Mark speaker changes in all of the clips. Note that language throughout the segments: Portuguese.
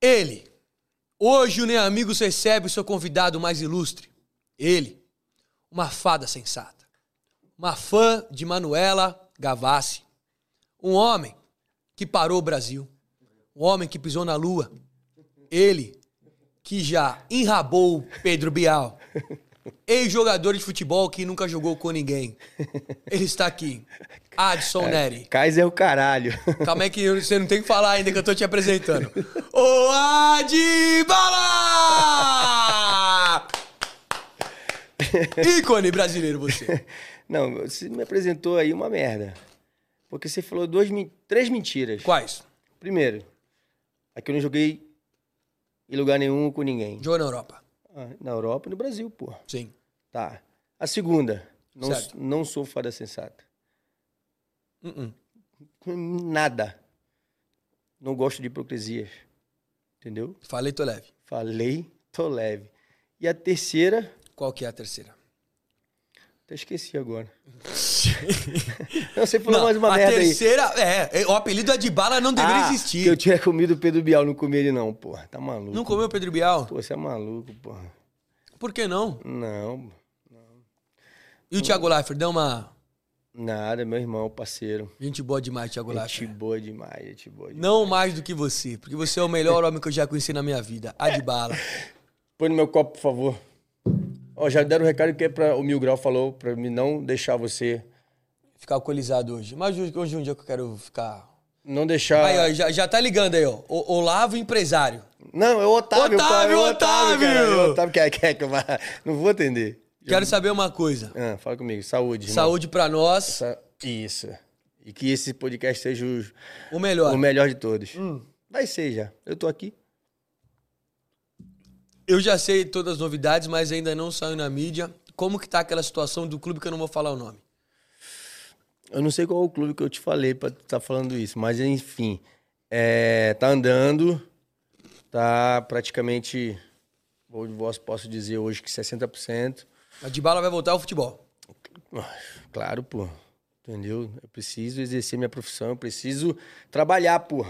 Speaker 1: Ele. Hoje o Nem Amigos recebe o seu convidado mais ilustre. Ele. Uma fada sensata. Uma fã de Manuela Gavassi. Um homem que parou o Brasil. Um homem que pisou na lua. Ele que já enrabou o Pedro Bial. Ex-jogador de futebol que nunca jogou com ninguém. Ele está aqui. Adson Neri.
Speaker 2: Kaiser é o caralho.
Speaker 1: Calma aí que eu- você não tem que falar ainda que eu tô te apresentando. O Adibala! Ícone brasileiro você.
Speaker 2: Não, você me apresentou aí uma merda. Porque você falou duas, men- três mentiras.
Speaker 1: Quais?
Speaker 2: Primeiro, é que eu não joguei em lugar nenhum com ninguém.
Speaker 1: Jogou na Europa.
Speaker 2: Ah, Na Europa e no Brasil, pô.
Speaker 1: Sim.
Speaker 2: Tá. A segunda, não,
Speaker 1: Certo.
Speaker 2: s- não sou fada sensata.
Speaker 1: Uh-uh.
Speaker 2: Nada. Não gosto de hipocrisias. Entendeu?
Speaker 1: Falei, tô leve.
Speaker 2: Falei, tô leve. E a terceira,
Speaker 1: Qual que é a terceira?
Speaker 2: até esqueci agora. Não, você falou mais uma
Speaker 1: a
Speaker 2: merda aí.
Speaker 1: terceira, é, é, O apelido Adibala não deveria
Speaker 2: Ah,
Speaker 1: existir.
Speaker 2: que Eu tinha comido o Pedro Bial, não comi ele não, porra. Tá maluco.
Speaker 1: Não comeu Pedro Bial?
Speaker 2: Pô, você é maluco, porra.
Speaker 1: Por que não?
Speaker 2: Não,
Speaker 1: E o Thiago Leifert? Deu uma.
Speaker 2: nada, meu irmão, parceiro.
Speaker 1: Gente boa demais, Thiago
Speaker 2: Gente
Speaker 1: Leifert.
Speaker 2: boa demais, gente boa demais.
Speaker 1: Não mais do que você, porque você é o melhor homem que eu já conheci na minha vida. Adibala.
Speaker 2: Põe no meu copo, por favor. Ó, já deram o recado que é pra, o Mil Grau falou pra mim não deixar você...
Speaker 1: ficar alcoolizado hoje. Mas hoje, hoje é um dia que eu quero ficar.
Speaker 2: Não deixar...
Speaker 1: Aí, ó, já, já tá ligando aí, ó. O, Olavo empresário.
Speaker 2: Não, é o Otávio,
Speaker 1: Otávio,
Speaker 2: pai, é o
Speaker 1: Otávio!
Speaker 2: cara, é o Otávio quer, quer que eu vá... Não vou atender.
Speaker 1: Quero saber uma coisa.
Speaker 2: Ah, fala comigo, saúde, irmão.
Speaker 1: Saúde pra nós,
Speaker 2: Sa- Isso. E que esse podcast seja os...
Speaker 1: o melhor.
Speaker 2: O melhor de todos.
Speaker 1: Hum.
Speaker 2: Vai ser já. Eu tô aqui.
Speaker 1: Eu já sei todas as novidades, mas ainda não saiu na mídia. Como que tá aquela situação do clube que eu não vou falar o nome?
Speaker 2: Eu não sei qual é o clube que eu te falei pra estar falando isso, mas enfim. É, tá andando. Tá praticamente. vou- vou- Posso dizer hoje que 60%.
Speaker 1: A Dibala vai voltar ao futebol.
Speaker 2: Ah, Claro, pô. Entendeu? Eu preciso exercer minha profissão, eu preciso trabalhar, pô.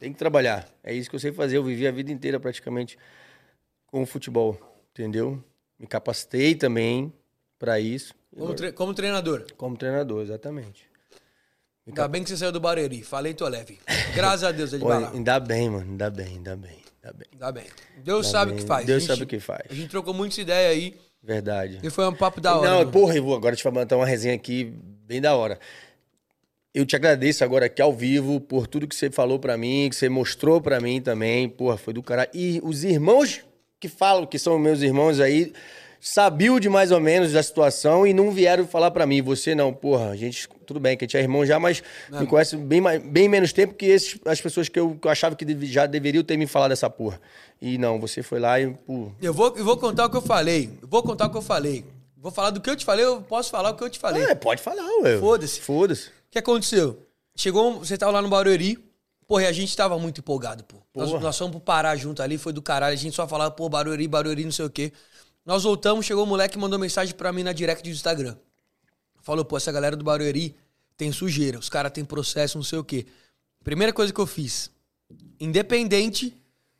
Speaker 2: Tem que trabalhar. É isso que eu sei fazer. Eu vivi a vida inteira praticamente com o futebol, entendeu? Me capacitei também pra isso.
Speaker 1: Como, tre- como treinador.
Speaker 2: Como treinador, exatamente. Então-
Speaker 1: Ainda bem que você saiu do Bareri. Falei, tô leve. Graças a Deus,
Speaker 2: Pô,
Speaker 1: Adibala.
Speaker 2: ainda bem, mano. Ainda bem, ainda bem, ainda bem.
Speaker 1: Ainda bem. Deus
Speaker 2: Ainda
Speaker 1: sabe o
Speaker 2: bem.
Speaker 1: que faz.
Speaker 2: Deus
Speaker 1: A
Speaker 2: sabe o que faz.
Speaker 1: A gente trocou muita ideia aí.
Speaker 2: Verdade.
Speaker 1: E foi um papo da hora.
Speaker 2: Não,
Speaker 1: né?
Speaker 2: porra, Ivo, agora te vou mandar uma resenha aqui bem da hora. Eu te agradeço agora aqui ao vivo por tudo que você falou pra mim, que você mostrou pra mim também. Porra, foi do caralho. E os irmãos que falam, que são meus irmãos aí, sabiam de mais ou menos da situação e não vieram falar pra mim. Você não, porra, a gente, tudo bem que a gente é irmão já, mas me conhece bem, mais- bem menos tempo que esses, as pessoas que eu, que eu achava que deve- já deveriam ter me falado dessa porra. E não, você foi lá e, pô,
Speaker 1: Eu vou, eu vou contar o que eu falei. Eu vou contar o que eu falei. Vou falar do que eu te falei, eu posso falar o que eu te falei.
Speaker 2: É, pode falar, ué.
Speaker 1: Foda-se.
Speaker 2: Foda-se.
Speaker 1: O que aconteceu? Chegou, um- você tava lá no Barueri. Porra, e a gente tava muito empolgado, pô. Nós,
Speaker 2: Porra.
Speaker 1: nós fomos pro Pará junto ali, foi do caralho. A gente só falava, pô, Barueri, Barueri, não sei o quê. Nós voltamos, chegou o moleque e mandou mensagem pra mim na direct do Instagram. Falou, pô, essa galera do Barueri tem sujeira, os caras têm processo, não sei o quê. Primeira coisa que eu fiz, independente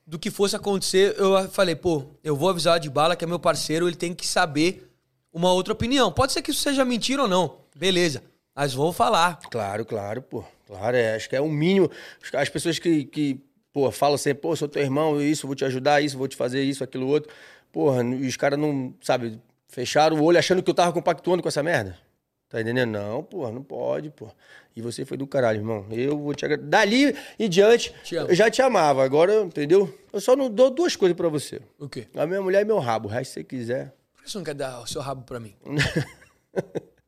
Speaker 1: do que fosse acontecer, eu falei, pô, eu vou avisar de bala que é meu parceiro, ele tem que saber uma outra opinião. Pode ser que isso seja mentira ou não, beleza, mas vou falar.
Speaker 2: Claro, claro, pô. Claro, é, acho que é o mínimo. Acho que As pessoas que, que pô, falam sempre, pô, sou teu irmão, isso, vou te ajudar, isso, vou te fazer isso, aquilo, outro. Porra, n- e os caras não, sabe, fecharam o olho achando que eu tava compactuando com essa merda. Tá entendendo? Não, porra, não pode, pô. E você foi do caralho, irmão. Eu vou te agradecer. Dali em diante,
Speaker 1: Te amo.
Speaker 2: eu já te amava. Agora, entendeu? Eu só não dou duas coisas pra você.
Speaker 1: O quê?
Speaker 2: A minha mulher e meu rabo. O resto, se você quiser.
Speaker 1: Por que você não quer dar o seu rabo pra mim?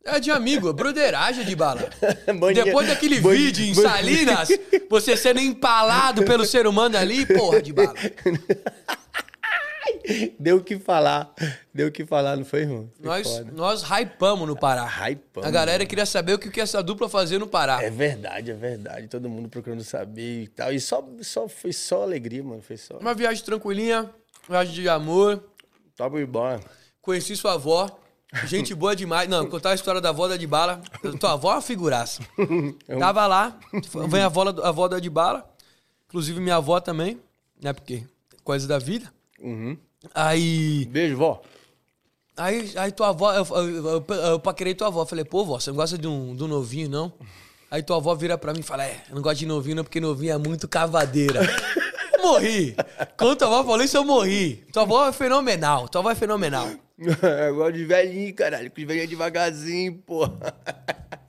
Speaker 1: É de amigo, é broderagem de bala.
Speaker 2: Bandinha-
Speaker 1: Depois daquele
Speaker 2: bandi-
Speaker 1: vídeo em
Speaker 2: bandi-
Speaker 1: Salinas, você sendo empalado pelo ser humano ali, porra de bala.
Speaker 2: Deu o que falar. Deu o que falar, não foi, irmão? Foi
Speaker 1: Nós,
Speaker 2: foda.
Speaker 1: nós hypamos no Pará.
Speaker 2: Hypamos,
Speaker 1: A galera queria saber o que que essa dupla fazia no Pará.
Speaker 2: É verdade, é verdade. Todo mundo procurando saber e tal. E só, só foi só alegria, mano. Foi só.
Speaker 1: Uma viagem tranquilinha, viagem de amor.
Speaker 2: Tava embora.
Speaker 1: Conheci sua avó. Gente boa demais. Não, contar a história da avó da de bala. Tua avó é uma figuraça. Tava lá, vem a avó, a avó da de bala. Inclusive minha avó também. né? Porque coisa da vida.
Speaker 2: Uhum.
Speaker 1: Aí.
Speaker 2: Beijo, vó.
Speaker 1: Aí, aí tua avó, eu, eu, eu, eu paquerei tua avó. Falei, pô, vó, você não gosta de um, de um novinho, não? Aí tua avó vira pra mim e fala, é, eu não gosto de novinho, não, porque novinho é muito cavadeira. Eu morri. Quando tua avó falou isso, eu morri. Tua avó é fenomenal, tua avó é fenomenal.
Speaker 2: Eu gosto de velhinho, caralho. Que os velhinhos é devagarzinho, porra.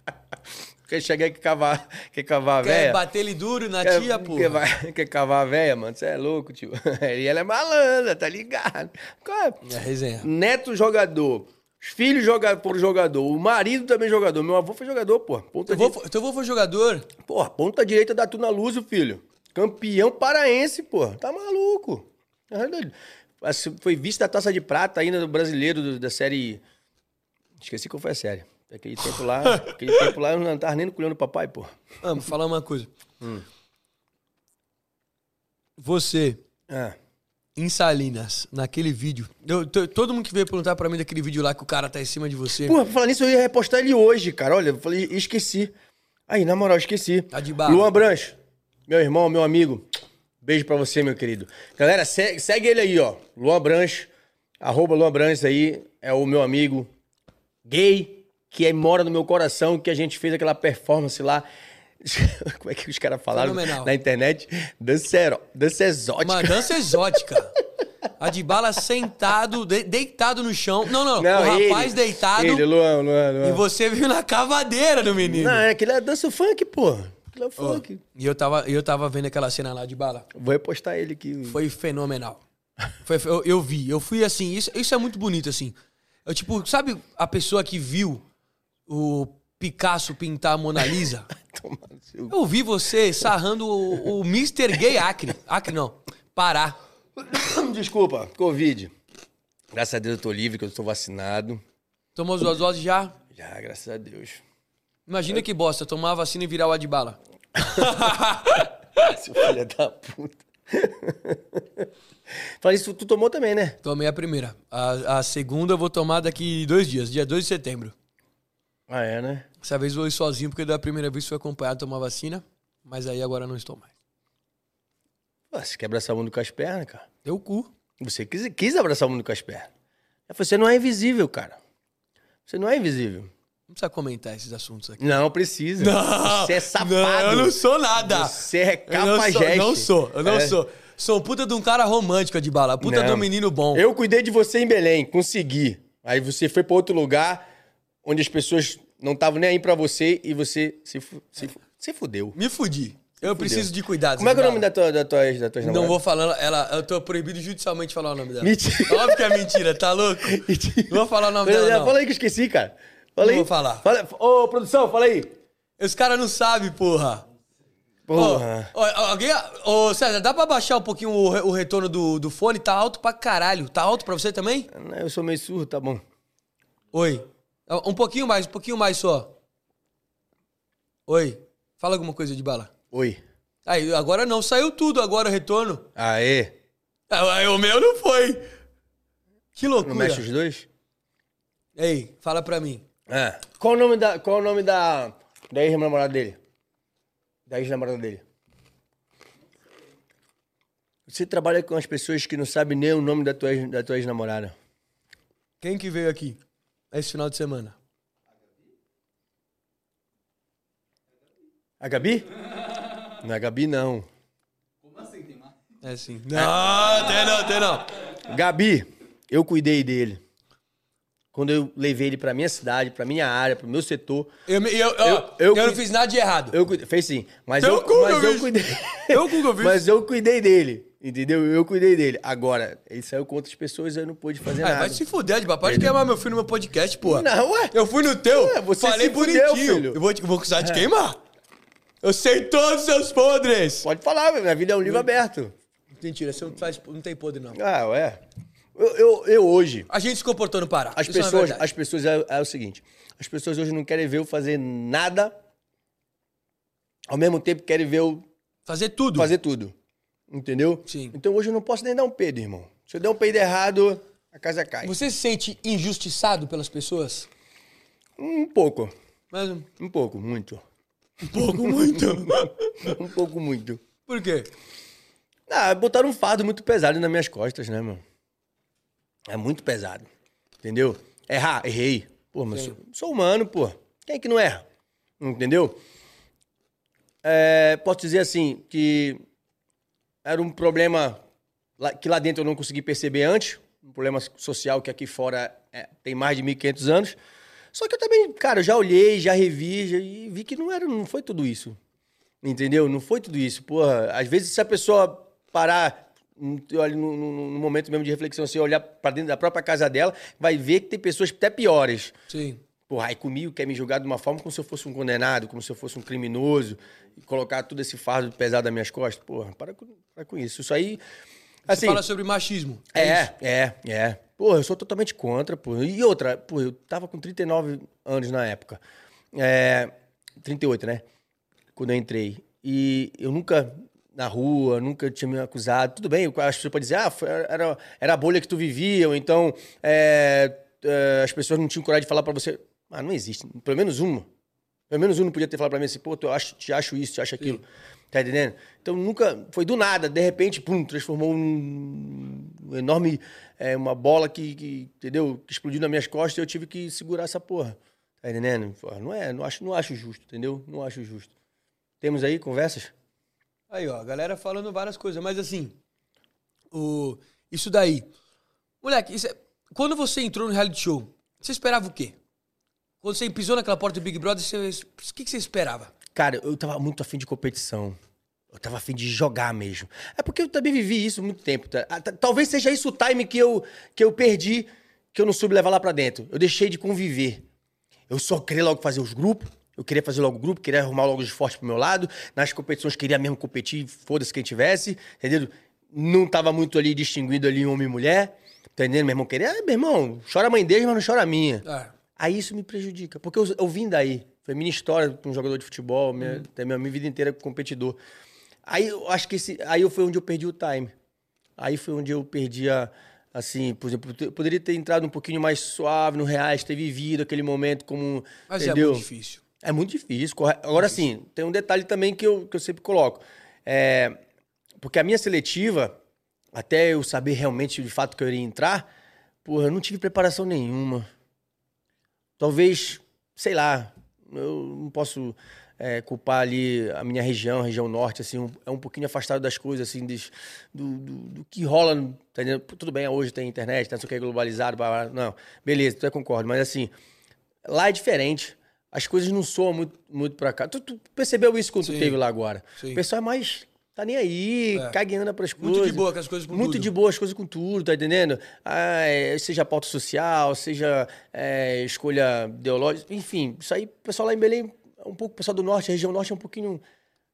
Speaker 2: Quer chegar e quer cavar, quer cavar a
Speaker 1: Quer
Speaker 2: véia.
Speaker 1: bater ele duro na
Speaker 2: Tá Quer-
Speaker 1: tia, pô.
Speaker 2: Quer, vai- quer cavar a véia, mano? Você é louco, tio. E ela é malandra, tá ligado? Qual é?
Speaker 1: É resenha.
Speaker 2: Neto jogador. Os filhos joga, por jogador. O marido também jogador. Meu avô foi jogador, pô. Ponta,
Speaker 1: Teu avô
Speaker 2: di...
Speaker 1: foi- teu avô foi jogador?
Speaker 2: Porra, ponta direita da Tuna Luz, o filho. Campeão paraense, pô. Tá maluco. É doido. Assim, Foi vice da taça de prata ainda do brasileiro do- da série. Esqueci qual foi a série. Aquele tempo lá, aquele tempo lá eu não tava nem no colhão do papai, pô.
Speaker 1: Ah, vou falar uma coisa.
Speaker 2: Hum.
Speaker 1: Você,
Speaker 2: Ah,
Speaker 1: em Salinas, naquele vídeo. eu- to- todo mundo que veio perguntar pra mim daquele vídeo lá que o cara tá em cima de você.
Speaker 2: Porra, pra falar nisso, eu ia repostar ele hoje, cara. Olha, eu falei, esqueci. Aí, na moral, esqueci.
Speaker 1: Tá de barra.
Speaker 2: Luan Brancho, meu irmão, meu amigo. Beijo pra você, meu querido. Galera, se- segue, ele aí, ó. Luan Brancho. Arroba Luan Brancho aí. É o meu amigo gay, que é- mora no meu coração, que a gente fez aquela performance lá. Como é que os caras falaram
Speaker 1: Fenomenal.
Speaker 2: na internet? Dança, ero- dança exótica.
Speaker 1: Uma dança exótica. A de bala sentado, de- deitado no chão. Não, não, não. o
Speaker 2: ele-
Speaker 1: rapaz deitado
Speaker 2: Ele, Luan, Luan, Luan.
Speaker 1: e você viu na cavadeira do menino.
Speaker 2: Não, é aquele é dança funk, pô. Aquilo é
Speaker 1: Ó,
Speaker 2: funk.
Speaker 1: E eu tava, eu tava vendo aquela cena lá de bala.
Speaker 2: Vou repostar ele aqui.
Speaker 1: Foi fenomenal. Foi, eu, eu vi, eu fui assim, isso, isso é muito bonito, assim. Eu, tipo, sabe a pessoa que viu o Picasso pintar a Mona Lisa?
Speaker 2: Tomar no seu-
Speaker 1: Eu vi você sarrando o, o Mr. Gay Acre. Acre não, Pará.
Speaker 2: Desculpa, Covid. Graças a Deus eu tô livre, que eu tô vacinado.
Speaker 1: Tomou as duas doses já?
Speaker 2: Já, graças a Deus.
Speaker 1: Imagina que bosta, tomar a vacina e virar o Adbala. Ah!
Speaker 2: Seu filho da puta. Fala isso, tu tomou também, né?
Speaker 1: Tomei a primeira. A, a segunda eu vou tomar daqui dois dias, dia 2 de setembro.
Speaker 2: Ah, é, né?
Speaker 1: Dessa vez eu vou ir sozinho, porque da primeira vez fui acompanhado a tomar vacina, mas aí agora não estou mais.
Speaker 2: Pô, Você quer abraçar o mundo com as pernas, cara?
Speaker 1: Deu o cu.
Speaker 2: Você quis, quis abraçar o mundo com as pernas. Eu falei, Você não é invisível, cara. Você não é invisível.
Speaker 1: Não precisa comentar esses assuntos aqui.
Speaker 2: Não, precisa. Você é safado.
Speaker 1: Não, eu não sou nada.
Speaker 2: Você é
Speaker 1: Eu não sou,
Speaker 2: capageste.
Speaker 1: não sou, eu não
Speaker 2: É.
Speaker 1: sou. Sou um puta de um cara romântico de bala, puta de um
Speaker 2: Não.
Speaker 1: menino bom.
Speaker 2: Eu cuidei de você em Belém, consegui. Aí você foi pra outro lugar onde as pessoas não estavam nem aí pra você e você se, fu- se, fu- se fudeu.
Speaker 1: Me fudi. Eu preciso de cuidados.
Speaker 2: Como é que é o
Speaker 1: Bala.
Speaker 2: nome da tua, da tua, ex- da tua
Speaker 1: Não vou falar, ela, eu tô proibido judicialmente de falar o nome dela.
Speaker 2: Mentira.
Speaker 1: Óbvio que é mentira, tá louco? Não vou falar o nome dela, não.
Speaker 2: Fala aí que eu esqueci, cara. Fala
Speaker 1: Não
Speaker 2: aí.
Speaker 1: vou falar.
Speaker 2: Fala- Ô, produção, fala aí.
Speaker 1: Os caras não sabem, porra. Ó,
Speaker 2: Porra.
Speaker 1: ó, alguém, ô, César, dá pra baixar um pouquinho o, re- o retorno do, do fone? Tá alto pra caralho. Tá alto pra você também?
Speaker 2: Eu sou meio surdo, tá bom.
Speaker 1: Oi. Um pouquinho mais, um pouquinho mais só. Oi. Fala alguma coisa de bala.
Speaker 2: Oi.
Speaker 1: Aí, agora não, saiu tudo agora o retorno.
Speaker 2: Aê.
Speaker 1: Ah, O meu não foi. Que
Speaker 2: Não
Speaker 1: loucura.
Speaker 2: mexe os dois?
Speaker 1: Ei, fala pra mim. É.
Speaker 2: Ah. Qual o nome da. Qual o nome da. Da ex-namorada dele? Da ex-namorada dele. Você trabalha com as pessoas que não sabem nem o nome da tua, ex- da tua ex-namorada.
Speaker 1: Quem que veio aqui esse final de semana?
Speaker 2: A Gabi? Não é a Gabi, não.
Speaker 1: É sim. Não, tem não, tem não.
Speaker 2: Gabi, eu cuidei dele. Quando eu levei ele pra minha cidade, pra minha área, pro meu setor,
Speaker 1: Eu, me- eu, ó, eu,
Speaker 2: eu
Speaker 1: não
Speaker 2: cu-
Speaker 1: fiz nada de errado.
Speaker 2: eu cuidei. Fez sim. Mas
Speaker 1: Teu
Speaker 2: eu,
Speaker 1: cu,
Speaker 2: mas
Speaker 1: meu
Speaker 2: eu
Speaker 1: bicho.
Speaker 2: cuidei.
Speaker 1: Eu cu que eu fiz.
Speaker 2: Mas eu cuidei dele. Entendeu? Eu cuidei dele. Agora, ele saiu com outras pessoas e eu não pude fazer
Speaker 1: Ah,
Speaker 2: nada.
Speaker 1: vai se fuder, de papai. Pode queimar meu filho no meu podcast, porra.
Speaker 2: Não, ué.
Speaker 1: Eu fui no teu,
Speaker 2: Ué, você
Speaker 1: falei
Speaker 2: se fudeu,
Speaker 1: bonitinho.
Speaker 2: filho.
Speaker 1: Eu vou, te- vou acusar de queimar. Eu sei todos os seus podres.
Speaker 2: Pode falar, minha vida é um livro aberto.
Speaker 1: Mentira, você não, faz, não tem podre, não.
Speaker 2: Ah, ué. Eu, eu, eu hoje,
Speaker 1: A gente se comportou no Pará.
Speaker 2: as
Speaker 1: Isso é uma
Speaker 2: pessoas,
Speaker 1: verdade.
Speaker 2: as pessoas é, é o seguinte, as pessoas hoje não querem ver eu fazer nada, ao mesmo tempo querem ver eu
Speaker 1: Fazer tudo.
Speaker 2: fazer tudo, entendeu?
Speaker 1: Sim.
Speaker 2: Então hoje eu não posso nem dar um peido, irmão. Se eu der um peido errado, a casa cai.
Speaker 1: Você se sente injustiçado pelas pessoas?
Speaker 2: Um pouco,
Speaker 1: Mas um
Speaker 2: um pouco, muito,
Speaker 1: pouco, muito.
Speaker 2: um pouco, muito.
Speaker 1: Por quê?
Speaker 2: Ah, botaram um fardo muito pesado nas minhas costas, né, mano? É muito pesado. Entendeu? Errar, errei. Pô, mas sou, sou humano, pô. Quem é que não erra? Entendeu? É, posso dizer assim, que era um problema lá- que lá dentro eu não consegui perceber antes, um problema social que aqui fora é, tem mais de 1.500 anos. Só que eu também, cara, eu já olhei, já revi já- e vi que não era, não foi tudo isso. Entendeu? Não foi tudo isso. Porra, às vezes se a pessoa parar no, no- no- no momento mesmo de reflexão, assim, olhar pra dentro da própria casa dela, vai ver que tem pessoas até piores.
Speaker 1: Sim.
Speaker 2: Porra, aí comigo quer me julgar de uma forma como se eu fosse um condenado, como se eu fosse um criminoso, e colocar todo esse fardo pesado nas minhas costas. Porra, para com, para com isso. Isso aí.
Speaker 1: Você
Speaker 2: Assim,
Speaker 1: fala sobre machismo.
Speaker 2: é, é, é. Porra, eu sou totalmente contra, pô. E outra, pô, eu tava com 39 anos na época. É, 38, né? Quando eu entrei. E eu nunca, na rua, nunca tinha me acusado. Tudo bem, as pessoas podem dizer, ah, foi- era, era a bolha que tu vivia, ou então é, é, as pessoas não tinham coragem de falar pra você. Ah, não existe. Pelo menos uma. Pelo menos um não podia ter falado pra mim assim, pô, eu acho, te acho isso, te acho aquilo. Tá entendendo? Então nunca. Foi do nada, de repente, pum, transformou um, um enorme. é, uma bola que, que, entendeu? Que explodiu nas minhas costas e eu tive que segurar essa porra. Tá entendendo? Porra, não é, não acho, não acho justo, entendeu? Não acho justo. Temos aí conversas?
Speaker 1: Aí, ó, a galera falando várias coisas, mas assim, o isso daí. Moleque, isso é- quando você entrou no reality show, você esperava o quê? Quando você pisou naquela porta do Big Brother, você- o que, que você esperava?
Speaker 2: Cara, eu tava muito afim de competição. Eu tava afim de jogar mesmo. É porque eu também vivi isso muito tempo. tá? Ah, tá- Talvez seja isso o time que eu, que eu perdi, que eu não soube levar lá pra dentro. Eu deixei de conviver. Eu só queria logo fazer os grupos. Eu queria fazer logo o grupo, queria arrumar logo os fortes pro meu lado. Nas competições, queria mesmo competir, foda-se quem tivesse, entendeu? Não tava muito ali distinguido ali homem e mulher. Entendendo, meu irmão? Queria, ah, meu irmão, chora a mãe deles, mas não chora a minha.
Speaker 1: Ah,
Speaker 2: Aí isso me prejudica, porque eu, eu vim daí. Foi minha história com jogador de futebol,
Speaker 1: Uhum.
Speaker 2: minha, até minha, minha vida inteira como competidor. Aí eu acho que esse, aí foi onde eu perdi o time. Aí foi onde eu perdi a, assim, por exemplo, eu poderia ter entrado um pouquinho mais suave no reais, ter vivido aquele momento como, um,
Speaker 1: mas é
Speaker 2: entendeu?
Speaker 1: muito difícil.
Speaker 2: É muito difícil. corre- Agora sim, tem um detalhe também que eu, que eu sempre coloco. É, porque a minha seletiva, até eu saber realmente de fato que eu iria entrar, porra, eu não tive preparação nenhuma. Talvez, sei lá, eu não posso é, culpar ali a minha região, a região norte, assim, um- é um pouquinho afastado das coisas, assim, des- do, do- do que rola, no- tá entendendo? Pô, Tudo bem, hoje tem internet, tá, não sei o que, é globalizado, blá, blá, não, beleza, até concordo, mas assim, lá é diferente. As coisas não soam muito, muito pra cá. Tu, tu percebeu isso quando tu
Speaker 1: Sim.
Speaker 2: teve lá agora?
Speaker 1: Sim.
Speaker 2: O pessoal é mais. Tá nem aí,
Speaker 1: É.
Speaker 2: cagueando pras coisas.
Speaker 1: Muito de boa com as coisas por
Speaker 2: Muito
Speaker 1: tudo.
Speaker 2: de boa as coisas com tudo, tá entendendo? Ah, é, seja pauta social, seja é, escolha ideológica, enfim, isso aí, o pessoal lá em Belém, é um pouco, o pessoal do norte, a região norte é um pouquinho.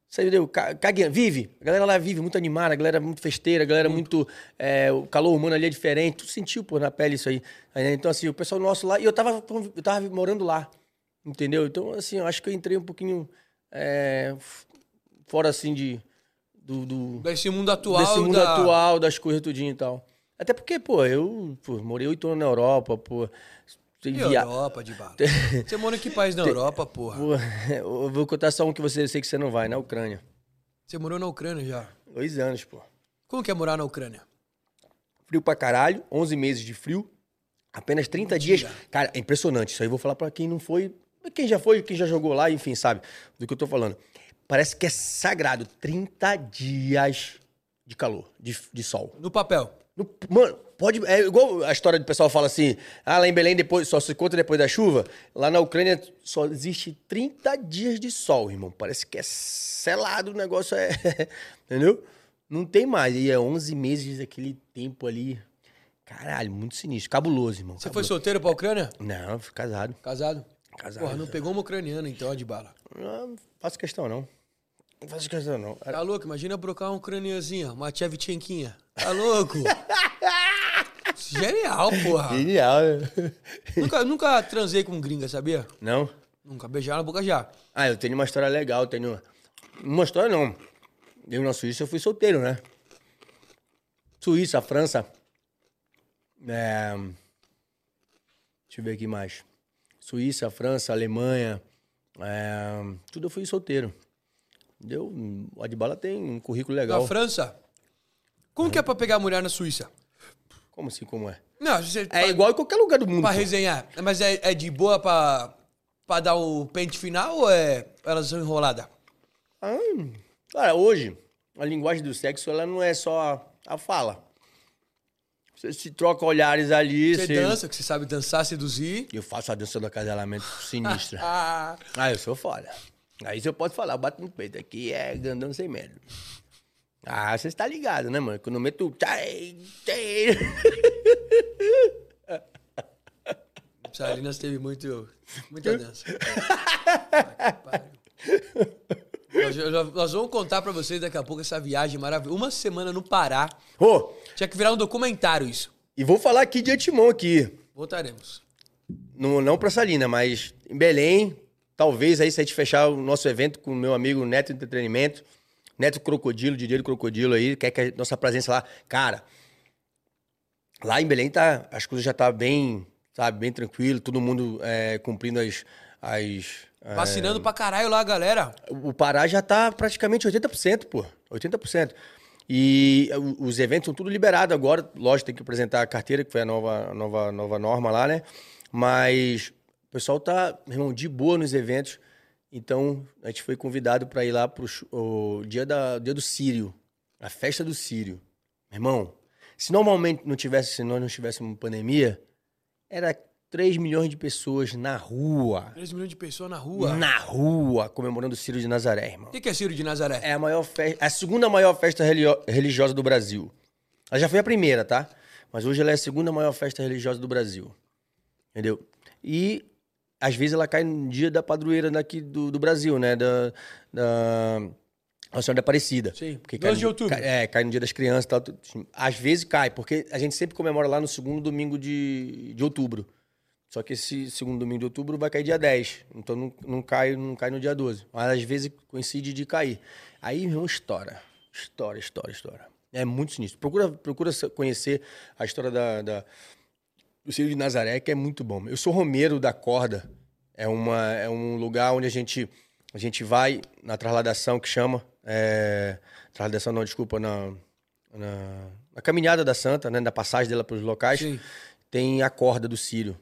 Speaker 2: Sabe, entendeu? Ca- Cagueando, vive. A galera lá vive, muito animada, a galera muito festeira, a galera muito. é, o calor humano ali é diferente. Tu sentiu, pô, na pele isso aí. Aí, né, Então, assim, o pessoal nosso lá. E eu tava, conv- eu tava morando lá. Entendeu? Então, assim, eu acho que eu entrei um pouquinho. é, f- fora, assim, de. do- do
Speaker 1: Desse mundo atual.
Speaker 2: desse mundo
Speaker 1: da-
Speaker 2: atual, das coisas tudinho e tal. Até porque, pô, eu pô, morei oito anos na Europa, pô. Tem
Speaker 1: E
Speaker 2: via...
Speaker 1: Europa, de barro. Você mora em que país na Europa, porra?
Speaker 2: Pô, eu vou contar só um que você eu sei que você não vai, na Ucrânia.
Speaker 1: Você morou na Ucrânia já.
Speaker 2: Dois anos, pô.
Speaker 1: Como que é morar na Ucrânia?
Speaker 2: Frio pra caralho, 11 meses de frio, apenas 30 dias.
Speaker 1: dia.
Speaker 2: Cara, é impressionante. Isso aí eu vou falar pra quem não foi, quem já foi, quem já jogou lá, enfim, sabe do que eu tô falando. Parece que é sagrado. 30 dias de calor, de, de sol.
Speaker 1: No papel.
Speaker 2: No- mano, pode. É igual a história do pessoal fala assim: ah, lá em Belém depois, só se conta depois da chuva. Lá na Ucrânia só existe 30 dias de sol, irmão. Parece que é selado o negócio, é. Entendeu? Não tem mais. E é 11 meses daquele tempo ali. Caralho, muito sinistro. Cabuloso, irmão.
Speaker 1: Você foi solteiro pra Ucrânia?
Speaker 2: Não, eu fui casado.
Speaker 1: Casado?
Speaker 2: Casado.
Speaker 1: Porra, não pegou uma ucraniana então, de bala.
Speaker 2: Não, não faço questão, não. Não faço questão, não.
Speaker 1: Tá louco? Imagina eu brocar uma ucraniazinha, uma Tchevchenkinha. Tá louco? Genial, porra.
Speaker 2: Genial. né?
Speaker 1: Nunca, nunca transei com um gringa, sabia?
Speaker 2: Não?
Speaker 1: Nunca beijar na boca já.
Speaker 2: Ah, eu tenho uma história legal, tenho uma... Uma história não. Eu na Suíça eu fui solteiro, né? Suíça, França. É... Deixa eu ver aqui mais. Suíça, França, Alemanha. é, Tudo eu fui solteiro. Deu. O Adbala tem um currículo legal.
Speaker 1: Na França, Como que é pra pegar mulher na Suíça?
Speaker 2: Como assim, como é?
Speaker 1: Não, você, tá
Speaker 2: É igual em qualquer lugar do mundo.
Speaker 1: pra
Speaker 2: pô.
Speaker 1: resenhar. Mas é, é de boa pra, pra dar o pente final ou é, elas são enroladas?
Speaker 2: Ah, cara, hoje, a linguagem do sexo, ela não é só a fala. Você se troca olhares ali.
Speaker 1: Você
Speaker 2: você-
Speaker 1: dança, que você sabe dançar, seduzir.
Speaker 2: Eu faço a dança do acasalamento sinistra.
Speaker 1: Ah,
Speaker 2: Ah, eu sou foda. Aí você pode falar, eu bato no peito. Aqui é grandão sem medo. Ah, você está ligado, né, mano? Quando eu meto. Tchai, tchai.
Speaker 1: Salinas teve muito, muita dança. Nós, nós- nós vamos contar pra vocês daqui a pouco essa viagem maravilhosa. Uma semana no Pará.
Speaker 2: Ô,
Speaker 1: Tinha que virar um documentário isso.
Speaker 2: e vou falar aqui de antemão aqui.
Speaker 1: Voltaremos.
Speaker 2: No, não pra Salina, mas em Belém. Talvez aí se a gente fechar o nosso evento com o meu amigo Neto Entretenimento. Neto Crocodilo, DJ do Crocodilo aí. Quer que a nossa presença lá. Cara, lá em Belém tá, as coisas já tá bem, sabe, bem tranquilo. Todo mundo é, cumprindo as... as é,
Speaker 1: Vacinando pra caralho lá, galera.
Speaker 2: O Pará já tá praticamente 80%, pô. 80%. E eh, o- os eventos são tudo liberado agora. Lógico, tem que apresentar a carteira, que foi a nova, a nova, nova norma lá, né? Mas o pessoal tá, meu irmão, de boa nos eventos. Então, a gente foi convidado para ir lá pro chu- o dia, da, dia do Sírio. A festa do Sírio. Meu irmão, se normalmente não tivesse, se nós não tivéssemos pandemia, era 3 milhões de pessoas na rua.
Speaker 1: 3 milhões de pessoas na rua.
Speaker 2: Na rua, comemorando o Ciro de Nazaré, irmão.
Speaker 1: O que que é Ciro de Nazaré?
Speaker 2: É a maior festa, a segunda maior festa relio- religiosa do Brasil. Ela já foi a primeira, tá? Mas hoje ela é a segunda maior festa religiosa do Brasil. Entendeu? E às vezes ela cai no dia da padroeira daqui do, do Brasil, né? Da, da Nossa Senhora da Aparecida.
Speaker 1: Sim,
Speaker 2: Porque
Speaker 1: 12
Speaker 2: cai no-
Speaker 1: de outubro.
Speaker 2: cai- é, cai no dia das crianças e tal. tudo. Às vezes cai, porque a gente sempre comemora lá no segundo domingo de, de outubro. Só que esse segundo domingo de outubro vai cair dia 10. Então não, não, cai, não cai no dia 12. Mas às vezes coincide de cair. Aí, meu irmão, estoura. Estoura, estoura, estoura. É muito sinistro. Procura, procura sa- conhecer a história da, da- do Círio de Nazaré, que é muito bom. Eu sou Romeiro da Corda. É, uma, é um lugar onde a gente, a gente vai na trasladação que chama. é, trasladação, não, desculpa, na, na, na caminhada da Santa, né, na passagem dela pelos locais.
Speaker 1: Sim.
Speaker 2: Tem a corda do Círio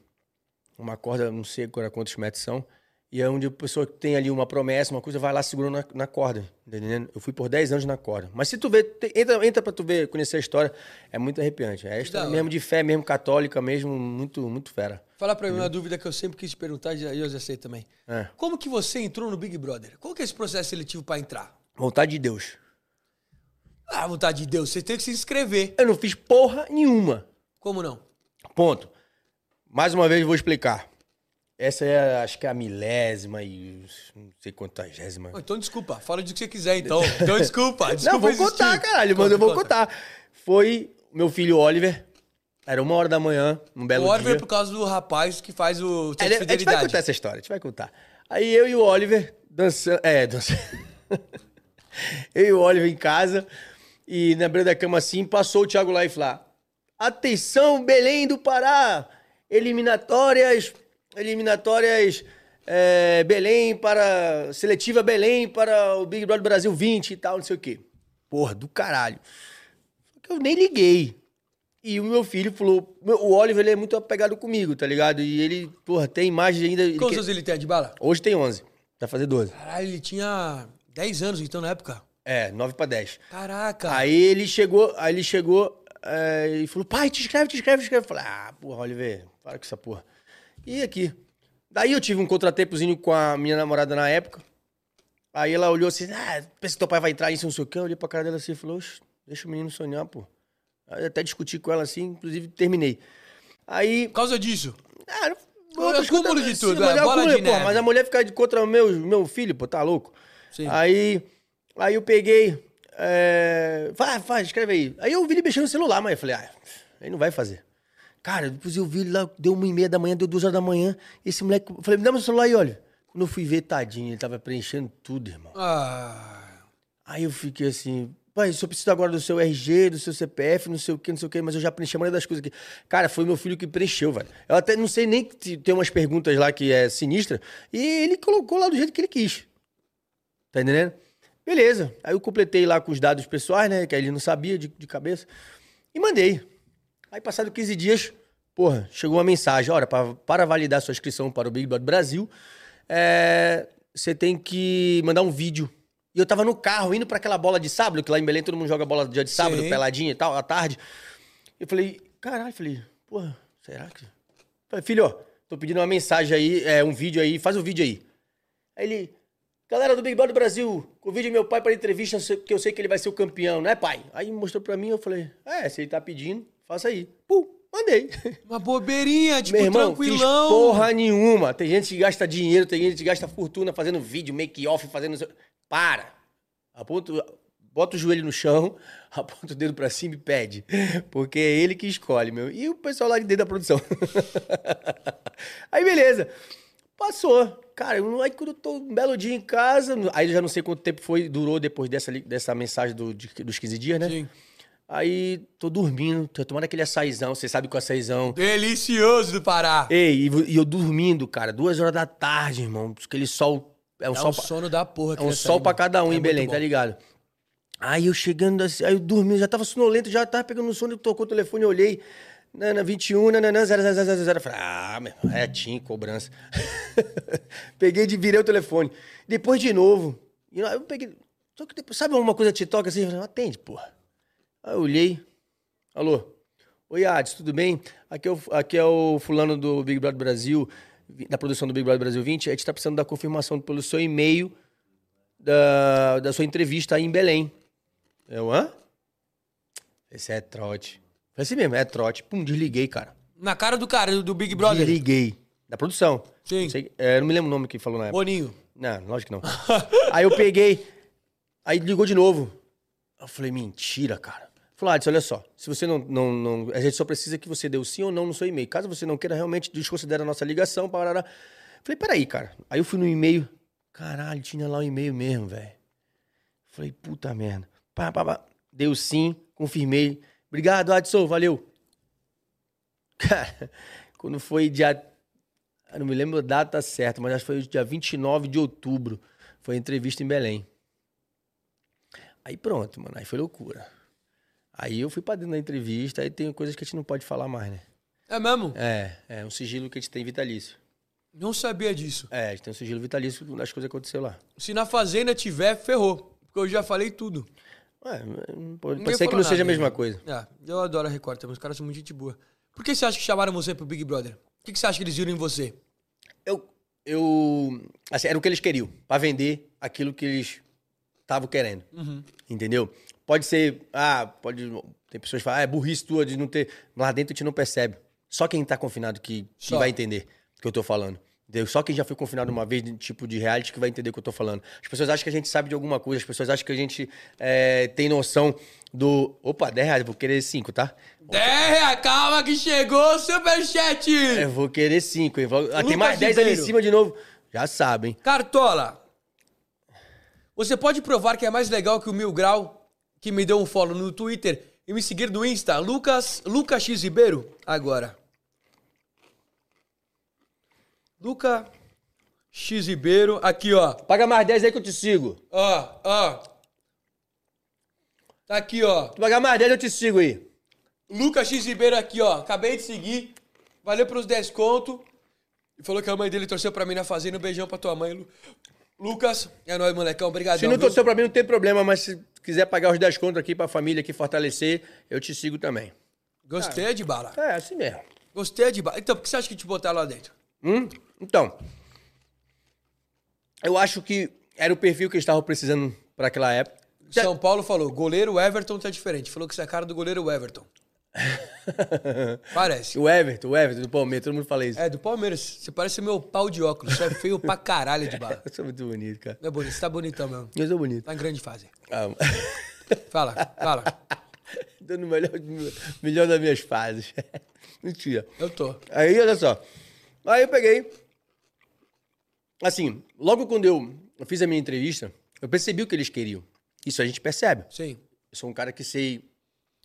Speaker 2: uma corda, não sei agora quantos metros são, e é onde a pessoa tem ali uma promessa, uma coisa, vai lá segurando na, na corda, tá entendendo? Eu fui por 10 anos na corda. Mas se tu vê, te- entra, entra pra tu ver, conhecer a história, é muito arrepiante. É a história
Speaker 1: hora.
Speaker 2: mesmo de fé, mesmo católica, mesmo, muito, muito fera.
Speaker 1: Fala pra mim uma dúvida que eu sempre quis te perguntar e eu já sei também.
Speaker 2: É.
Speaker 1: Como que você entrou no Big Brother? Qual que é esse processo seletivo pra entrar?
Speaker 2: Vontade de Deus.
Speaker 1: Ah, vontade de Deus, você tem que se inscrever.
Speaker 2: Eu não fiz porra nenhuma.
Speaker 1: Como não?
Speaker 2: Ponto. Mais uma vez eu vou explicar. Essa é, acho que é a milésima e os- não sei quantagésima.
Speaker 1: Oh, Então desculpa, fala de que você quiser então. Então desculpa, desculpa
Speaker 2: Não, vou
Speaker 1: existir.
Speaker 2: contar, caralho, mas
Speaker 1: Conta,
Speaker 2: eu vou
Speaker 1: conta.
Speaker 2: contar. Foi meu filho Oliver, era uma hora da manhã, um belo
Speaker 1: O Oliver é
Speaker 2: dia.
Speaker 1: por causa do rapaz que faz o teste
Speaker 2: É,
Speaker 1: de
Speaker 2: a gente vai
Speaker 1: fidelidade.
Speaker 2: contar essa história, a gente vai contar. Aí eu e o Oliver dançando. É, dançando. eu e o Oliver em casa. E na beira da cama assim, passou o Thiago Life lá. Atenção, Belém do Pará! Eliminatórias. Eliminatórias. é, Belém para. Seletiva Belém para o Big Brother Brasil 20 e tal, não sei o quê. Porra, do caralho. Só que eu nem liguei. E o meu filho falou. meu- O Oliver ele é muito apegado comigo, tá ligado? E ele, porra, tem imagem ainda. ele
Speaker 1: Quantos
Speaker 2: que-
Speaker 1: anos ele tem de bala?
Speaker 2: Hoje tem 11. Vai fazer 12.
Speaker 1: Caralho, ele tinha 10 anos então na época.
Speaker 2: É, 9 pra 10.
Speaker 1: Caraca.
Speaker 2: Aí ele chegou, aí ele chegou é, e falou: pai, te inscreve, te inscreve, te inscreve. Eu falei: ah, porra, Oliver, para com essa porra. E aqui. Daí eu tive um contratempozinho com a minha namorada na época. Aí ela olhou assim: ah, pensa que teu pai vai entrar isso, não sei o quê. Eu olhei pra cara dela assim e falei: oxe, deixa o menino sonhar, pô. Aí eu até discuti com ela assim, inclusive terminei. Aí
Speaker 1: Por causa disso.
Speaker 2: ah, eu-
Speaker 1: É o
Speaker 2: eu-
Speaker 1: cúmulo de
Speaker 2: sim,
Speaker 1: tudo,
Speaker 2: mas
Speaker 1: é,
Speaker 2: o
Speaker 1: bola
Speaker 2: cúmulo,
Speaker 1: de
Speaker 2: pô,
Speaker 1: neve.
Speaker 2: Mas a mulher fica de- contra o meu, meu filho, pô, tá louco?
Speaker 1: Sim.
Speaker 2: Aí, aí eu peguei. É, vai, vai, escreve aí. Aí eu vi ele mexendo no celular, mas eu falei, ah, aí não vai fazer. Cara, depois eu vi ele lá, deu uma e meia da manhã, deu duas horas da manhã. Esse moleque. Eu falei, me dá meu celular aí, olha. Quando eu fui ver, tadinho, ele tava preenchendo tudo, irmão.
Speaker 1: Ah,
Speaker 2: Aí eu fiquei assim, pai, eu só preciso agora do seu RG, do seu CPF, não sei o que, não sei o que, mas eu já preenchi a maioria das coisas aqui. Cara, foi meu filho que preencheu, velho. Eu até não sei nem que te- tem umas perguntas lá que é sinistra, e ele colocou lá do jeito que ele quis. Tá entendendo? Beleza. Aí eu completei lá com os dados pessoais, né? Que aí ele não sabia de, de cabeça. E mandei. Aí, passado 15 dias, porra, chegou uma mensagem. Olha, pa- para validar sua inscrição para o Big Brother Brasil, é, você tem que mandar um vídeo. E eu tava no carro, indo para aquela bola de sábado, que lá em Belém todo mundo joga bola dia de sábado,
Speaker 1: Sim.
Speaker 2: peladinha e tal, à tarde. Eu falei, caralho, falei, porra, será que... Falei, filho, ó, tô pedindo uma mensagem aí, é, um vídeo aí, faz o vídeo aí. Aí ele, galera do Big Brother Brasil, convide meu pai para entrevista, porque eu sei que ele vai ser o campeão, né, pai? Aí mostrou pra mim, eu falei, é, se ele tá pedindo, faça aí. Pum, mandei.
Speaker 1: Uma bobeirinha, tipo,
Speaker 2: meu irmão,
Speaker 1: tranquilão.
Speaker 2: fiz porra nenhuma. Tem gente que gasta dinheiro, tem gente que gasta fortuna fazendo vídeo, make-off, fazendo... Para. Aponta, bota o joelho no chão, aponta o dedo pra cima e pede. Porque é ele que escolhe, meu. E o pessoal lá de dentro da produção. aí, beleza. Passou. Cara, eu não- aí quando eu tô um belo dia em casa, aí eu já não sei quanto tempo foi, durou depois dessa, li- dessa mensagem do- de- dos 15 dias, né?
Speaker 1: Sim.
Speaker 2: Aí tô dormindo, tô tomando aquele açaizão, você sabe que o açaizão
Speaker 1: Delicioso do Pará.
Speaker 2: Ei, e vo- e eu dormindo, cara, duas horas da tarde, irmão. Aquele sol. É um
Speaker 1: Dá
Speaker 2: sol,
Speaker 1: um
Speaker 2: pra-
Speaker 1: sono da porra.
Speaker 2: é um
Speaker 1: criança
Speaker 2: sol
Speaker 1: aí,
Speaker 2: pra
Speaker 1: mano.
Speaker 2: cada um
Speaker 1: É
Speaker 2: em
Speaker 1: muito
Speaker 2: Belém,
Speaker 1: bom.
Speaker 2: tá ligado? Aí eu chegando, assim, aí eu dormi, já tava sonolento, já tava pegando no sono, tocou o telefone, eu olhei. Nana, 21, nananã, 0000. Falei, ah, meu irmão, retinho, cobrança. peguei de virei o telefone. Depois de novo. e Eu peguei. Só que depois, sabe alguma coisa que te toca assim? Eu falei, Atende, porra. Aí eu olhei. Alô? Oi, Ades, tudo bem? Aqui é, o, aqui é o fulano do Big Brother Brasil, vi- da produção do Big Brother Brasil 20. A gente tá precisando da confirmação pelo seu e-mail da, da sua entrevista aí em Belém. Eu, hã? Esse é trote. Foi assim mesmo, é trote. Pum, desliguei, cara.
Speaker 1: Na cara do cara, do- do Big Brother.
Speaker 2: Desliguei. Da produção.
Speaker 1: Sim.
Speaker 2: Não, sei- é, não me lembro o nome que falou na época.
Speaker 1: Boninho.
Speaker 2: Não, lógico que não. aí eu peguei, aí ligou de novo. Eu falei, mentira, cara. Falou, Adson, olha só, se você não, não, não- A gente só precisa que você dê o sim ou não no seu e-mail. Caso você não queira, realmente desconsidera a nossa ligação. Parará. Falei, peraí, cara. Aí eu fui no e-mail. Caralho, tinha lá o e-mail mesmo, velho. Falei, puta merda. Pá, pá, pá. Dei o sim, confirmei. Obrigado, Adson, valeu. Cara, quando foi dia eu não me lembro a data certa, mas acho que foi o dia 29 de outubro. Foi a entrevista em Belém. Aí pronto, mano. Aí foi loucura. Aí eu fui pra dentro da entrevista, aí tem coisas que a gente não pode falar mais, né?
Speaker 1: É mesmo?
Speaker 2: É, é um sigilo que a gente tem vitalício.
Speaker 1: Não sabia disso.
Speaker 2: É, a gente tem um sigilo vitalício das coisas que aconteceu lá.
Speaker 1: Se na fazenda tiver, ferrou. Porque eu já falei tudo.
Speaker 2: Ué, não pode,
Speaker 1: Ninguém
Speaker 2: pode ser que
Speaker 1: falou
Speaker 2: não seja
Speaker 1: nada,
Speaker 2: a mesma
Speaker 1: né?
Speaker 2: coisa.
Speaker 1: É, eu adoro a Record também. Os caras são muito gente boa. Por que você acha que chamaram você pro Big Brother? O que que você acha que eles viram em você?
Speaker 2: Eu. Eu. Assim, era o que eles queriam, pra vender aquilo que eles estavam querendo.
Speaker 1: Uhum.
Speaker 2: Entendeu? Pode ser. Ah, pode. Tem pessoas que falam, ah, é burrice tua de não ter. Lá dentro a gente não percebe. Só quem tá confinado que, que
Speaker 1: Só.
Speaker 2: vai entender o que eu tô falando. Entendeu? Só quem já foi confinado uma vez, de tipo de reality, que vai entender o que eu tô falando. As pessoas acham que a gente sabe de alguma coisa, as pessoas acham que a gente é, tem noção do. Opa, 10 reais, vou querer 5, tá?
Speaker 1: É, calma que chegou o superchat!
Speaker 2: Eu vou querer 5, hein? Vou- Ah, tem
Speaker 1: Lucas
Speaker 2: mais 10 ali em
Speaker 1: Ribeiro.
Speaker 2: cima de novo. Já sabem.
Speaker 1: Cartola, você pode provar que é mais legal que o Mil Grau, que me deu um follow no Twitter, e me seguir no Insta, Lucas, Lucas X Ribeiro, agora. Luca X Ribeiro, aqui ó,
Speaker 2: Paga mais 10 aí que eu te sigo.
Speaker 1: ó, ó. Tá aqui ó,
Speaker 2: Tu pagar mais 10 eu te sigo aí.
Speaker 1: Lucas X Ribeiro aqui ó, acabei de seguir, valeu pelos 10 conto, e falou que a mãe dele torceu pra mim na fazenda, um beijão pra tua mãe, Lu- Lucas, é nóis, molecão, obrigado.
Speaker 2: Se não torceu pra mim, não tem problema, mas se quiser pagar os 10 contos aqui pra família aqui fortalecer, eu te sigo também.
Speaker 1: Gostei de bala.
Speaker 2: É, assim mesmo.
Speaker 1: Gostei de bala. Então, por que você acha que te botaram lá dentro?
Speaker 2: Hum? Então, eu acho que era o perfil que eles estavam precisando pra aquela época. Já-
Speaker 1: São Paulo falou, goleiro Everton tá diferente. Falou que você é a cara do goleiro Everton. Parece.
Speaker 2: O Everton, o Everton do Palmeiras, todo mundo fala isso.
Speaker 1: É, do Palmeiras. Você parece meu pau de óculos. Você é feio pra caralho de bala.
Speaker 2: Eu sou muito bonito, cara.
Speaker 1: Não é bonito, você tá bonitão mesmo.
Speaker 2: Eu sou bonito.
Speaker 1: Tá em grande fase.
Speaker 2: Ah,
Speaker 1: Fala, fala.
Speaker 2: tô no melhor, melhor das minhas fases. Mentira.
Speaker 1: Eu tô.
Speaker 2: Aí, olha só. Aí eu peguei. Assim, logo quando eu eu fiz a minha entrevista, eu percebi o que eles queriam. Isso a gente percebe.
Speaker 1: Sim.
Speaker 2: Eu sou um cara que sei.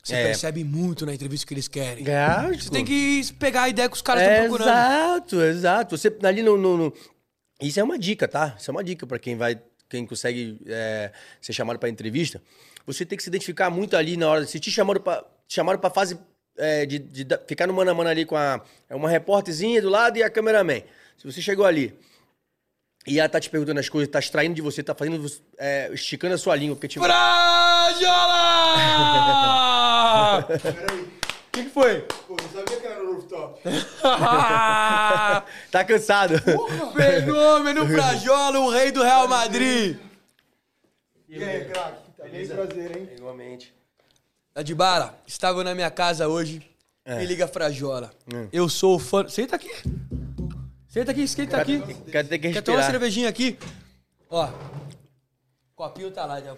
Speaker 1: Você
Speaker 2: É.
Speaker 1: percebe muito na entrevista o que eles querem.
Speaker 2: Você
Speaker 1: É, Você tem que pegar a ideia que os caras estão
Speaker 2: É,
Speaker 1: procurando.
Speaker 2: tá? exato, exato. Você ali no, no- no- Isso é uma dica, tá? Isso é uma dica pra quem vai quem consegue é, ser chamado para entrevista, você tem que se identificar muito ali na hora. Se te chamaram para chamaram pra fase é, de, de da- ficar no mano a mano ali com a, é uma repórterzinha do lado e a cameraman. Se você chegou ali e ela tá te perguntando as coisas, tá extraindo de você, tá fazendo, você- é, esticando a sua língua, porque tipo,
Speaker 1: Frajola!
Speaker 3: Peraí.
Speaker 1: O que, que foi?
Speaker 3: Pô, não sabia que era no rooftop.
Speaker 2: tá cansado.
Speaker 1: Uh! Fenômeno Frajola, o rei do Real Madrid.
Speaker 3: E aí, craque? Tá bem prazer, hein?
Speaker 2: Igualmente.
Speaker 1: Adibara, estava na minha casa hoje. Me liga Frajola. Eu sou o fã. Senta aqui. Senta aqui, esquenta aqui.
Speaker 2: Cara, tem que
Speaker 1: Quer tomar uma
Speaker 2: respirar.
Speaker 1: cervejinha aqui? Ó. Copinho tá lá. já-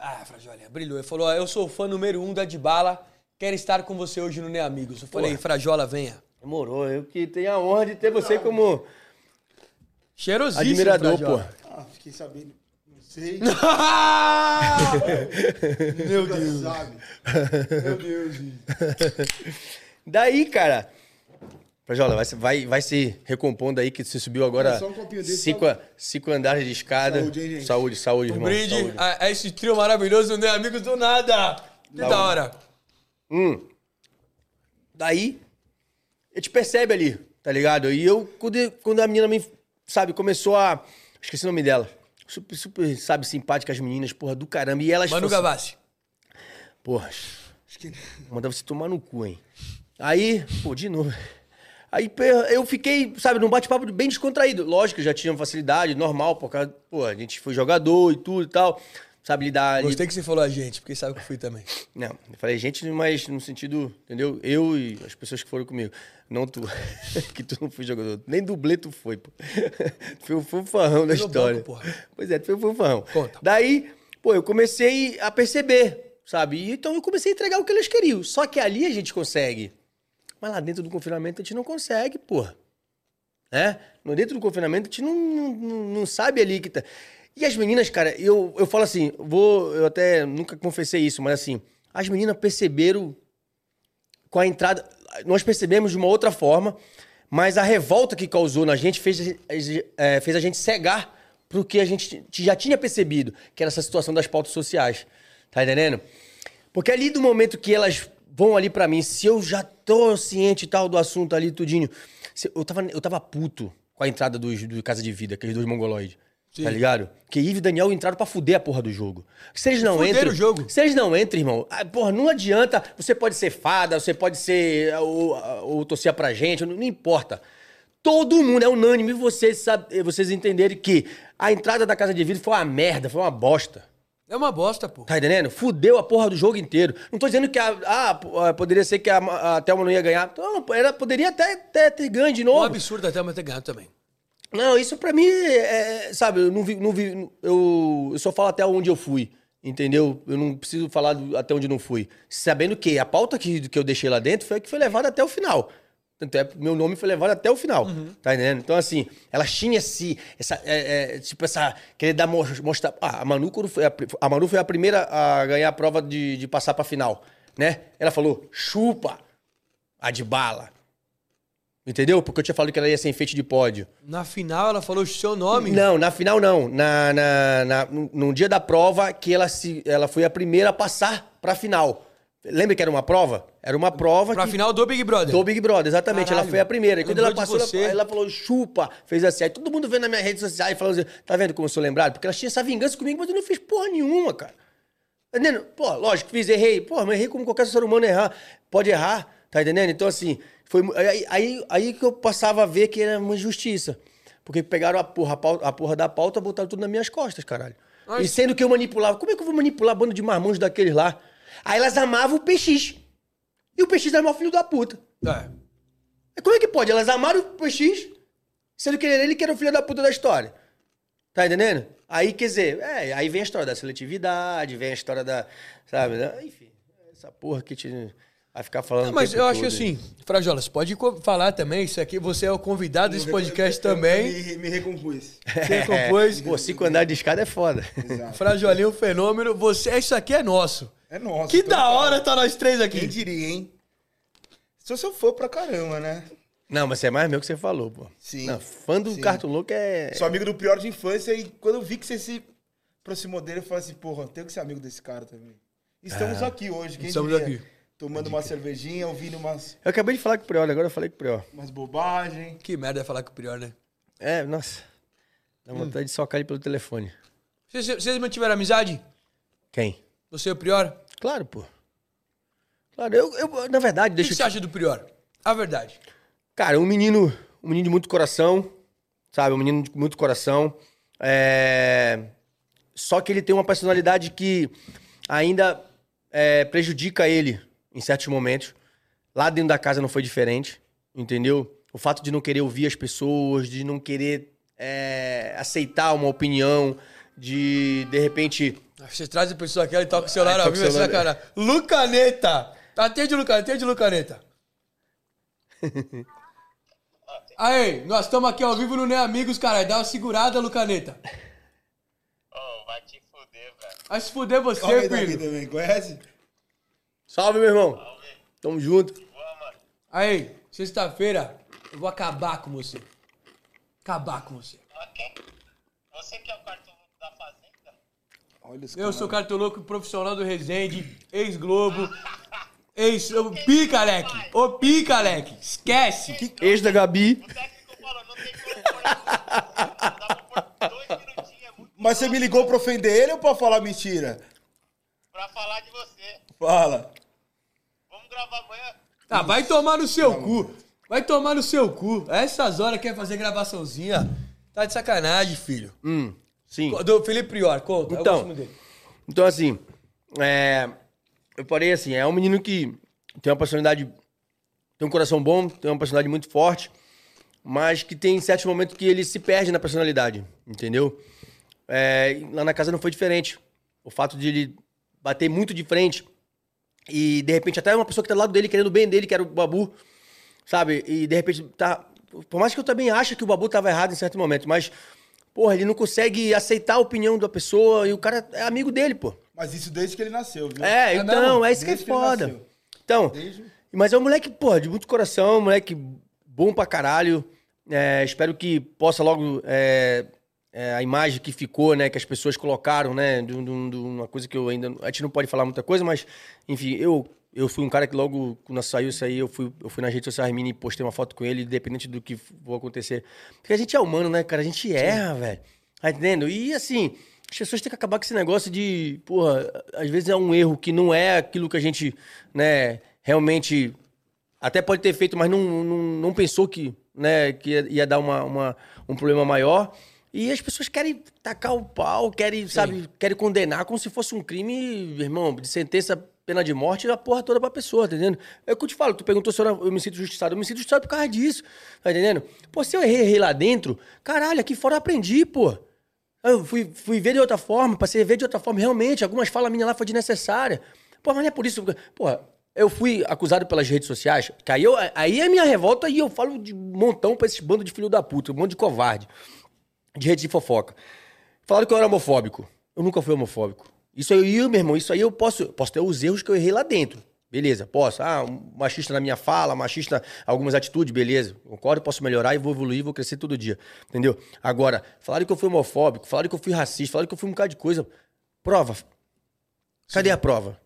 Speaker 1: Ah, Frajola, brilhou. Ele falou: ó, Eu sou o fã número um da Dibala. Quero estar com você hoje no Ne Amigos. Eu falei: Frajola, venha.
Speaker 2: Demorou, eu que tenho a honra de ter você como
Speaker 1: Cheirosíssimo.
Speaker 2: admirador, pô.
Speaker 1: Frajola.
Speaker 3: Ah, fiquei sabendo. Não sei.
Speaker 1: Meu
Speaker 3: Nunca
Speaker 1: Deus.
Speaker 3: sabe. Meu Deus, gente.
Speaker 2: Daí, cara. Frajola, vai, se- vai, vai se recompondo aí, que você subiu agora
Speaker 3: É, só um copinho desse,
Speaker 2: cinco, a- cinco andares de escada.
Speaker 3: Saúde, hein, gente?
Speaker 2: Saúde, saúde, irmão.
Speaker 1: Brinde
Speaker 2: saúde.
Speaker 1: a, a esse trio maravilhoso do Ne Amigos do Nada. Que da hora.
Speaker 2: Tipo Daí, eu te percebe ali, tá ligado? E eu, quando, quando a menina me, sabe, começou a... Esqueci o nome dela. Super, super, sabe, simpática as meninas, porra, do caramba. E elas...
Speaker 1: Manu
Speaker 2: falam assim,
Speaker 1: Gavassi.
Speaker 2: Porra,
Speaker 3: Acho que
Speaker 2: mandava você tomar no cu, hein? Aí, pô, de novo. Aí per- eu fiquei, sabe, num bate-papo bem descontraído. Lógico, eu já tinha facilidade, normal, por causa, pô, a gente foi jogador e tudo e tal. Sabe lidar ali.
Speaker 1: Gostei que você falou a gente, porque sabe que eu fui também.
Speaker 2: Não, eu falei gente, mas no sentido, entendeu? Eu e as pessoas que foram comigo. Não tu, que tu não foi jogador. Nem dublê tu foi, pô. Tu foi o fanfarrão
Speaker 1: no
Speaker 2: da história.
Speaker 1: banco, porra.
Speaker 2: Pois é, tu foi o fanfarrão.
Speaker 1: Conta.
Speaker 2: Daí, pô, eu comecei a perceber, sabe? E Então eu comecei a entregar o que elas queriam. Só que ali a gente consegue. Mas lá dentro do confinamento a gente não consegue, porra né? No dentro do confinamento, a gente não, não, não- não sabe ali que tá. E as meninas, cara, eu, eu falo assim, vou, eu até nunca confessei isso, mas assim, as meninas perceberam com a entrada, nós percebemos de uma outra forma, mas a revolta que causou na gente fez, a gen- a gen- eh, fez a gente cegar pro que a gente t- já tinha percebido, que era essa situação das pautas sociais. Tá entendendo? Porque ali do momento que elas vão ali pra mim, se eu já tô ciente e tal do assunto ali, tudinho, se- eu tava, eu tava puto com a entrada dos, do Casa de Vida, aqueles dois mongoloides. Tá ligado? Que Ivo e Daniel entraram pra fuder a porra do jogo. Se eles não
Speaker 1: Fuderam
Speaker 2: entram.
Speaker 1: o jogo.
Speaker 2: Se eles não entram, irmão, ah, porra, não adianta. Você pode ser fada, você pode ser. ah, ou, ah, ou torcer pra gente, não, não importa. Todo mundo é unânime vocês, sabe, eh, vocês entenderem que a entrada da casa de vidro foi uma merda, foi uma bosta.
Speaker 1: É uma bosta, pô.
Speaker 2: Tá entendendo? Fudeu a porra do jogo inteiro. Não tô dizendo que a. Ah, p- ah, poderia ser que a, Ma- a Thelma não ia ganhar. Não, ela poderia até, até ter ganho de
Speaker 1: Um
Speaker 2: novo.
Speaker 1: absurdo até mas ter ganhado também.
Speaker 2: Não, isso pra mim é, é, sabe, eu não vi, não vi eu, eu só falo até onde eu fui, entendeu? Eu não preciso falar do- até onde não fui. Sabendo que a pauta que, que eu deixei lá dentro foi a que foi levada até o final. Tanto é, meu nome foi levado até o final, tá entendendo? Então, assim, ela tinha esse, essa, é, é, tipo, essa, querer dar, mo- mostrar, ah, a Manu, quando foi a, pri- a Manu foi a primeira a ganhar a prova de, de passar pra final, né? Ela falou, chupa, a de bala, entendeu? Porque eu tinha falado que ela ia ser enfeite de pódio.
Speaker 1: Na final ela falou o seu nome.
Speaker 2: Não, na final não. Na, na, na- no, no dia da prova que ela, se, ela foi a primeira a passar pra final. Lembra que era uma prova? Era uma prova
Speaker 1: Pra
Speaker 2: que...
Speaker 1: final do Big Brother.
Speaker 2: Do Big Brother, exatamente.
Speaker 1: Caralho.
Speaker 2: Ela foi a primeira. E quando
Speaker 1: Lembrou
Speaker 2: ela
Speaker 1: de
Speaker 2: passou, ela,
Speaker 1: você.
Speaker 2: ela falou, chupa, fez assim. Aí todo mundo vendo na minha rede social e falando assim, tá vendo como eu sou lembrado? Porque ela tinha essa vingança comigo, mas eu não fiz porra nenhuma, cara. Tá Entendendo? Pô, lógico, fiz, errei. Pô, mas errei como qualquer ser humano errar. Pode errar, tá entendendo? Então, assim, foi. mu- Aí, aí, aí que eu passava a ver que era uma injustiça. Porque pegaram a porra, a pau- a porra da pauta, botaram tudo nas minhas costas, caralho.
Speaker 1: Ai.
Speaker 2: E sendo que eu manipulava. Como é que eu vou manipular bando de marmanjos daqueles lá? Aí elas amavam o PX. E o PX era o maior filho da puta.
Speaker 1: É.
Speaker 2: Mas Como é que pode? Elas amaram o PX, sendo que ele que era o filho da puta da história. Tá entendendo? Aí, quer dizer, é, aí vem a história da seletividade, vem a história da. Sabe? né? Enfim, essa porra que te. Vai ficar falando.
Speaker 1: É,
Speaker 2: o
Speaker 1: Mas
Speaker 2: tempo
Speaker 1: eu acho que
Speaker 2: todo
Speaker 1: assim, Frajola, você pode co- falar também, isso aqui, você é o convidado desse
Speaker 4: é
Speaker 1: podcast também.
Speaker 3: Me, me recompus.
Speaker 1: Você
Speaker 2: aí. É,
Speaker 1: compôs.
Speaker 2: Pô, cinco andares de escada é foda.
Speaker 3: Exato.
Speaker 1: Frajolinho, um fenômeno. Você, isso aqui é nosso.
Speaker 3: É nosso.
Speaker 1: Que
Speaker 3: então,
Speaker 1: da hora tá nós três
Speaker 3: Quem
Speaker 1: aqui.
Speaker 3: diria, hein? Sou seu fã pra caramba, né?
Speaker 2: Não, mas você é mais meu que você falou, pô.
Speaker 4: Sim.
Speaker 2: Não, fã do
Speaker 4: Sim.
Speaker 2: Cartoon Louco é.
Speaker 4: Sou amigo do pior de infância e quando eu vi que você se aproximou dele, eu falei assim, porra, eu tenho que ser amigo desse cara também. Estamos aqui hoje, quem
Speaker 1: Ah, Estamos
Speaker 4: diria?
Speaker 1: aqui.
Speaker 4: Tomando uma cervejinha, ouvindo umas,
Speaker 2: Eu acabei de falar com o Prior, agora eu falei com o Prior.
Speaker 4: umas bobagens.
Speaker 1: Que merda é falar com o Prior, né?
Speaker 2: É, nossa. Dá
Speaker 1: Hum.
Speaker 2: vontade de socar ele pelo telefone.
Speaker 1: Vocês, vocês mantiveram amizade?
Speaker 2: Quem?
Speaker 1: Você e o Prior? O que
Speaker 2: Claro, pô. Claro, eu, eu na verdade,
Speaker 1: que
Speaker 2: deixa eu.
Speaker 1: você acha do Prior? A verdade.
Speaker 2: Cara, um menino, um menino de muito coração, sabe? Um menino de muito coração. É... Só que ele tem uma personalidade que ainda é, prejudica ele em certos momentos. Lá dentro da casa não foi diferente, entendeu? O fato de não querer ouvir as pessoas, de não querer é, aceitar uma opinião, de de repente
Speaker 1: Você traz a pessoa aquela e toca o celular
Speaker 2: Ai,
Speaker 1: ao
Speaker 2: toca o
Speaker 1: vivo, essa
Speaker 2: celular.
Speaker 1: cara. Lucaneta! Atende, Lucaneta, atende, Lucaneta. Aí, nós estamos aqui ao vivo no Nem Amigos, caralho. Dá uma segurada, Lucaneta.
Speaker 5: Ô, vai te fuder, velho.
Speaker 1: Vai se fuder
Speaker 4: Olha
Speaker 1: você,
Speaker 4: aí daqui
Speaker 1: filho.
Speaker 4: também, conhece?
Speaker 2: Salve, meu irmão. Tamo junto.
Speaker 1: Aí, sexta-feira, eu vou acabar com você. Acabar com você.
Speaker 5: Ok. Você que é o quarto louco da fazenda?
Speaker 4: Olha os
Speaker 1: Eu sou cartoloco profissional do Resende, ex-Globo, ex... Ô, Pica, Alec! Ô, pica, Alec! Esquece!
Speaker 2: Ex da Gabi.
Speaker 5: O técnico falou, não tem como pôr isso. Dava por dois minutinhos, é muito
Speaker 4: Mas você me ligou pra ofender ele ou pra falar mentira?
Speaker 5: pra falar de você.
Speaker 4: Fala.
Speaker 5: Vamos gravar amanhã?
Speaker 1: Ah, vai tomar no seu cu. Vai tomar no seu cu. A Essas horas quer fazer gravaçãozinha. Tá de sacanagem, filho.
Speaker 2: Hum, sim.
Speaker 1: Do Felipe Prior, conta.
Speaker 2: Então.
Speaker 1: eu gosto muito dele.
Speaker 2: Então, assim, é, eu parei assim, é um menino que tem uma personalidade, tem um coração bom, tem uma personalidade muito forte, mas que tem certos momentos que ele se perde na personalidade, entendeu? É, e lá na casa não foi diferente. O fato de ele bater muito de frente e, de repente, até uma pessoa que tá do lado dele, querendo o bem dele, que era o Babu, sabe? E de repente tá. Por mais que eu também ache que o Babu tava errado em certo momento, mas, porra, ele não consegue aceitar a opinião da pessoa e o cara é amigo dele, pô.
Speaker 4: Mas isso desde que ele nasceu, viu?
Speaker 2: É, então,
Speaker 4: mesmo?
Speaker 2: é isso que é
Speaker 4: Né? Desde ele
Speaker 2: foda.
Speaker 4: nasceu.
Speaker 2: Então,
Speaker 4: Desde-
Speaker 2: mas é um moleque, porra, de muito coração, um moleque bom pra caralho. É, espero que possa logo. é, é, a imagem que ficou, né, que as pessoas colocaram, né, de, um- de um- de uma coisa que eu ainda, a gente não pode falar muita coisa, mas, enfim, eu eu fui um cara que logo quando saiu isso aí, eu fui eu fui nas redes sociais minhas e postei uma foto com ele, independente do que for acontecer, porque a gente é humano, né, cara, a gente erra, velho, tá entendendo? E assim, as pessoas têm que acabar com esse negócio de, porra, às vezes é um erro que não é aquilo que a gente, né, realmente até pode ter feito, mas não, não, não pensou que, né, que ia, ia dar uma, uma- um problema maior. E as pessoas querem tacar o pau, querem, sabe, querem condenar como se fosse um crime, irmão, de sentença, pena de morte, a porra toda pra pessoa, tá entendendo? É o que eu te falo, tu perguntou se eu, era- eu me sinto justiçado. Eu me sinto justiçado por causa disso, tá entendendo? Pô, se eu errei, errei lá dentro, caralho, aqui fora eu aprendi, pô. Eu fui, fui ver de outra forma, passei a ver de outra forma. Realmente, algumas falas minhas lá foram desnecessárias. Pô, mas não é por isso. Pô, eu fui acusado pelas redes sociais, que aí, eu, aí é minha revolta e eu falo de montão pra esses bando de filho da puta, um bando de covarde, de rede de fofoca. Falaram que eu era homofóbico. Eu nunca fui homofóbico. Isso aí, meu irmão, isso aí eu posso, posso ter os erros que eu errei lá dentro. Beleza, posso. Ah, um machista na minha fala, machista algumas atitudes, beleza. Concordo, posso melhorar e vou evoluir, vou crescer todo dia. Entendeu? Agora, falaram que eu fui homofóbico, falaram que eu fui racista, falaram que eu fui um bocado de coisa. Prova. Cadê a prova?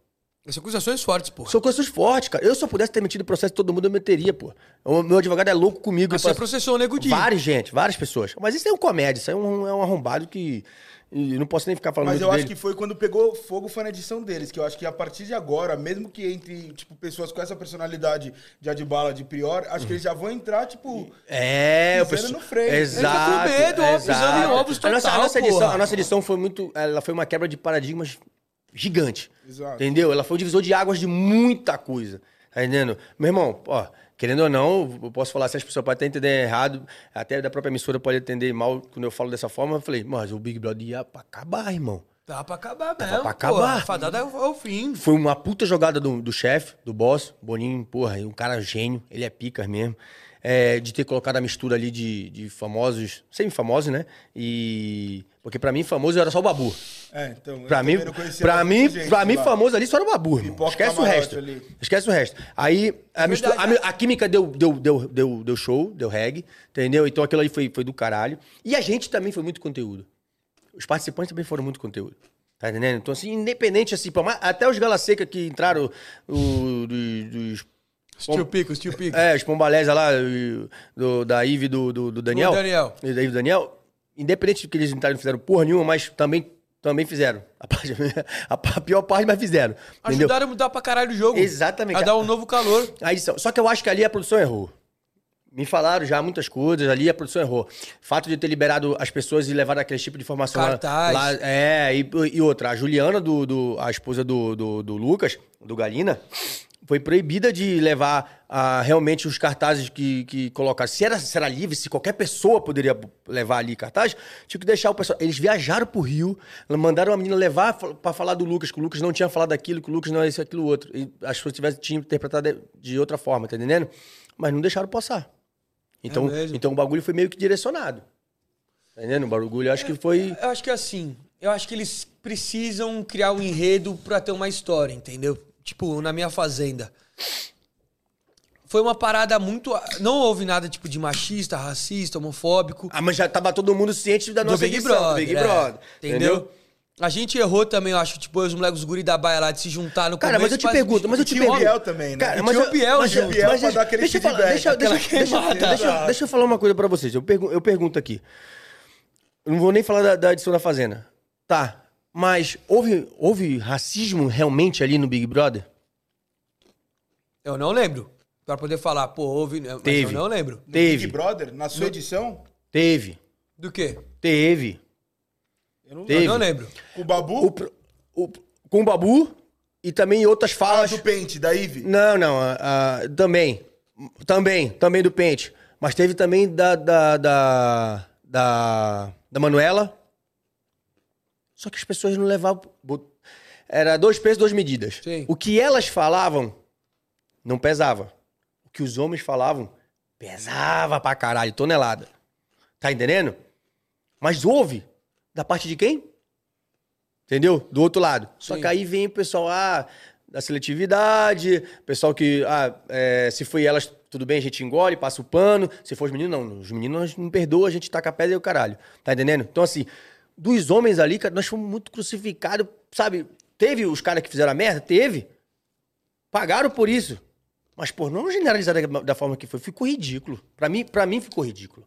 Speaker 1: São acusações fortes, porra.
Speaker 2: São coisas fortes, cara. Eu se eu pudesse ter metido processo, todo mundo eu meteria, pô. O meu advogado é louco comigo. eu
Speaker 1: Você
Speaker 2: faço-
Speaker 1: processou o Nego Di.
Speaker 2: Várias gente, várias pessoas. Mas isso é um comédia, isso é um, é um arrombado que. e eu não posso nem ficar falando
Speaker 4: Mas
Speaker 2: muito
Speaker 4: eu acho
Speaker 2: dele.
Speaker 4: que foi quando pegou fogo foi na edição deles, que eu acho que a partir de agora, mesmo que entre, tipo, pessoas com essa personalidade de Adbala, de Prior, acho que eles já vão entrar, tipo...
Speaker 2: É, o
Speaker 4: Pisando
Speaker 2: pessoal.
Speaker 4: no freio.
Speaker 2: Exato.
Speaker 1: Ele tá com medo, ó, pisando
Speaker 2: exato.
Speaker 1: em ovos
Speaker 2: a nossa, a
Speaker 1: total,
Speaker 2: nossa edição,
Speaker 1: porra.
Speaker 2: a nossa edição foi muito. Ela foi uma quebra de paradigmas gigante.
Speaker 4: Exato.
Speaker 2: Entendeu? Ela foi um divisor de águas de muita coisa. Tá entendendo? Meu irmão, ó, querendo ou não, eu posso falar se as pessoas podem até entender errado, até da própria emissora pode entender mal quando eu falo dessa forma. Eu falei, mas o Big Brother ia pra acabar, irmão.
Speaker 1: Dá pra acabar mesmo,
Speaker 2: pra
Speaker 1: porra.
Speaker 2: acabar.
Speaker 1: A Fadada é o é o fim.
Speaker 2: Foi uma puta jogada do, do chefe, do boss, Boninho, porra, é um cara gênio, ele é pica mesmo. é, de ter colocado a mistura ali de, de famosos, semi-famosos, né? E Porque pra mim, famoso era só o Babu.
Speaker 4: É, então. eu
Speaker 2: Pra
Speaker 4: também
Speaker 2: mim,
Speaker 4: não conhecia
Speaker 2: pra
Speaker 4: bastante
Speaker 2: mim,
Speaker 4: gente
Speaker 2: pra mim
Speaker 4: lá.
Speaker 2: famoso ali só era o Babu, irmão.
Speaker 4: Pipoca
Speaker 2: Esquece o
Speaker 4: camarote
Speaker 2: resto.
Speaker 4: ali.
Speaker 2: Esquece o resto. Aí a, mistura-
Speaker 1: verdade,
Speaker 2: a- a química deu, deu, deu, deu, deu show, deu reggae, entendeu? Então aquilo ali foi, foi do caralho. E a gente também foi muito conteúdo. Os participantes também foram muito conteúdo. Tá entendendo? Então, assim, independente, assim, por mais- até os Gala Seca que entraram o, dos, dos-
Speaker 1: Steel Pico, Steel Pico.
Speaker 2: é, os Pombalésia lá, e- do, da Ive e do, do, do Daniel.
Speaker 1: Do Daniel.
Speaker 2: E da Ive e do Daniel, independente do que eles entraram, não fizeram porra nenhuma, mas também, também fizeram. A, parte- a pa- a pior parte, mas fizeram. Entendeu?
Speaker 1: Ajudaram a mudar pra caralho o jogo.
Speaker 2: Exatamente,
Speaker 1: A
Speaker 2: cara.
Speaker 1: dar um novo calor.
Speaker 2: A edição. Só que eu acho que ali a produção errou. Me falaram já muitas coisas, ali a produção errou. Fato de ter liberado as pessoas e levado aquele tipo de informação lá-
Speaker 1: Cartaz.
Speaker 2: lá. É, e, e outra, a Juliana, do, do- a esposa do, do, do Lucas, do Galina, foi proibida de levar ah, realmente os cartazes que, que colocaram. Se era, se era livre, se qualquer pessoa poderia levar ali cartaz, tinha que deixar o pessoal. Eles viajaram pro Rio, mandaram a menina levar fa- pra falar do Lucas, que o Lucas não tinha falado aquilo, que o Lucas não era isso, aquilo, outro. E as pessoas tivessem, tinham interpretado de- de outra forma, tá entendendo? Mas não deixaram passar. Então,
Speaker 1: mesmo.
Speaker 2: então o bagulho foi meio que direcionado. Tá entendendo? O bagulho eu acho que foi.
Speaker 1: Eu acho que é assim. Eu acho que eles precisam criar um enredo pra ter uma história, entendeu? Tipo, na minha fazenda. Foi uma parada muito. Não houve nada tipo de machista, racista, homofóbico.
Speaker 2: Ah, mas já tava todo mundo ciente da
Speaker 1: do
Speaker 2: nossa
Speaker 1: Big
Speaker 2: edição, do
Speaker 1: Brother.
Speaker 2: Big
Speaker 1: é.
Speaker 2: Brother.
Speaker 1: entendeu?
Speaker 2: Entendeu?
Speaker 1: A gente errou também, eu acho, tipo, os moleques os guri da baia lá de se juntar no
Speaker 2: Cara, mas
Speaker 1: começo,
Speaker 2: eu te
Speaker 1: faz-
Speaker 2: pergunto, mas eu te
Speaker 4: Tinha o
Speaker 2: pergunto.
Speaker 4: Biel também, né?
Speaker 2: Cara,
Speaker 1: E
Speaker 2: mas
Speaker 1: tinha
Speaker 2: eu-
Speaker 1: o Biel
Speaker 2: mas eu-
Speaker 1: junto,
Speaker 2: mas
Speaker 4: pra
Speaker 2: eu-
Speaker 4: dar aquele
Speaker 2: deixa eu falar,
Speaker 4: feedback,
Speaker 2: deixa, deixa,
Speaker 1: aquela
Speaker 2: deixa-
Speaker 1: queimada.
Speaker 2: deixa- deixa eu falar uma coisa pra vocês. Eu pergunto, eu pergunto aqui. Eu não vou nem falar da, da edição da Fazenda. Tá, mas houve, houve racismo realmente ali no Big Brother?
Speaker 1: Eu não lembro. Pra poder falar, pô, houve. né? Mas
Speaker 2: Teve.
Speaker 1: eu não lembro.
Speaker 4: No Big
Speaker 2: Teve,
Speaker 4: Brother, na sua edição,
Speaker 2: teve,
Speaker 1: Do quê?
Speaker 2: teve.
Speaker 4: eu não
Speaker 2: Teve.
Speaker 1: Eu não lembro.
Speaker 4: com o Babu,
Speaker 2: O pro- o- com o Babu e também outras
Speaker 4: ah,
Speaker 2: falas.
Speaker 4: do Pente, da Ive.
Speaker 2: Não, não. a- a- também. Também. Também do Pente. Mas teve também da. Da. Da. Da, da Manuela. Só que as pessoas não levavam. bot- Era dois pesos, duas medidas.
Speaker 1: Sim.
Speaker 2: O que elas falavam não pesava. O que os homens falavam pesava pra caralho, tonelada. Tá entendendo? Mas houve da parte de quem? Entendeu? Do outro lado. Só
Speaker 1: Sim.
Speaker 2: que aí vem o pessoal ah, da seletividade, pessoal que, ah, é, se foi elas, tudo bem, a gente engole, passa o pano. Se for os meninos, não. Os meninos nós não perdoa, a gente taca a pedra e o caralho. Tá entendendo? Então, assim, dos homens ali, cara, nós fomos muito crucificados, sabe? Teve os caras que fizeram a merda? Teve. Pagaram por isso. Mas, pô, não generalizar da, da forma que foi. Ficou ridículo. Pra mim, pra mim ficou ridículo.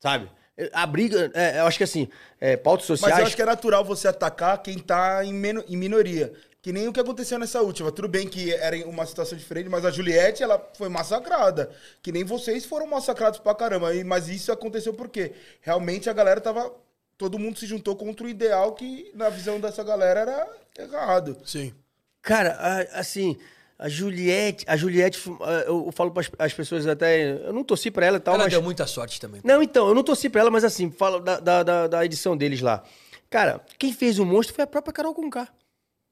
Speaker 2: Sabe? Eh, A briga, eh, eu acho que assim, é, pautas
Speaker 4: Mas
Speaker 2: sociais.
Speaker 4: eu acho que é natural você atacar quem tá em, meno- em minoria. Que nem o que aconteceu nessa última. Tudo bem que era em uma situação diferente, mas a Juliette, ela foi massacrada. Que nem vocês foram massacrados pra caramba. E- Mas isso aconteceu por quê? Realmente a galera tava. Todo mundo se juntou contra o ideal que, na visão dessa galera, era errado.
Speaker 1: Sim.
Speaker 2: Cara, a- assim, a Juliette, a Juliette, eh, eu, eu falo para as pessoas até, eu não torci pra ela e tal,
Speaker 1: Ela
Speaker 2: mas.
Speaker 1: deu muita sorte também.
Speaker 2: Não, então, eu não torci pra ela, mas assim, fala da, da, da, da edição deles lá. Cara, quem fez o monstro foi a própria Carol Conká.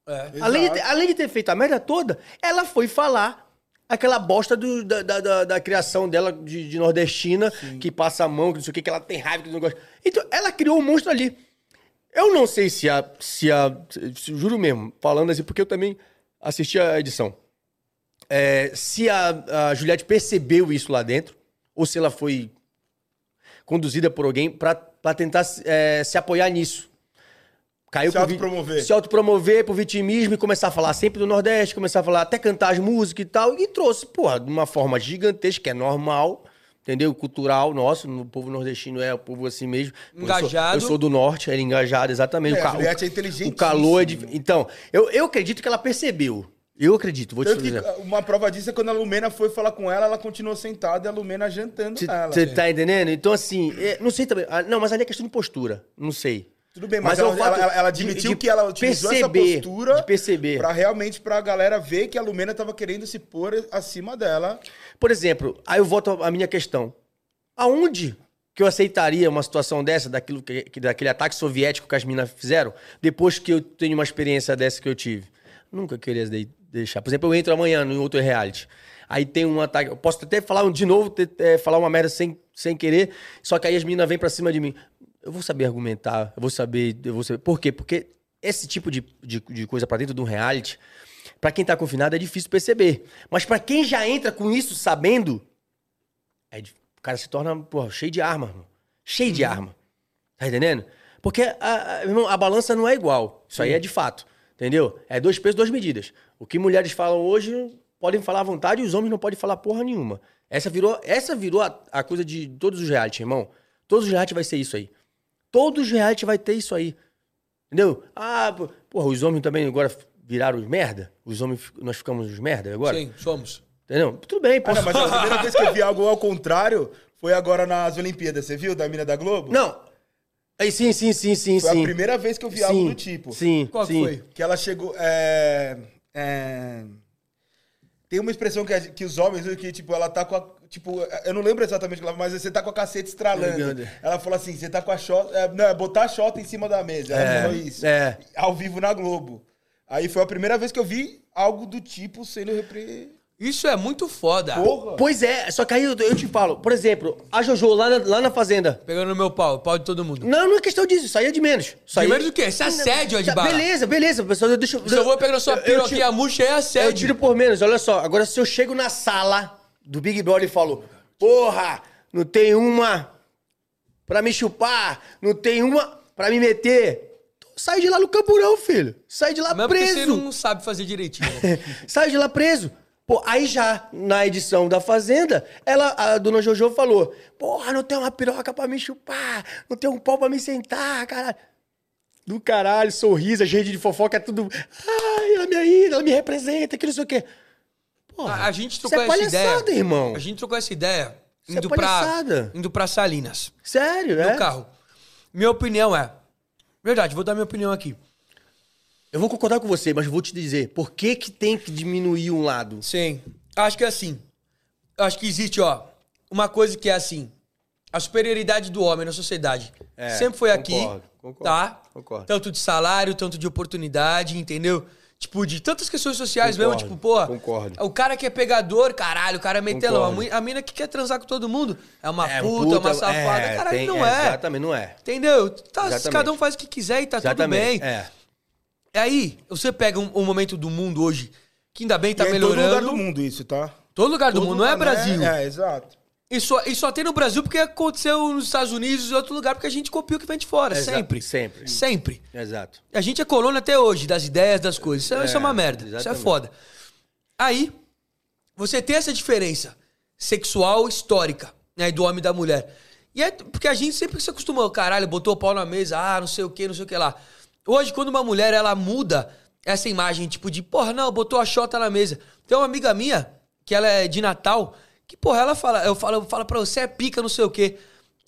Speaker 1: É.
Speaker 2: Além de, ter- além de ter feito a merda toda, ela foi falar aquela bosta do- da, da, da- da criação dela de, de nordestina, que passa a mão, que não sei o que, que ela tem raiva, que não gosta. Então, ela criou um monstro ali. Eu não sei se a. Se a se- juro mesmo, falando assim, porque eu também assisti a edição. É, se a, a Juliette percebeu isso lá dentro, ou se ela foi conduzida por alguém pra pra tentar é, se apoiar nisso. Caiu
Speaker 4: Se
Speaker 2: pro vi-
Speaker 4: autopromover.
Speaker 2: Se autopromover pro vitimismo e começar a falar sempre do Nordeste, começar a falar até cantar as músicas e tal. E trouxe, porra, de uma forma gigantesca, que é normal, entendeu? Cultural nosso, o povo nordestino é o povo assim mesmo. Pô, eu sou-
Speaker 1: Engajado.
Speaker 2: Eu sou, do Norte, ele é engajado, exatamente.
Speaker 4: É,
Speaker 2: o, ca-
Speaker 4: a Juliette é
Speaker 2: o
Speaker 4: inteligentíssima.
Speaker 2: calor é dif- Então, eu, eu acredito que ela percebeu. Eu acredito, vou te
Speaker 4: Tanto que
Speaker 2: dizer.
Speaker 4: uma prova disso é quando a Lumena foi falar com ela, ela continuou sentada e a Lumena jantando ela.
Speaker 2: Você tá entendendo? Então, assim, é, não sei também. ah, Não, mas ali é questão de postura. Não sei.
Speaker 4: Tudo bem, mas,
Speaker 2: é
Speaker 4: ela,
Speaker 2: o fato
Speaker 4: ela- ela- ela
Speaker 2: de-
Speaker 4: admitiu
Speaker 2: de
Speaker 4: que ela utilizou
Speaker 2: perceber,
Speaker 4: essa postura
Speaker 2: De perceber.
Speaker 4: pra realmente pra galera ver que a Lumena tava querendo se pôr acima dela.
Speaker 2: Por exemplo, aí eu volto à minha questão. Aonde que eu aceitaria uma situação dessa, daquilo que, que- daquele ataque soviético que as minas fizeram, depois que eu tenho uma experiência dessa que eu tive? Nunca queria de- deixar. Por exemplo, eu entro amanhã em outro reality. Aí tem um ataque. Eu posso até falar um- de novo, te- é, falar uma merda sem, sem querer, só que aí as minas vêm pra cima de mim. eu vou saber argumentar, eu vou saber, eu vou saber. Por quê? Porque esse tipo de, de, de coisa pra dentro de um reality, pra quem tá confinado é difícil perceber. Mas pra quem já entra com isso sabendo, é di- o cara se torna, porra, cheio de arma, irmão. Cheio de arma. Tá entendendo? Porque a, a- irmão, a balança não é igual. Isso aí é de fato. Entendeu? É dois pesos, duas medidas. O que mulheres falam hoje podem falar à vontade e os homens não podem falar porra nenhuma. Essa virou, essa virou a, a coisa de todos os reality, irmão. Todos os reality vai ser isso aí. Todos os reality vai ter isso aí. Entendeu? Ah, pô- porra, os homens também agora viraram os merda? Os homens, fi- nós ficamos os merda agora?
Speaker 1: Sim, somos.
Speaker 2: Entendeu? Tudo bem,
Speaker 4: Ah,
Speaker 2: posso...
Speaker 4: não, mas a primeira vez que eu vi algo ao contrário foi agora nas Olimpíadas, você viu? Da mina da Globo?
Speaker 2: Não. Aí sim, sim, sim, sim,
Speaker 4: Foi
Speaker 2: sim.
Speaker 4: a primeira vez que eu vi algo
Speaker 2: sim,
Speaker 4: do tipo.
Speaker 2: Sim.
Speaker 1: Qual que
Speaker 2: sim.
Speaker 1: foi?
Speaker 4: Que ela chegou. é, é, Tem uma expressão que, a gente- que os homens, usam, que tipo, ela tá com a. Tipo, eu não lembro exatamente o que ela mas você tá com a caceta estralando.
Speaker 2: Ligando.
Speaker 4: Ela falou assim: você tá com a xota. é, não, é botar a xota em cima da mesa. Ela
Speaker 2: É,
Speaker 4: falou isso.
Speaker 2: é.
Speaker 4: Ao vivo na Globo. Aí foi a primeira vez que eu vi algo do tipo sendo repre.
Speaker 1: Isso é muito foda.
Speaker 4: Porra!
Speaker 2: Pois é, só que aí eu, eu te falo, por exemplo, a Jojo lá na, lá na fazenda.
Speaker 1: Pegando no meu pau, pau de todo mundo.
Speaker 2: Não, não é questão disso, isso aí é de menos. Isso aí...
Speaker 1: De menos o quê? Isso é assédio,
Speaker 2: Tá,
Speaker 1: Adibala.
Speaker 2: Beleza, beleza, pessoal, deixa
Speaker 1: Se eu vou pegar sua
Speaker 2: eu- eu
Speaker 1: piroquinha
Speaker 2: tiro-
Speaker 1: murcha, é
Speaker 2: Eu
Speaker 1: assédio.
Speaker 2: tiro por menos, olha só. Agora, se eu chego na sala do Big Brother e falo, porra, não tem uma pra me chupar, não tem uma pra me meter. Sai de lá no camburão, filho. Sai de lá
Speaker 1: Mesmo é porque você
Speaker 2: preso.
Speaker 1: não sabe fazer direitinho.
Speaker 2: Sai de lá preso. Pô, aí já, na edição da Fazenda, ela, a dona Jojo falou: Porra, não tem uma piroca pra me chupar, não tem um pau pra me sentar, caralho. Do caralho, sorriso, rede de fofoca, é tudo. Ai, ela me ainda, ela me representa, que não sei o quê. Porra,
Speaker 1: A, a gente
Speaker 2: isso
Speaker 1: trocou
Speaker 2: é
Speaker 1: essa ideia.
Speaker 2: palhaçada, irmão.
Speaker 1: A gente trocou essa ideia
Speaker 2: Isso é
Speaker 1: indo, pra,
Speaker 2: palhaçada.
Speaker 1: indo pra Salinas.
Speaker 2: Sério,
Speaker 1: No
Speaker 2: é?
Speaker 1: carro. Minha opinião é. Verdade, vou dar minha opinião aqui.
Speaker 2: Eu vou concordar com você, mas vou te dizer, por que que tem que diminuir um lado?
Speaker 1: Sim. Acho que é assim. Acho que existe, ó, uma coisa que é assim. A superioridade do homem na sociedade.
Speaker 2: É,
Speaker 1: Sempre foi aqui.
Speaker 2: concordo, concordo,
Speaker 1: tá?
Speaker 2: concordo.
Speaker 1: Tanto de salário, tanto de oportunidade, entendeu? Tipo, de tantas questões sociais mesmo,
Speaker 2: Concordo,
Speaker 1: tipo, pô,
Speaker 2: concordo.
Speaker 1: o cara que é pegador, caralho, o cara é metelão. A,
Speaker 2: Concordo.
Speaker 1: mu- a mina que quer transar com todo mundo é uma
Speaker 2: É, um
Speaker 1: puta, é uma safada.
Speaker 2: é,
Speaker 1: caralho,
Speaker 2: tem-
Speaker 1: não é.
Speaker 2: Exatamente, não é.
Speaker 1: Entendeu? Tá,
Speaker 2: Exatamente.
Speaker 1: cada um faz o que quiser e tá
Speaker 2: Exatamente.
Speaker 1: tudo bem.
Speaker 2: É.
Speaker 1: Aí, você pega um, um momento do mundo hoje, que ainda bem tá
Speaker 4: E é em
Speaker 1: melhorando.
Speaker 4: todo lugar do mundo isso, tá?
Speaker 1: Todo lugar do
Speaker 4: Todo
Speaker 1: mundo, não é
Speaker 4: lugar, né?
Speaker 1: Brasil.
Speaker 4: É, exato.
Speaker 1: E, só, e só tem no Brasil porque aconteceu nos Estados Unidos e outro lugar, porque a gente copia o que vem de fora.
Speaker 2: Exa-
Speaker 1: sempre.
Speaker 2: sempre.
Speaker 1: Sempre.
Speaker 2: Exato.
Speaker 1: A gente é colônia até hoje das ideias, das coisas. Isso é, isso é uma
Speaker 2: É,
Speaker 1: merda. Isso é
Speaker 2: exatamente.
Speaker 1: foda. Aí, você tem essa diferença sexual histórica, né? Do homem e da mulher. E é porque a gente sempre se acostumou, caralho, botou o pau na mesa, ah, não sei o que, não sei o que lá. Hoje, quando uma mulher, ela muda essa imagem, tipo de, porra, não, botou a xota na mesa. Tem uma amiga minha, que ela é de Natal, que, porra, ela fala, eu falo, eu falo pra você, é pica, não sei o quê.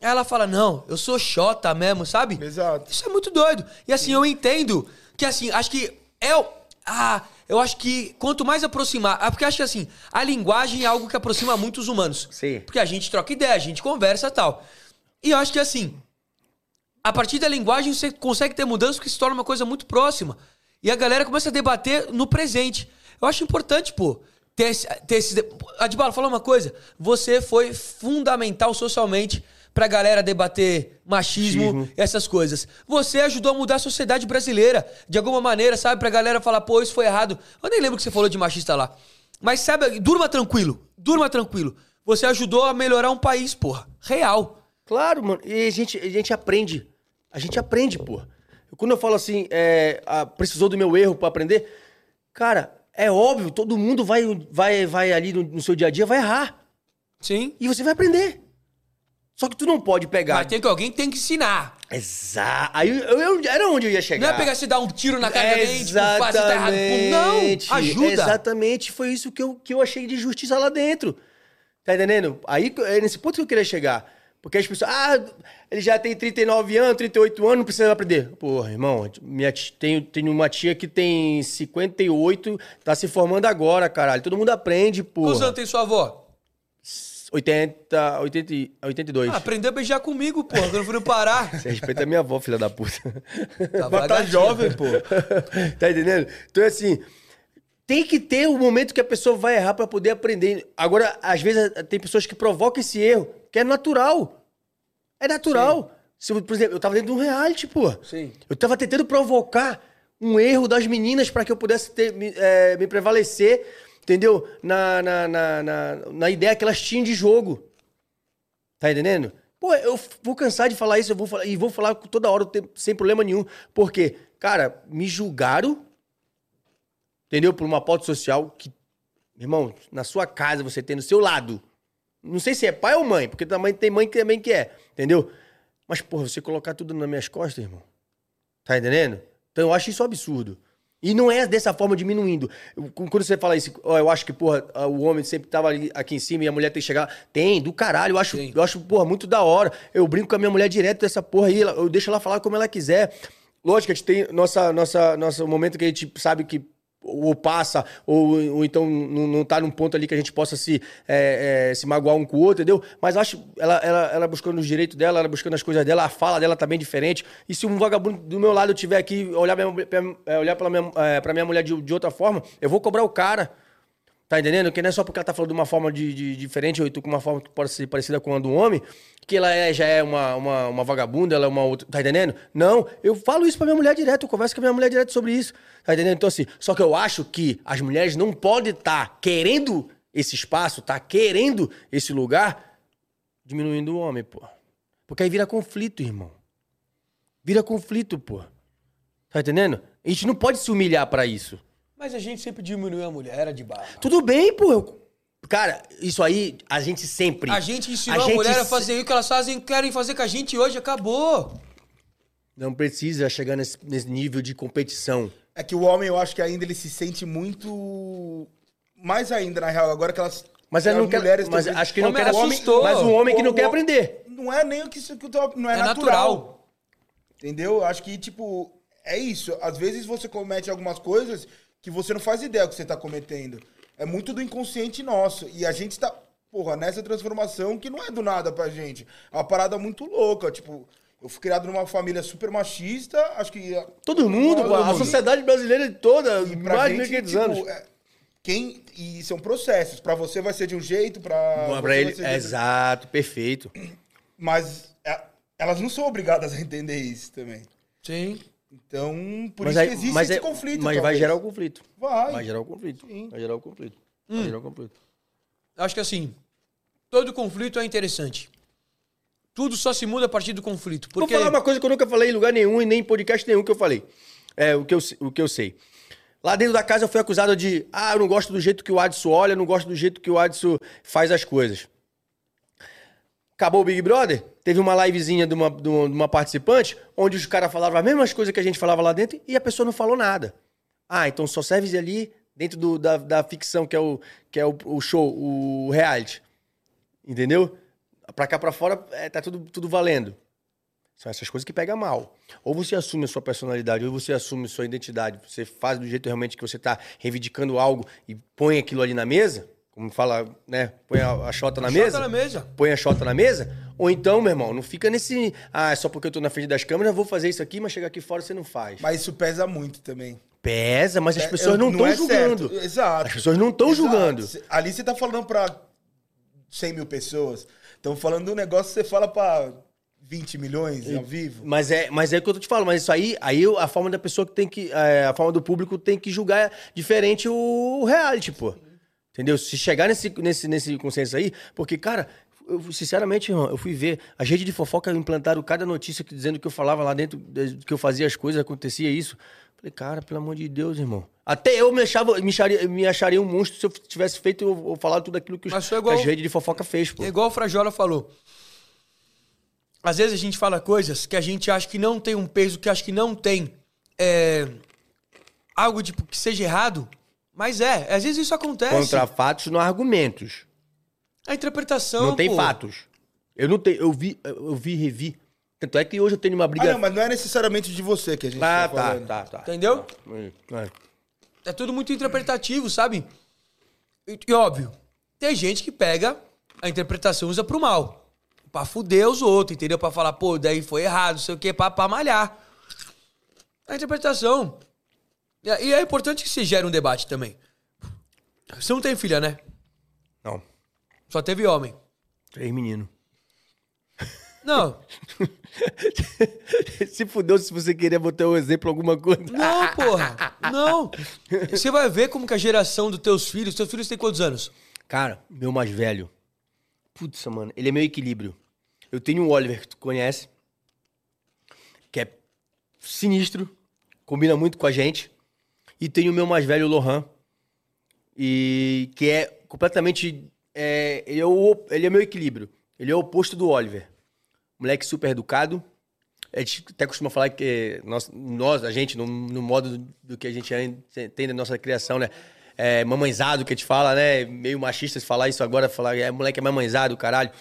Speaker 1: Aí Ela fala, não, eu sou xota mesmo, sabe?
Speaker 4: Exato.
Speaker 1: Isso é muito doido. E assim, eu entendo que assim, acho que é o. Ah, eu acho que quanto mais aproximar. ah, Porque acho que assim, a linguagem é algo que aproxima muito os humanos.
Speaker 2: Sim.
Speaker 1: Porque a gente troca ideia, a gente conversa e tal. E eu acho que assim, a partir da linguagem você consegue ter mudança que se torna uma coisa muito próxima. E a galera começa a debater no presente. Eu acho importante, pô, ter esse. Ter esse de- Adibala, fala uma coisa. Você foi fundamental socialmente pra galera debater machismo, essas coisas. Você ajudou a mudar a sociedade brasileira, de alguma maneira, sabe? Pra galera falar, pô, isso foi errado. Eu nem lembro o que você falou de machista lá. Mas sabe, durma tranquilo, durma tranquilo. Você ajudou a melhorar um país, porra. Real.
Speaker 2: Claro, mano. E a gente, a gente aprende. A gente aprende, pô. Quando eu falo assim, é, ah, precisou do meu erro pra aprender, cara, é óbvio, todo mundo vai, vai, vai ali no, no seu dia a dia, vai errar.
Speaker 1: Sim.
Speaker 2: E você vai aprender. Só que tu não pode pegar.
Speaker 1: Mas tem que alguém tem que ensinar.
Speaker 2: Exato. Aí eu, eu- era onde eu ia chegar.
Speaker 1: Não é pegar você dar um tiro na cara dele, tipo, faz tá errado. Pum,
Speaker 2: Exatamente.
Speaker 1: Não, ajuda.
Speaker 2: Exatamente, foi isso que eu, que eu achei de justiça lá dentro. Tá entendendo? Aí, que- é nesse ponto que eu queria chegar. Porque as pessoas, ah, ele já tem 39 anos, 38 anos, não precisa aprender. Porra, irmão, minha ti- tenho, tenho uma tia que tem 58, tá se formando agora, caralho. Todo mundo aprende,
Speaker 1: Quantos
Speaker 2: porra.
Speaker 1: anos tem sua avó?
Speaker 2: 80, 80, e- 82.
Speaker 1: Ah, aprendeu a beijar comigo, porra, quando eu fui no Pará.
Speaker 2: Você respeita a minha avó, filha da puta.
Speaker 1: Tá
Speaker 4: Mas tá
Speaker 1: gatinha.
Speaker 4: jovem, pô.
Speaker 2: tá entendendo? Então, assim, tem que ter o momento que a pessoa vai errar pra poder aprender. Agora, às vezes, tem pessoas que provocam esse erro, que é natural. É natural. Se, eu- por exemplo, eu tava dentro de um reality, pô.
Speaker 1: Sim.
Speaker 2: Eu tava tentando provocar um erro das meninas pra que eu pudesse ter, me, é, me prevalecer, entendeu? Na, na, na, na, na ideia que elas tinham de jogo. Tá entendendo? Pô, eu f- vou cansar de falar isso, eu vou falar, e vou falar toda hora, o tempo, sem problema nenhum. Porque, cara, me julgaram, entendeu? Por uma pauta social que, meu irmão, na sua casa você tem no seu lado. Não sei se é pai ou mãe, porque também tem mãe que também que é, entendeu? Mas, porra, você colocar tudo nas minhas costas, irmão. Tá entendendo? Então eu acho isso um absurdo. E não é dessa forma diminuindo. Eu- Quando você fala isso, ó, eu acho que, porra, a- o homem sempre tava ali, aqui em cima e a mulher tem que chegar. Tem, do caralho. Eu acho,
Speaker 1: Sim.
Speaker 2: eu acho, porra, muito da hora. Eu brinco com a minha mulher direto dessa porra aí. ela- Eu deixo ela falar como ela quiser. Lógico, a gente tem nossa, nossa, nosso momento que a gente sabe que ou passa, ou, ou então não, não tá num ponto ali que a gente possa se, é, é, se magoar um com o outro, entendeu? Mas acho ela, ela, ela buscando os direitos dela, ela buscando as coisas dela, a fala dela tá bem diferente. E se um vagabundo do meu lado tiver aqui olhar, minha, mulher- pra- é, olhar pra, minha, é, pra minha mulher de, de outra forma, eu vou cobrar o cara. Tá entendendo? Que não é só porque ela tá falando de uma forma de, de- diferente, ou eu tô com uma forma que pode ser parecida com a do homem, que ela é- já é uma, uma, uma vagabunda, ela é uma outra. Tá entendendo? Não, eu falo isso pra minha mulher direto, eu converso com a minha mulher direto sobre isso. Tá entendendo? Então, assim, só que eu acho que as mulheres não podem estar querendo esse espaço, tá querendo esse lugar, diminuindo o homem, pô. Porque aí vira conflito, irmão. Vira conflito, pô. Tá entendendo? A gente não pode se humilhar pra isso.
Speaker 1: Mas a gente sempre diminuiu a mulher, era de barra.
Speaker 2: Tudo bem, pô. eu- Cara, isso aí a gente sempre.
Speaker 1: A gente ensinou
Speaker 2: A
Speaker 1: a,
Speaker 2: gente
Speaker 1: mulher a
Speaker 2: se-
Speaker 1: fazer o que elas fazem, querem fazer com a gente hoje, acabou.
Speaker 2: Não precisa chegar nesse, nesse nível de competição.
Speaker 4: É que o homem, eu acho que ainda ele se sente muito. Mais ainda, na real, agora que elas.
Speaker 2: Mas eu
Speaker 4: as
Speaker 2: não quero.
Speaker 4: mulheres
Speaker 2: Mas
Speaker 4: talvez-
Speaker 2: acho que não
Speaker 1: Homem
Speaker 2: quer
Speaker 1: assustou.
Speaker 2: Mas um homem que não
Speaker 4: O-
Speaker 2: quer
Speaker 4: o-
Speaker 2: aprender.
Speaker 4: Não é nem o que isso que eu tô. Não é,
Speaker 1: É
Speaker 4: natural.
Speaker 1: natural.
Speaker 4: Entendeu? Acho que, tipo, é isso. Às vezes você comete algumas coisas que você não faz ideia que você tá cometendo. É muito do inconsciente nosso. E a gente tá, porra, nessa transformação que não é do nada pra gente. É uma parada muito louca. Tipo, eu fui criado numa família super machista. Acho que.
Speaker 2: Todo mundo, pô,
Speaker 4: Todo
Speaker 2: a
Speaker 4: mundo.
Speaker 2: sociedade brasileira toda,
Speaker 4: E pra
Speaker 2: mais de
Speaker 4: gente,
Speaker 2: 1.500
Speaker 4: tipo,
Speaker 2: anos.
Speaker 4: é- quem, e são processos. Pra você vai ser de um jeito, pra.
Speaker 2: Bom,
Speaker 4: você
Speaker 2: pra
Speaker 4: vai
Speaker 2: ele, é
Speaker 4: ser de outro.
Speaker 2: exato, perfeito.
Speaker 4: Mas é, elas não são obrigadas a entender isso também.
Speaker 1: Sim.
Speaker 4: Então, por
Speaker 2: mas
Speaker 4: isso
Speaker 2: aí-
Speaker 4: que existe
Speaker 2: mas
Speaker 4: esse
Speaker 2: é-
Speaker 4: conflito.
Speaker 2: Mas vai
Speaker 4: talvez.
Speaker 2: gerar o conflito.
Speaker 4: Vai.
Speaker 2: Vai gerar o conflito.
Speaker 4: Sim. Hum.
Speaker 2: Vai gerar o conflito. Vai gerar o conflito.
Speaker 1: Acho que assim, todo conflito é interessante. Tudo só se muda a partir do conflito. Porque
Speaker 2: Vou falar uma coisa que eu nunca falei em lugar nenhum e nem em podcast nenhum que eu falei. É o que eu, se- o que eu sei. Lá dentro da casa eu fui acusado de, ah, eu não gosto do jeito que o Adson olha, eu não gosto do jeito que o Adson faz as coisas. Acabou o Big Brother, teve uma livezinha de uma, de uma, de uma participante, onde os caras falavam as mesmas coisas que a gente falava lá dentro e a pessoa não falou nada. Ah, então só serve ali dentro do- da, da ficção, que é, o, que é o, o show, o reality. Entendeu? Pra cá, pra fora, é, tá tudo, tudo valendo. São essas coisas que pega mal. Ou você assume a sua personalidade, ou você assume sua identidade, você faz do jeito realmente que você tá reivindicando algo e põe aquilo ali na mesa, como fala, né? Põe a, a xota na
Speaker 1: Chota
Speaker 2: mesa
Speaker 1: na mesa.
Speaker 2: põe a xota na mesa, ou então, meu irmão, não fica nesse. Ah, é só porque eu tô na frente das câmeras, eu vou fazer isso aqui, mas chegar aqui fora você não faz.
Speaker 4: Mas isso pesa muito também.
Speaker 2: Pesa, mas as
Speaker 4: É,
Speaker 2: pessoas
Speaker 4: eu-
Speaker 2: não estão
Speaker 4: é
Speaker 2: julgando.
Speaker 4: certo. Exato.
Speaker 2: As pessoas não estão
Speaker 4: Exato.
Speaker 2: julgando.
Speaker 4: Cê- Ali você tá falando pra 100 mil pessoas. Estão falando um negócio que você fala pra 20 milhões ao vivo.
Speaker 2: Mas é, mas é o que eu tô te falando, mas isso aí, aí eu- a forma da pessoa que tem que. é, a forma do público tem que julgar diferente o, o reality, pô. Entendeu? Se chegar nesse, nesse, nesse consenso aí, porque, cara, eu, sinceramente, irmão, eu fui ver. As redes de fofoca implantaram cada notícia que, dizendo que eu falava lá dentro, de- que eu fazia as coisas, acontecia isso. Falei, cara, pelo amor de Deus, irmão. Até eu me, achava, me, acharia, me acharia um monstro se eu tivesse feito ou, ou falado tudo aquilo que, os-
Speaker 1: Mas sou igual-
Speaker 2: que as redes de fofoca fez, pô.
Speaker 1: É igual o Frajola falou. Às vezes a gente fala coisas que a gente acha que não tem um peso, que acha que não tem é, algo de, que seja errado, mas é. Às vezes isso acontece.
Speaker 2: Contra
Speaker 4: assim.
Speaker 2: fatos, não há argumentos.
Speaker 1: A interpretação.
Speaker 2: Não tem
Speaker 1: pô.
Speaker 2: fatos. Eu não tenho. Eu vi, eu vi e revi. Tanto é que hoje eu tenho uma
Speaker 4: Ah,
Speaker 2: briga.
Speaker 4: não, mas não é necessariamente de você que a gente
Speaker 2: Ah,
Speaker 4: tá falando.
Speaker 2: tá, tá, tá.
Speaker 1: Entendeu?
Speaker 2: É.
Speaker 1: É tudo muito interpretativo, sabe? E, e óbvio, tem gente que pega a interpretação e usa pro mal. Pra fuder os outros, entendeu? Pra falar, pô, daí foi errado, não sei o quê, pra, pra malhar. A interpretação. E, é- e é importante que se gere um debate também. Você não tem filha, né?
Speaker 2: Não.
Speaker 1: Só teve homem.
Speaker 2: Três meninos.
Speaker 1: Não,
Speaker 2: se fudeu se você queria botar um exemplo, alguma coisa.
Speaker 1: não, porra. Não. Você vai ver como que a geração dos teus filhos... Teus filhos têm quantos anos?
Speaker 2: Cara, meu mais velho. Putz, mano, ele é meu equilíbrio. Eu tenho um Oliver que tu conhece, que é sinistro, combina muito com a gente. E tenho o meu mais velho, o Lohan, e que é completamente. é, ele, é o, op- ele é meu equilíbrio. Ele é o oposto do Oliver. Moleque super educado. A gente até costuma falar que nós, nós a gente, no, no modo do, do que a gente ainda tem da nossa criação, né? É mamãezado que a gente fala, né? Meio machista se falar isso agora, falar é moleque é mamãezado, caralho.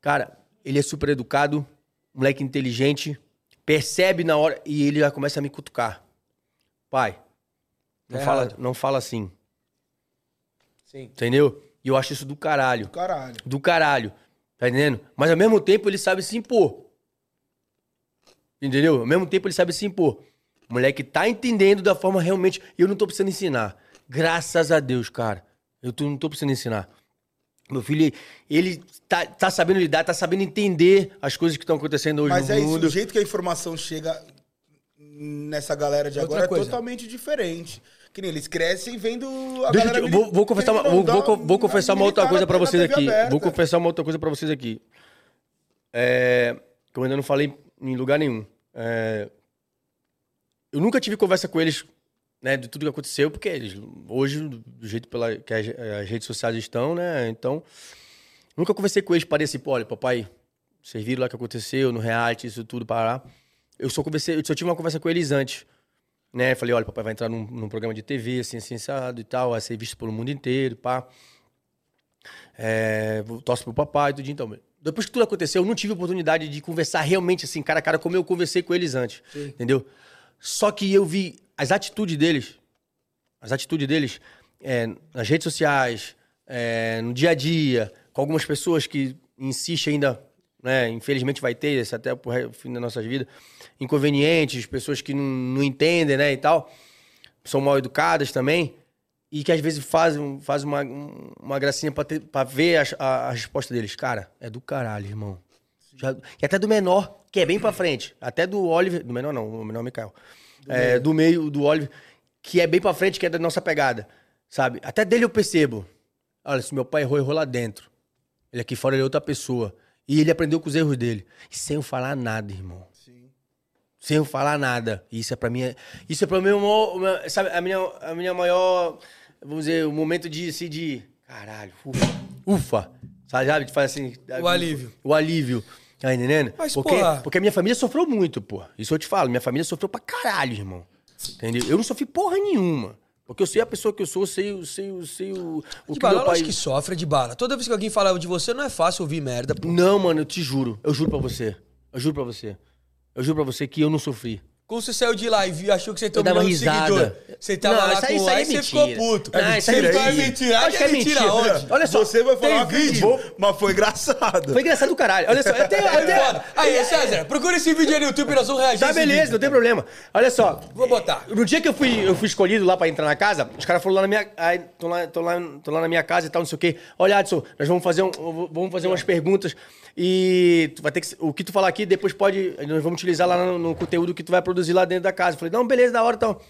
Speaker 2: Cara, ele é super educado, moleque inteligente, percebe na hora e ele já começa a me cutucar. Pai, não,
Speaker 1: Tá
Speaker 2: fala,
Speaker 1: errado.
Speaker 2: não fala assim.
Speaker 1: Sim.
Speaker 2: Entendeu? E eu acho isso do caralho.
Speaker 4: Caralho.
Speaker 2: Do caralho. Tá entendendo? Mas ao mesmo tempo ele sabe se impor. Entendeu? Ao mesmo tempo ele sabe se impor. O moleque tá entendendo da forma realmente. E eu não tô precisando ensinar. Graças a Deus, cara. Eu tô- não tô precisando ensinar. Meu filho, ele tá, tá sabendo lidar, tá sabendo entender as coisas que estão acontecendo hoje
Speaker 4: Mas
Speaker 2: no
Speaker 4: é isso,
Speaker 2: mundo.
Speaker 4: o jeito que a informação chega nessa galera de
Speaker 1: Outra
Speaker 4: agora
Speaker 1: coisa.
Speaker 4: é totalmente diferente. Que nem eles crescem vendo a
Speaker 2: Deixa eu
Speaker 4: galera
Speaker 2: te-
Speaker 4: mili-
Speaker 2: vou, vou confessar uma,
Speaker 4: querendo
Speaker 2: vou,
Speaker 4: dar
Speaker 2: vou co- vou
Speaker 4: um-
Speaker 2: confessar uma outra
Speaker 4: militar
Speaker 2: coisa
Speaker 4: na-
Speaker 2: pra
Speaker 4: na
Speaker 2: vocês
Speaker 4: TV
Speaker 2: aqui.
Speaker 4: aberta.
Speaker 2: Vou confessar uma outra coisa pra vocês aqui. É, que eu ainda não falei em lugar nenhum. É, eu nunca tive conversa com eles, né, de tudo que aconteceu, porque eles, hoje, do jeito pela, que as, as redes sociais estão, né, então, nunca conversei com eles, parei assim, pô, olha, papai, vocês viram lá o que aconteceu no reality, isso tudo, pará. Eu só conversei, eu só tive uma conversa com eles antes né? Falei, olha, papai vai entrar num, num programa de TV, assim, assim, assado e tal, vai ser visto pelo mundo inteiro, pá. É, vou- torço pro papai e tudo então. Depois que tudo aconteceu, eu não tive oportunidade de conversar realmente assim, cara a cara, como eu conversei com eles antes, entendeu? Só que eu vi as atitudes deles, as atitudes deles é, nas redes sociais, é, no dia a dia, com algumas pessoas que insistem ainda, né, infelizmente vai ter isso até pro re- fim das nossas vidas, inconvenientes, pessoas que não, não entendem, né, e tal, são mal educadas também, e que às vezes fazem, fazem uma, um- uma gracinha pra, ter- pra ver as- a, a resposta deles. Cara, é do caralho, irmão. Já- e até do menor, que é bem pra frente. Até do Oliver. Do menor não, o menor é o Mikael. É, do meio, do Oliver, que é bem pra frente, que é da nossa pegada. Sabe? Até dele eu percebo. Olha, se meu pai errou, errou lá dentro. Ele aqui fora ele é outra pessoa. E ele aprendeu com os erros dele. E sem eu falar nada, irmão. Sem eu falar nada. Isso é pra mim. é- Isso é pra mim o maior- o meu- Sabe, a minha, a minha maior. Vamos dizer, o momento de. Assim, de caralho, ufa. Ufa. Sabe, sabe? Que faz assim.
Speaker 1: O alívio.
Speaker 2: O alívio. Tá entendendo?
Speaker 1: Mas,
Speaker 2: porque,
Speaker 1: porra.
Speaker 2: porque a minha família sofreu muito, pô. Isso eu te falo. Minha família sofreu pra caralho, irmão. Entendeu? Eu não sofri porra nenhuma. Porque eu sei a pessoa que eu sou, eu sei, eu sei, eu sei o, o
Speaker 1: de
Speaker 2: que meu
Speaker 1: bala,
Speaker 2: pai...
Speaker 1: lógico que sofre de bala. Toda vez que alguém falava de você, não é fácil ouvir merda. pô.
Speaker 2: Não, mano, eu te juro. Eu juro pra você. Eu juro pra você. Eu juro pra você que eu não sofri.
Speaker 1: Quando você saiu de lá e viu, achou que você
Speaker 2: Eu
Speaker 1: tomou
Speaker 2: dava
Speaker 1: um
Speaker 2: risada.
Speaker 1: seguidor. Você tava lá com o like, você ficou puto.
Speaker 2: Ah, isso aí
Speaker 1: Você
Speaker 2: é
Speaker 1: ficou, "Ah,
Speaker 2: mentira.
Speaker 1: mentira. Ah,
Speaker 2: Acho que é mentira.
Speaker 1: onde?
Speaker 2: Olha só.
Speaker 4: Você vai falar
Speaker 2: tem vídeo.
Speaker 4: vídeo, mas foi engraçado.
Speaker 2: Foi engraçado do caralho. Olha só, eu tenho... Eu
Speaker 1: É
Speaker 2: tenho...
Speaker 1: foda. Aí, César, procura esse vídeo aí no YouTube, nós vamos reagir.
Speaker 2: Tá,
Speaker 1: esse
Speaker 2: beleza,
Speaker 1: vídeo.
Speaker 2: não tem problema. Olha só.
Speaker 1: Vou botar.
Speaker 2: No dia que eu fui, eu fui escolhido lá pra entrar na casa, os caras foram lá na minha. Aí, tô, lá, tô, lá, tô lá na minha casa e tal, não sei o quê. Olha, Adson, nós vamos fazer, um, vamos fazer umas perguntas. E tu vai ter que. O que tu falar aqui, depois pode. Nós vamos utilizar lá no, no conteúdo que tu vai produzir lá dentro da casa. Eu falei, não, beleza, da hora então.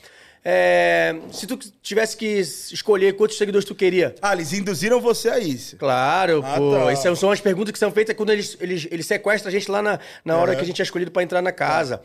Speaker 2: É, se tu tivesse que escolher quantos seguidores tu queria.
Speaker 4: Ah, eles induziram você a isso.
Speaker 2: Claro,
Speaker 4: Ah,
Speaker 2: pô.
Speaker 4: tá.
Speaker 2: Essas são as perguntas que são feitas quando eles, eles, eles sequestram a gente lá na, na hora que a gente é escolhido pra
Speaker 4: Tá.
Speaker 2: entrar na casa.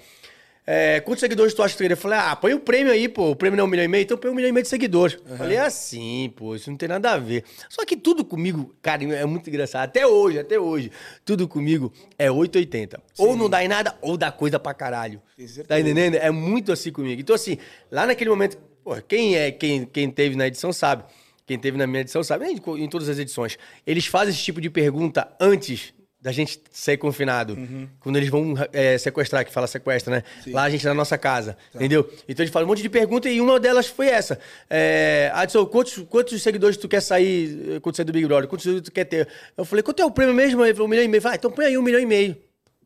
Speaker 2: É, quantos seguidores tu acha que tu teria? Eu falei, ah, põe o prêmio aí, pô. O prêmio não é um milhão e meio, então põe um milhão e meio de seguidores. Falei, assim, pô, isso não tem nada a ver. Só que tudo comigo, cara, é muito engraçado. Até hoje, até hoje. Tudo comigo é 880. Ou não dá em nada, ou dá coisa pra caralho. Tá entendendo? É muito assim comigo. Então, assim, lá naquele momento, pô, quem é, quem, quem teve na edição sabe. Quem teve na minha edição sabe, em, co- em todas as edições. Eles fazem esse tipo de pergunta antes da gente ser confinado.
Speaker 4: Uhum.
Speaker 2: Quando eles vão é, sequestrar, que fala sequestra, né? Lá a gente na nossa
Speaker 4: Tá.
Speaker 2: casa, entendeu? Então eles falam um monte de pergunta e uma delas foi essa. É, Adson, quantos, quantos seguidores tu quer sair eh, quando sair do Big Brother? Quantos seguidores tu quer ter? Eu falei, quanto é o prêmio mesmo? Ele falou, um milhão e meio. Vai, então põe aí um milhão e meio.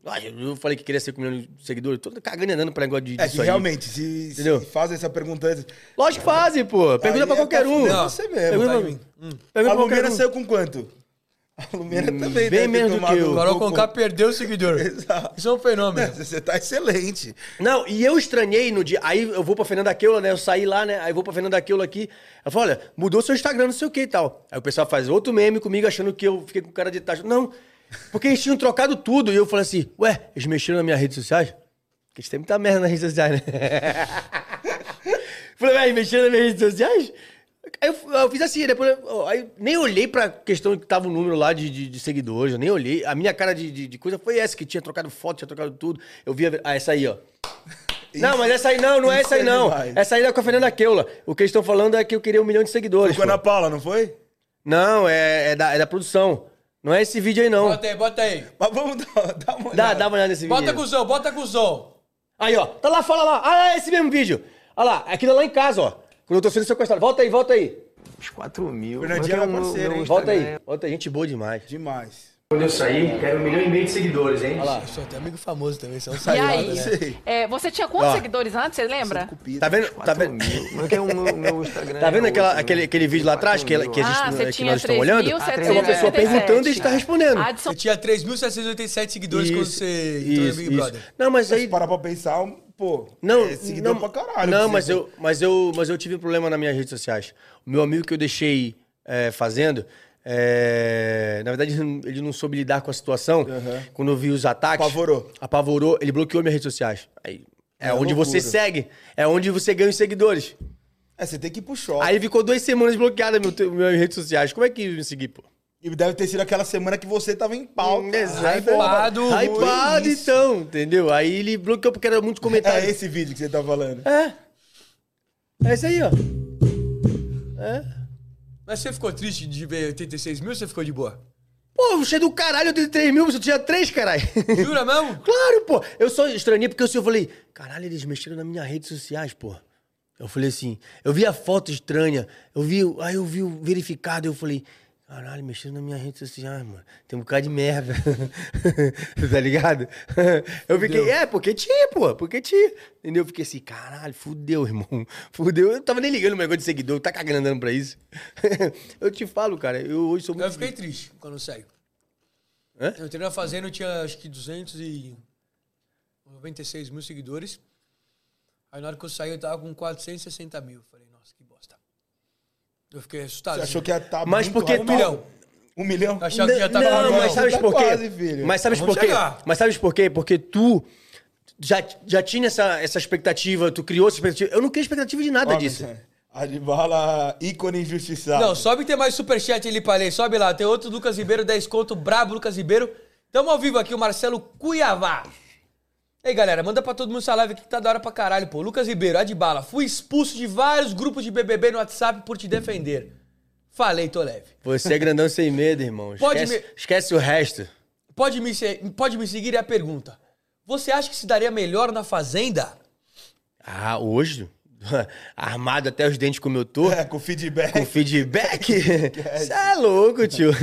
Speaker 2: Ah, Eu eu falei que queria ser com um milhão de seguidores. Tô cagando e andando pra negócio de
Speaker 4: É
Speaker 2: disso
Speaker 4: que
Speaker 2: aí.
Speaker 4: realmente, se,
Speaker 2: Entendeu?
Speaker 4: se fazem essa pergunta antes.
Speaker 2: Lógico que fazem, pô. Pergunta
Speaker 4: Aí
Speaker 2: pra
Speaker 4: é
Speaker 2: qualquer
Speaker 4: pra
Speaker 2: um.
Speaker 4: fuder você mesmo,
Speaker 2: Pergunta
Speaker 4: tá
Speaker 2: pra
Speaker 4: em mim.
Speaker 2: Pergunta
Speaker 4: A
Speaker 2: pra qualquer
Speaker 4: Lumena
Speaker 2: um.
Speaker 4: saiu com quanto? A Lumena também
Speaker 2: Hum, Bem
Speaker 4: deve ter
Speaker 2: menos do que
Speaker 4: tomado
Speaker 2: eu.
Speaker 4: um
Speaker 1: Carol
Speaker 4: pouco.
Speaker 1: Conká perdeu o seguidor.
Speaker 4: Exato.
Speaker 1: Isso é um fenômeno.
Speaker 4: Você tá excelente.
Speaker 2: Não, e eu estranhei no dia. Aí eu vou pra Fernanda Keula, né? Eu saí lá, né? Aí eu vou pra Fernanda Keula aqui. Ela falou: olha, mudou seu Instagram, não sei o que e tal. Aí o pessoal faz outro meme comigo, achando que eu fiquei com cara de tacho. Não, porque eles tinham trocado tudo. E eu falei assim: ué, eles mexeram nas minhas redes sociais? Porque eles têm muita merda nas redes sociais, né? falei, velho, mexeram nas minhas redes sociais? Aí eu, eu fiz assim, depois. eu- aí nem olhei pra questão que tava o número lá de, de- de seguidores, eu nem olhei. A minha cara de, de- de coisa foi essa, que tinha trocado foto, tinha trocado tudo. Eu via. Ah, essa aí, ó. Não, mas essa aí não, não é
Speaker 4: Isso
Speaker 2: essa aí
Speaker 4: é
Speaker 2: não.
Speaker 4: demais.
Speaker 2: Essa aí é com a Fernanda Keula. O que eles estão falando é que eu queria um milhão de seguidores.
Speaker 4: Ficou na
Speaker 2: pô.
Speaker 4: Paula, não foi?
Speaker 2: Não, é, é da, é da produção. Não é esse vídeo aí, não.
Speaker 1: Bota aí, bota aí.
Speaker 4: Mas vamos dar, dar uma
Speaker 2: Dá,
Speaker 4: olhada.
Speaker 2: dá uma olhada nesse vídeo.
Speaker 1: Bota com o som, bota com o som.
Speaker 2: Aí, ó. Tá lá, fala lá. Ah, é esse mesmo vídeo. Olha lá, é aquilo lá em casa, ó. Quando eu tô sendo sequestrado. Volta aí, volta aí.
Speaker 6: Uns 4 mil.
Speaker 4: Fernandinho é parceiro, hein?
Speaker 2: Volta aí. Volta aí. Gente boa demais.
Speaker 4: Demais.
Speaker 6: Quando eu sair, quero um milhão e meio de seguidores, hein?
Speaker 1: Eu sou até amigo famoso também, você não
Speaker 7: E
Speaker 1: sabe.
Speaker 7: aí?
Speaker 1: nada, né?
Speaker 7: É, você tinha quantos
Speaker 2: Tá Ó.
Speaker 7: seguidores antes, você lembra?
Speaker 2: Tá vendo? Tá vendo? Tá vendo aquela- aquele, aquele vídeo lá atrás que, ela- que, a gente,
Speaker 7: Ah, você
Speaker 2: tipo que
Speaker 7: tinha
Speaker 2: nós estamos olhando?
Speaker 7: 3.777.
Speaker 2: É uma pessoa perguntando e a gente tá respondendo.
Speaker 7: Adson
Speaker 1: Você tinha 3.787 seguidores quando você entrou no
Speaker 2: isso,
Speaker 1: Big
Speaker 2: isso.
Speaker 1: Brother.
Speaker 2: Não, mas
Speaker 4: Se
Speaker 2: aí.
Speaker 4: parar pra pensar, pô,
Speaker 2: Não,
Speaker 4: é seguidor
Speaker 2: não,
Speaker 4: pra caralho.
Speaker 2: Não,
Speaker 4: precisa
Speaker 2: mas
Speaker 4: ter.
Speaker 2: eu, mas, eu, mas eu tive um problema nas minhas redes sociais. O meu amigo que eu deixei é, fazendo, é, na verdade, ele não- ele não soube lidar com a situação. Quando eu vi os ataques.
Speaker 4: Apavorou.
Speaker 2: Apavorou, ele bloqueou minhas redes sociais. Aí, é,
Speaker 4: É
Speaker 2: onde você
Speaker 4: loucura.
Speaker 2: segue, é onde você ganha os seguidores.
Speaker 4: É, você tem que ir pro shopping.
Speaker 2: Aí ficou duas semanas bloqueada meu, te- minhas redes sociais. Como é que me seguir, pô?
Speaker 4: E deve ter sido aquela semana que você tava
Speaker 2: Hum,
Speaker 4: em pauta.
Speaker 2: Exato.
Speaker 1: Hypado,
Speaker 2: Hypado,
Speaker 4: isso.
Speaker 2: então, entendeu? Aí ele bloqueou porque era muito
Speaker 4: É
Speaker 2: comentário.
Speaker 4: esse vídeo que você tá falando.
Speaker 2: É. É isso aí, ó.
Speaker 1: Mas você ficou triste de ver 86 mil ou você ficou de boa?
Speaker 2: Pô, cheio do caralho, eu tenho 3 mil, você tinha 3, caralho.
Speaker 1: Jura mesmo?
Speaker 2: claro, pô. Eu só estranhei porque assim, eu falei, caralho, eles mexeram nas minhas redes sociais, pô. Eu falei assim, eu vi a foto estranha, eu vi, o- aí eu vi o verificado, eu falei, caralho, mexeram nas minhas redes sociais, mano. Tem um bocado de merda. tá ligado? Eu fiquei, é, porque tinha, pô, porque tinha. Entendeu? Eu fiquei assim, caralho, fudeu, irmão. Fudeu. Eu não tava nem ligando o negócio de seguidor, tá cagando andando pra isso. eu te falo, cara, eu hoje sou muito.
Speaker 1: Eu fiquei triste quando saiu.
Speaker 2: Hã?
Speaker 1: Eu entrei na fazenda, eu tinha acho que 296 mil seguidores. Aí na hora que eu saí, eu tava com 460 mil. Eu Falei, nossa, que bosta. Eu fiquei assustado.
Speaker 4: Você achou que ia tá
Speaker 2: Mas
Speaker 4: muito
Speaker 2: porque-
Speaker 1: um
Speaker 4: alto?
Speaker 1: milhão.
Speaker 4: Um milhão?
Speaker 1: Eu achava que já tava
Speaker 2: não,
Speaker 1: no
Speaker 2: mas
Speaker 1: milhão.
Speaker 2: sabes
Speaker 4: Tá
Speaker 2: por quê?
Speaker 4: quase, filho.
Speaker 2: Mas sabes
Speaker 1: Vamos
Speaker 2: por quê?
Speaker 1: chegar.
Speaker 2: Mas sabes por quê? Porque tu já, já tinha essa, essa expectativa, tu criou essa expectativa. Eu não criei expectativa de nada
Speaker 4: Ó,
Speaker 2: disso.
Speaker 4: Marcelo, A de bala, ícone injustiçado.
Speaker 1: Não, sobe que tem mais superchat ali, Palei. Sobe lá. Tem outro Lucas Ribeiro, 10 conto, brabo Lucas Ribeiro. Tamo ao vivo aqui, o Marcelo Cuiabá. Ei, galera, manda pra todo mundo essa live aqui que tá da hora pra caralho, pô. Lucas Ribeiro, a de bala. Fui expulso de vários grupos de BBB no WhatsApp por te defender. Falei, tô leve.
Speaker 2: Você é grandão sem medo, irmão.
Speaker 1: Pode
Speaker 2: esquece,
Speaker 1: me-
Speaker 2: esquece o resto.
Speaker 1: Pode me, se- pode me seguir é a pergunta. Você acha que se daria melhor na Fazenda?
Speaker 2: Ah, hoje? Armado até os dentes como eu tô.
Speaker 4: É, com feedback.
Speaker 2: Com feedback? Você é louco, tio.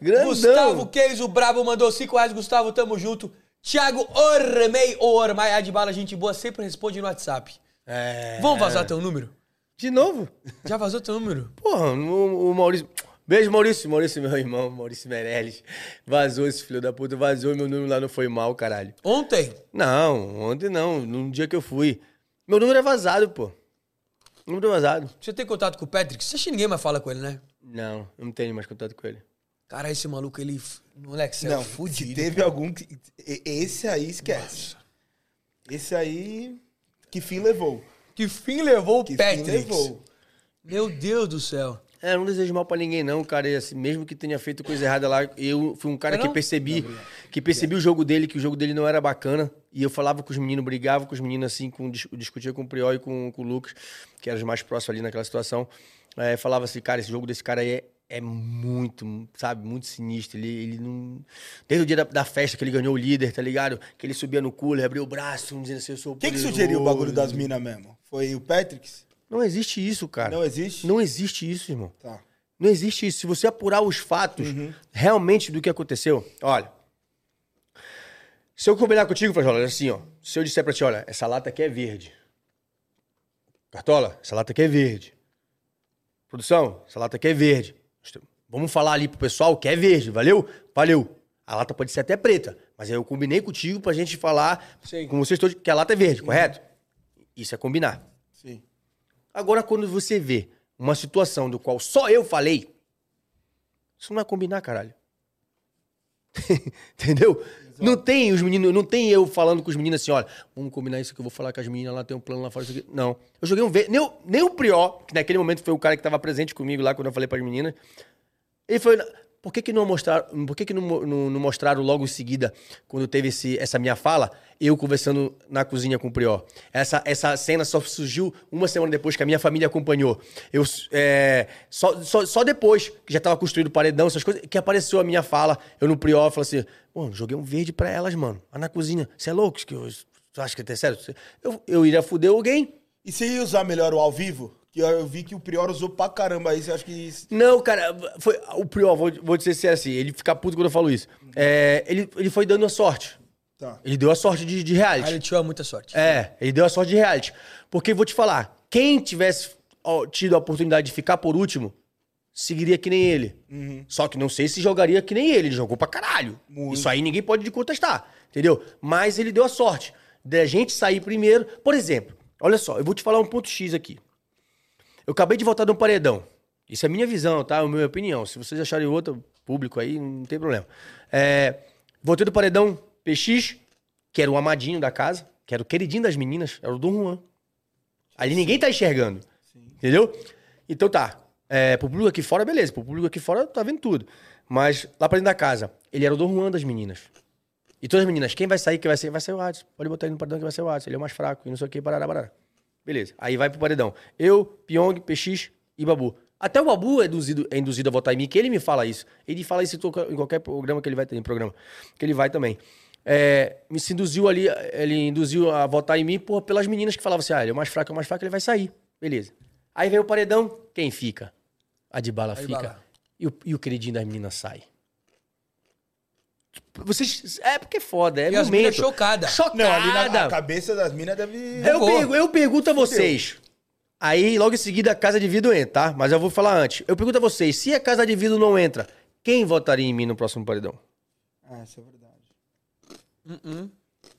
Speaker 2: Grandão.
Speaker 1: Gustavo Queiroz, o Brabo, mandou 5 reais. Gustavo, tamo junto. Thiago Ormei, ou Ormai, a de bala, gente boa, sempre responde no WhatsApp.
Speaker 2: É.
Speaker 1: Vamos vazar teu número?
Speaker 2: De novo?
Speaker 1: Já vazou teu número?
Speaker 2: Porra, o, o Maurício. Beijo, Maurício. Maurício, meu irmão, Maurício Meirelles. Vazou esse filho da puta, vazou meu número lá, não foi mal, caralho.
Speaker 1: Ontem?
Speaker 2: Não, ontem não, num dia que eu fui. Meu número é vazado, pô. Número é vazado.
Speaker 1: Você tem contato com o Patrick? Você acha que ninguém mais fala com ele, né?
Speaker 2: Não, eu não tenho mais contato com ele.
Speaker 1: Cara, esse maluco, ele. f- Moleque, você é
Speaker 4: Não,
Speaker 1: fudido.
Speaker 4: se teve algum que... e- Esse aí esquece. Esse aí... Que fim levou.
Speaker 1: Que fim levou o
Speaker 4: Que
Speaker 1: Patrick?
Speaker 4: fim levou.
Speaker 1: Meu Deus do céu.
Speaker 2: É, eu não desejo mal pra ninguém, não, cara. E assim, mesmo que tenha feito coisa errada lá, eu fui um cara
Speaker 1: É,
Speaker 2: que
Speaker 1: não?
Speaker 2: percebi. que percebi o jogo dele, que o jogo dele não era bacana. E eu falava com os meninos, brigava com os meninos, assim, com, dis- discutia com o Priol e com, com o Lucas, que eram os mais próximos ali naquela situação. É, falava assim, cara, esse jogo desse cara aí é, é muito, sabe, muito sinistro. Ele, ele não. Desde o dia da, da festa que ele ganhou o líder, tá ligado? Que ele subia no cooler, abriu o braço, dizendo assim, eu sou o
Speaker 4: Quem que sugeriu o bagulho das minas mesmo? Foi o Patrick?
Speaker 2: Não existe isso, cara.
Speaker 4: Não existe?
Speaker 2: Não existe isso, irmão.
Speaker 4: Tá.
Speaker 2: Não existe isso. Se você apurar os fatos realmente do que aconteceu, olha. Se eu combinar contigo, Frajola, assim, ó. Se eu disser pra ti, olha, essa lata aqui é verde. Cartola, essa lata aqui é verde. Produção, essa lata aqui é verde. Vamos falar ali pro pessoal que é verde, valeu? Valeu. A lata pode ser até preta, mas aí eu combinei contigo pra gente falar
Speaker 1: Sim.
Speaker 2: com vocês todos que a lata é verde, correto? Isso é combinar.
Speaker 4: Sim.
Speaker 2: Agora, quando você vê uma situação do qual só eu falei, isso não é combinar, caralho. Entendeu? Não tem os meninos, não tem eu falando com os meninos assim, olha, vamos combinar isso que eu vou falar com as meninas lá, tem um plano lá fora. Isso aqui. Não. Eu joguei um verde. Nem, o- nem o Prió, que naquele momento foi o cara que estava presente comigo lá quando eu falei para as meninas. Ele foi. Por que, que não mostraram? Por que, que não, mo- não- não mostraram logo em seguida, quando teve esse- essa minha fala, eu conversando na cozinha com o Prió? Essa, essa cena só surgiu uma semana depois que a minha família acompanhou. Eu, é, só, só, só depois que já estava construído o paredão, essas coisas, que apareceu a minha fala, eu no Prió, eu falei assim, mano, joguei um verde pra elas, mano. Lá na cozinha. Você é louco? Que eu, tu acha que é sério? Eu, eu iria foder alguém.
Speaker 4: E se usar melhor o ao vivo? Que eu- eu vi que o Prior usou pra caramba isso. Eu acho que isso-
Speaker 2: Não, cara, foi. O Priol, vou, vou dizer se é assim, ele fica puto quando eu falo isso. É, ele, ele foi dando a sorte.
Speaker 4: Tá.
Speaker 2: Ele deu a sorte de, de reality.
Speaker 1: Aí ele tirou muita sorte.
Speaker 2: É, ele deu a sorte de reality. Porque vou te falar, quem tivesse ó, tido a oportunidade de ficar por último, seguiria que nem ele. Só que não sei se jogaria que nem ele. Ele jogou pra caralho. Isso aí ninguém pode contestar, entendeu? Mas ele deu a sorte da gente sair primeiro. Por exemplo, olha só, eu vou te falar um ponto X aqui. Eu acabei de voltar de um paredão. Isso é minha visão, tá? É a minha opinião. Se vocês acharem outro público aí, não tem problema. É, voltei do paredão PX, que era o amadinho da casa, que era o queridinho das meninas, era o do Juan. Ali ninguém tá enxergando. Entendeu? Então tá. É, pro público aqui fora, beleza. Pro público aqui fora tá vendo tudo. Mas lá pra dentro da casa, ele era o do Juan das meninas. E todas as meninas, quem vai sair, quem vai sair, vai ser o Adson. Pode botar ele no paredão que vai ser o Adson. Ele é o mais fraco e não sei o que, barará, barará. Beleza. Aí vai pro paredão. Eu, Pyong, PX e Babu. Até o Babu é induzido, é induzido a votar em mim, que ele me fala isso. Ele fala isso em toca- em qualquer programa que ele vai ter, em programa. Que ele vai também. É, me se induziu ali, ele induziu a votar em mim porra, pelas meninas que falavam assim, ah, ele é o mais fraco, é o mais fraco, ele vai sair. Beleza. Aí vem o paredão, quem fica? A de bala
Speaker 1: de
Speaker 2: fica.
Speaker 1: bala.
Speaker 2: E o, e o queridinho das meninas sai. Vocês. É porque é foda, é
Speaker 1: E as
Speaker 2: momento.
Speaker 1: meninas chocadas. é
Speaker 2: Chocada.
Speaker 4: Não, ali na a cabeça das minas deve.
Speaker 2: Eu,
Speaker 1: Pô.
Speaker 2: pergu- eu pergunto a vocês. Aí, logo em seguida, a casa de vidro entra, tá? Mas eu vou falar antes. Eu pergunto a vocês: se a casa de vidro não entra, quem votaria em mim no próximo paredão?
Speaker 3: Ah, isso é verdade.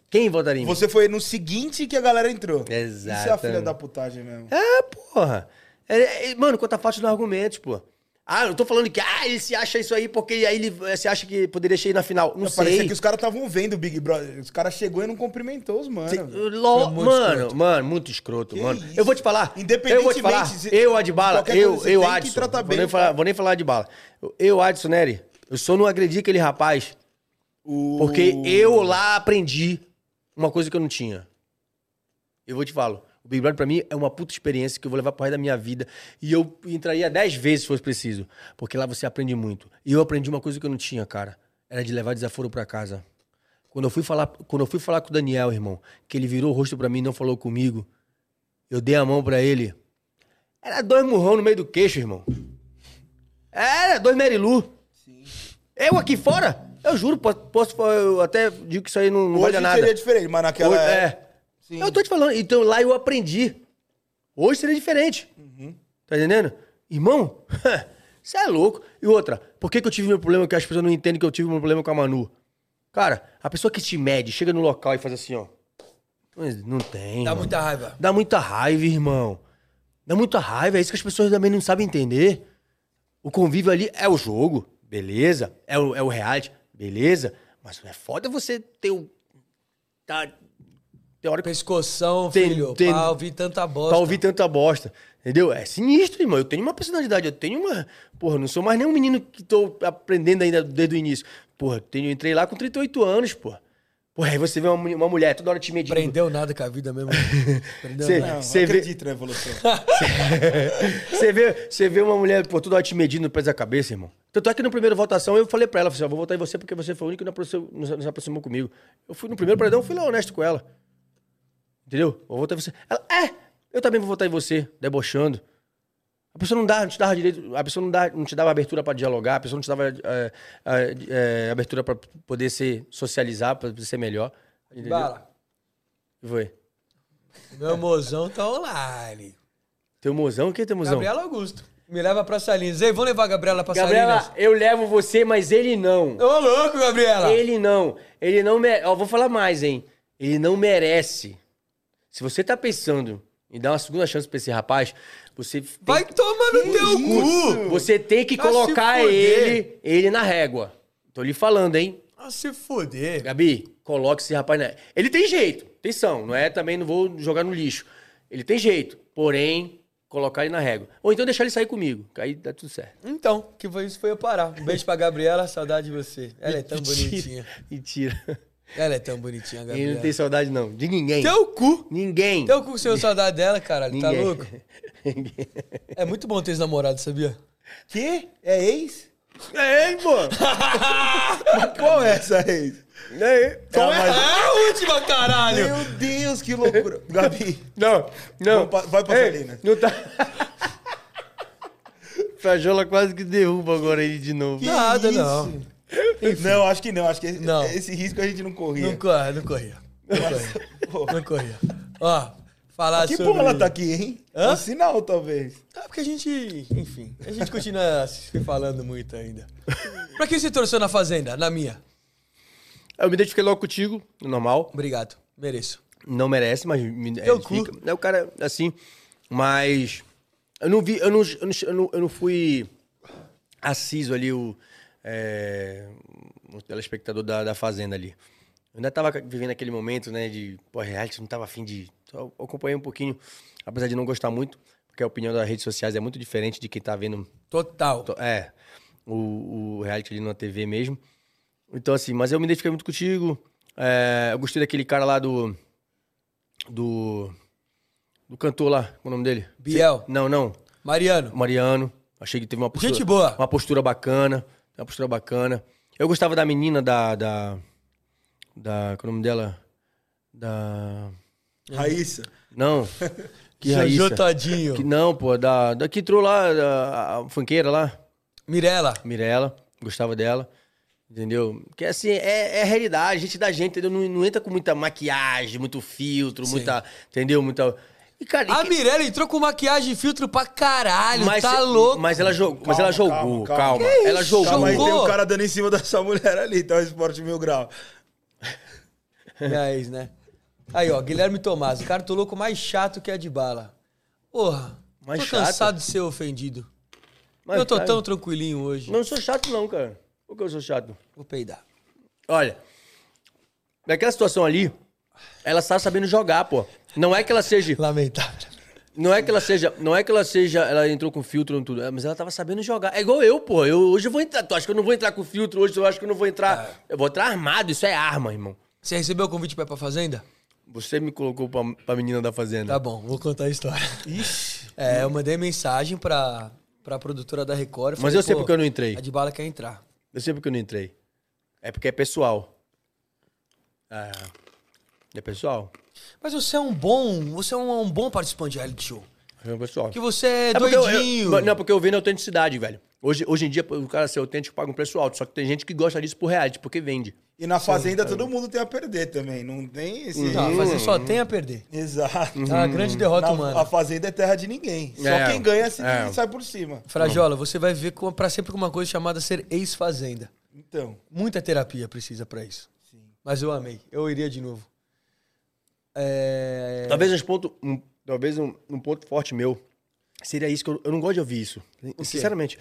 Speaker 2: Quem votaria em mim?
Speaker 4: Você foi no seguinte que a galera entrou.
Speaker 2: Exato.
Speaker 4: Isso é a filha da putagem mesmo.
Speaker 2: É, porra. É, é, mano, conta fácil nos argumentos, pô. Ah, eu tô falando que ah, ele se acha isso aí porque aí ele eh, se acha que poderia chegar na final. Não
Speaker 4: Parecia
Speaker 2: sei.
Speaker 4: que os caras estavam vendo o Big Brother. Os caras chegou e não cumprimentou os manos.
Speaker 2: Cê-
Speaker 4: velho.
Speaker 2: Lo-
Speaker 1: Foi muito
Speaker 2: Mano,
Speaker 1: escroto.
Speaker 2: mano, muito escroto,
Speaker 4: Que
Speaker 2: mano.
Speaker 4: isso?
Speaker 2: Eu vou te falar.
Speaker 4: Independentemente
Speaker 2: Eu vou te falar.
Speaker 4: se-
Speaker 2: Eu, Adbala,
Speaker 4: qualquer
Speaker 2: eu,
Speaker 4: coisa, você
Speaker 2: eu,
Speaker 4: tem que
Speaker 2: Adson.
Speaker 4: tratar
Speaker 2: vou,
Speaker 4: bem
Speaker 2: nem
Speaker 4: o
Speaker 2: falar,
Speaker 4: cara.
Speaker 2: vou nem falar Adbala. Eu, Adson Neri, eu só não agredi aquele rapaz
Speaker 4: O-
Speaker 2: porque eu lá aprendi uma coisa que eu não tinha. Eu vou te falar. O Big Brother pra mim é uma puta experiência que eu vou levar pro resto da minha vida. E eu entraria dez vezes se fosse preciso. Porque lá você aprende muito. E eu aprendi uma coisa que eu não tinha, cara. Era de levar desaforo pra casa. Quando eu fui falar, quando eu fui falar com o Daniel, irmão, que ele virou o rosto pra mim e não falou comigo, eu dei a mão pra ele. Era dois murrão no meio do queixo, irmão. Era dois Merilu. Eu aqui fora? Eu juro, posso, posso- eu até digo que isso aí não, não
Speaker 4: Hoje
Speaker 2: vale nada.
Speaker 4: seria diferente, mas naquela.
Speaker 2: Hoje- é. Eu tô te falando, então lá eu aprendi. Hoje seria diferente.
Speaker 1: Uhum.
Speaker 2: Tá entendendo? Irmão, você é louco. E outra, por que, que eu tive meu problema que as pessoas não entendem que eu tive meu problema com a Manu? Cara, a pessoa que te mede, chega no local e faz assim, ó. Mas Não tem.
Speaker 1: Dá
Speaker 2: mano.
Speaker 1: muita raiva.
Speaker 2: Dá muita raiva, irmão. Dá muita raiva. É isso que as pessoas também não sabem entender. O convívio ali é o jogo, beleza. É o, é o reality, beleza. Mas é foda você ter o. Tá, tem hora que
Speaker 1: Pescoção,
Speaker 2: Tem-
Speaker 1: filho.
Speaker 2: tem-
Speaker 1: Pra ouvir tanta bosta.
Speaker 2: pra tá ouvir tanta bosta. Entendeu? É sinistro, irmão. Eu tenho uma personalidade, eu tenho uma. Porra, não sou mais nem um menino que tô aprendendo ainda desde o início. Porra, eu tenho, entrei lá com 38 anos, porra. Porra, aí você vê uma, mu- uma mulher toda hora te medindo.
Speaker 1: Aprendeu nada com a vida mesmo. Aprendeu
Speaker 2: Cê-
Speaker 1: nada.
Speaker 4: Não,
Speaker 2: Cê
Speaker 4: não
Speaker 2: vê-
Speaker 4: acredito na evolução.
Speaker 2: Você vê, você vê uma mulher, pô, tudo te medindo no pé da cabeça, irmão. Tanto é que no primeiro votação eu falei pra ela, falei, assim, ó, vou votar em você porque você foi o único que não aproximou- não se- não se aproximou comigo. Eu fui no primeiro paredão, fui lá honesto com ela. Entendeu? Vou votar em você. Ela, é, eu também vou votar em você, debochando. A pessoa não dá, não te dava direito, a pessoa não, dá, não te dava abertura pra dialogar, a pessoa não te dava é, é, é, abertura pra poder se socializar, pra ser melhor. Entendeu?
Speaker 1: Bala.
Speaker 2: Foi.
Speaker 1: Meu mozão tá online.
Speaker 2: Teu mozão, quem é teu mozão?
Speaker 1: Gabriel Augusto. Me leva pra Salinas. Ei, vamos levar a Gabriela pra
Speaker 2: Gabriela,
Speaker 1: Salinas.
Speaker 2: eu levo você, mas ele não.
Speaker 1: Ô, louco, Gabriela!
Speaker 2: Ele não. Ele não merece. Ó, vou falar mais, hein? Ele não merece. Se você tá pensando em dar uma segunda chance pra esse rapaz, você. tem-
Speaker 1: Vai tomar no teu cu!
Speaker 2: Você tem que
Speaker 1: Ah, se
Speaker 2: colocar
Speaker 1: fuder.
Speaker 2: ele, ele na régua. Tô lhe falando, hein?
Speaker 1: Ah, se foder.
Speaker 2: Gabi, coloque esse rapaz na. Ele tem jeito, atenção, não é? Também não vou jogar no lixo. Ele tem jeito, porém, colocar ele na régua. Ou então deixar ele sair comigo, que aí dá tudo certo.
Speaker 1: Então, que foi isso foi eu parar. Um beijo pra Gabriela, saudade de você. Ela é tão
Speaker 2: Mentira,
Speaker 1: bonitinha.
Speaker 2: Mentira.
Speaker 1: Ela é tão bonitinha,
Speaker 2: Ele
Speaker 1: Gabriela.
Speaker 2: não tem saudade, não, de ninguém.
Speaker 1: Teu cu!
Speaker 2: Ninguém.
Speaker 1: Teu cu com seu saudade dela, caralho. Tá
Speaker 2: Ninguém.
Speaker 1: louco?
Speaker 2: Ninguém.
Speaker 1: É muito bom ter ex-namorado, sabia?
Speaker 4: Quê? É ex?
Speaker 2: É, hein, pô?
Speaker 4: Qual é essa ex?
Speaker 2: É,
Speaker 4: Qual é?
Speaker 1: É a última, caralho!
Speaker 4: Meu Deus, que loucura. Gabi,
Speaker 2: Não, não.
Speaker 4: Vamos pa- vai pra
Speaker 2: Ei,
Speaker 4: Salinas.
Speaker 2: Não tá. Frajola quase que derruba agora ele de novo.
Speaker 4: que
Speaker 1: Nada,
Speaker 4: isso?
Speaker 1: não.
Speaker 4: Não, acho que não. Acho que esse,
Speaker 1: Não.
Speaker 4: esse risco a gente não corria.
Speaker 1: Não corria, não corria. Não corria. Não corria. Ó, falar
Speaker 4: Que
Speaker 1: sobre...
Speaker 4: bom ela tá aqui, hein?
Speaker 1: Hã?
Speaker 4: Um sinal, talvez.
Speaker 1: É porque a gente, enfim, a gente continua se falando muito ainda. Pra quem você torceu na Fazenda? Na minha.
Speaker 2: Eu me identifiquei logo contigo, normal.
Speaker 1: Obrigado, mereço.
Speaker 2: Não merece, mas me
Speaker 1: Teu cu.
Speaker 2: identifica. É o cara, assim, mas... Eu não vi, eu não, eu não, eu não, eu não fui assiso ali o, é, o telespectador da, da Fazenda ali. Eu ainda tava vivendo aquele momento, né, de, pô, reality, não tava afim de... Só acompanhei um pouquinho, apesar de não gostar muito, porque a opinião das redes sociais é muito diferente de quem tá vendo
Speaker 1: Total.
Speaker 2: To- É, o, o reality ali na TV mesmo. Então, assim, mas eu me identifiquei muito contigo. É, eu gostei daquele cara lá do. Do. Do cantor lá, qual é o nome dele?
Speaker 1: Biel.
Speaker 2: Não, não.
Speaker 1: Mariano,
Speaker 2: Mariano. Achei que teve uma postura.
Speaker 1: Gente boa.
Speaker 2: Uma postura bacana. Uma postura bacana. Eu gostava da menina da. Da. da qual é o nome dela? Da.
Speaker 4: Raíssa.
Speaker 2: Não. Que
Speaker 1: Jojo
Speaker 2: Raíssa.
Speaker 1: Todinho,
Speaker 2: Que, não, pô, da, da que entrou lá, da, a funkeira lá.
Speaker 1: Mirella.
Speaker 2: Mirella, gostava dela. Entendeu? Porque assim, é, é a realidade, a gente da gente, entendeu? Não, não entra com muita maquiagem, muito filtro, muita. Entendeu? Muita. E, cara,
Speaker 1: A
Speaker 2: e-
Speaker 1: Ah, Mirella entrou com maquiagem e filtro pra caralho,
Speaker 2: mas,
Speaker 1: tá louco.
Speaker 2: Mas ela jogou. mas ela
Speaker 4: Calma,
Speaker 2: jogou,
Speaker 4: calma,
Speaker 2: calma.
Speaker 4: calma.
Speaker 2: Ela
Speaker 1: isso?
Speaker 2: jogou.
Speaker 4: Calma aí, tem
Speaker 1: Jogou.
Speaker 4: um cara dando em cima dessa mulher ali, tá? O esporte mil grau.
Speaker 1: Mas, né? Aí, ó, Guilherme Tomás, o cara tô louco mais chato que a de bala. Porra,
Speaker 2: Mais
Speaker 1: tô
Speaker 2: chato?
Speaker 1: cansado de ser ofendido.
Speaker 2: Mas,
Speaker 1: eu tô
Speaker 2: cara,
Speaker 1: tão tranquilinho hoje.
Speaker 2: Não sou chato, não, cara. Por que eu sou chato?
Speaker 1: Vou peidar.
Speaker 2: Olha, naquela situação ali, ela tá sabendo jogar, pô. Não é que ela seja.
Speaker 1: Lamentável.
Speaker 2: Não é que ela seja, não é que ela seja, ela entrou com filtro e tudo, é, mas ela tava sabendo jogar. É igual eu, pô. Eu hoje eu vou entrar, tu acha que eu não vou entrar com filtro hoje, eu acho que eu não vou entrar. Eu vou entrar armado, isso é arma, irmão.
Speaker 1: Você recebeu o convite pra ir pra fazenda?
Speaker 2: Você me colocou pra, pra menina da fazenda.
Speaker 1: Tá bom, vou contar a história. Ixi. É, eu mandei mensagem pra, pra produtora da Record.
Speaker 2: Mas eu sei porque eu não entrei.
Speaker 1: A de bala quer entrar.
Speaker 2: Eu sei porque eu não entrei. É porque é pessoal. É, é pessoal.
Speaker 1: Mas você é um bom. Você é um, um bom participante de reality show.
Speaker 2: É pessoal.
Speaker 1: Que você é,
Speaker 2: É porque eu-
Speaker 1: doidinho.
Speaker 2: eu- não, porque eu vendo autenticidade, velho. Hoje, hoje em dia, o cara ser autêntico paga um preço alto. Só que tem gente que gosta disso por reality, porque vende.
Speaker 4: E na fazenda todo mundo tem a perder também. Não tem
Speaker 2: é
Speaker 4: esse.
Speaker 1: Não, a fazenda Tá, só tem a perder.
Speaker 4: Exato.
Speaker 2: Uhum.
Speaker 1: É
Speaker 2: Ah, Hum.
Speaker 1: uma grande derrota
Speaker 4: Na-
Speaker 1: humana.
Speaker 4: a fazenda é terra de ninguém. Só
Speaker 2: É.
Speaker 4: quem ganha se
Speaker 2: É.
Speaker 4: sai por cima.
Speaker 1: Frajola, você vai viver com, pra sempre com uma coisa chamada ser ex-fazenda.
Speaker 4: Então.
Speaker 1: Muita terapia precisa pra isso. Mas eu amei. Eu iria de novo. É...
Speaker 2: Talvez um ponto, um- talvez um, um ponto forte meu seria isso que eu, eu não gosto de ouvir isso. Sinceramente,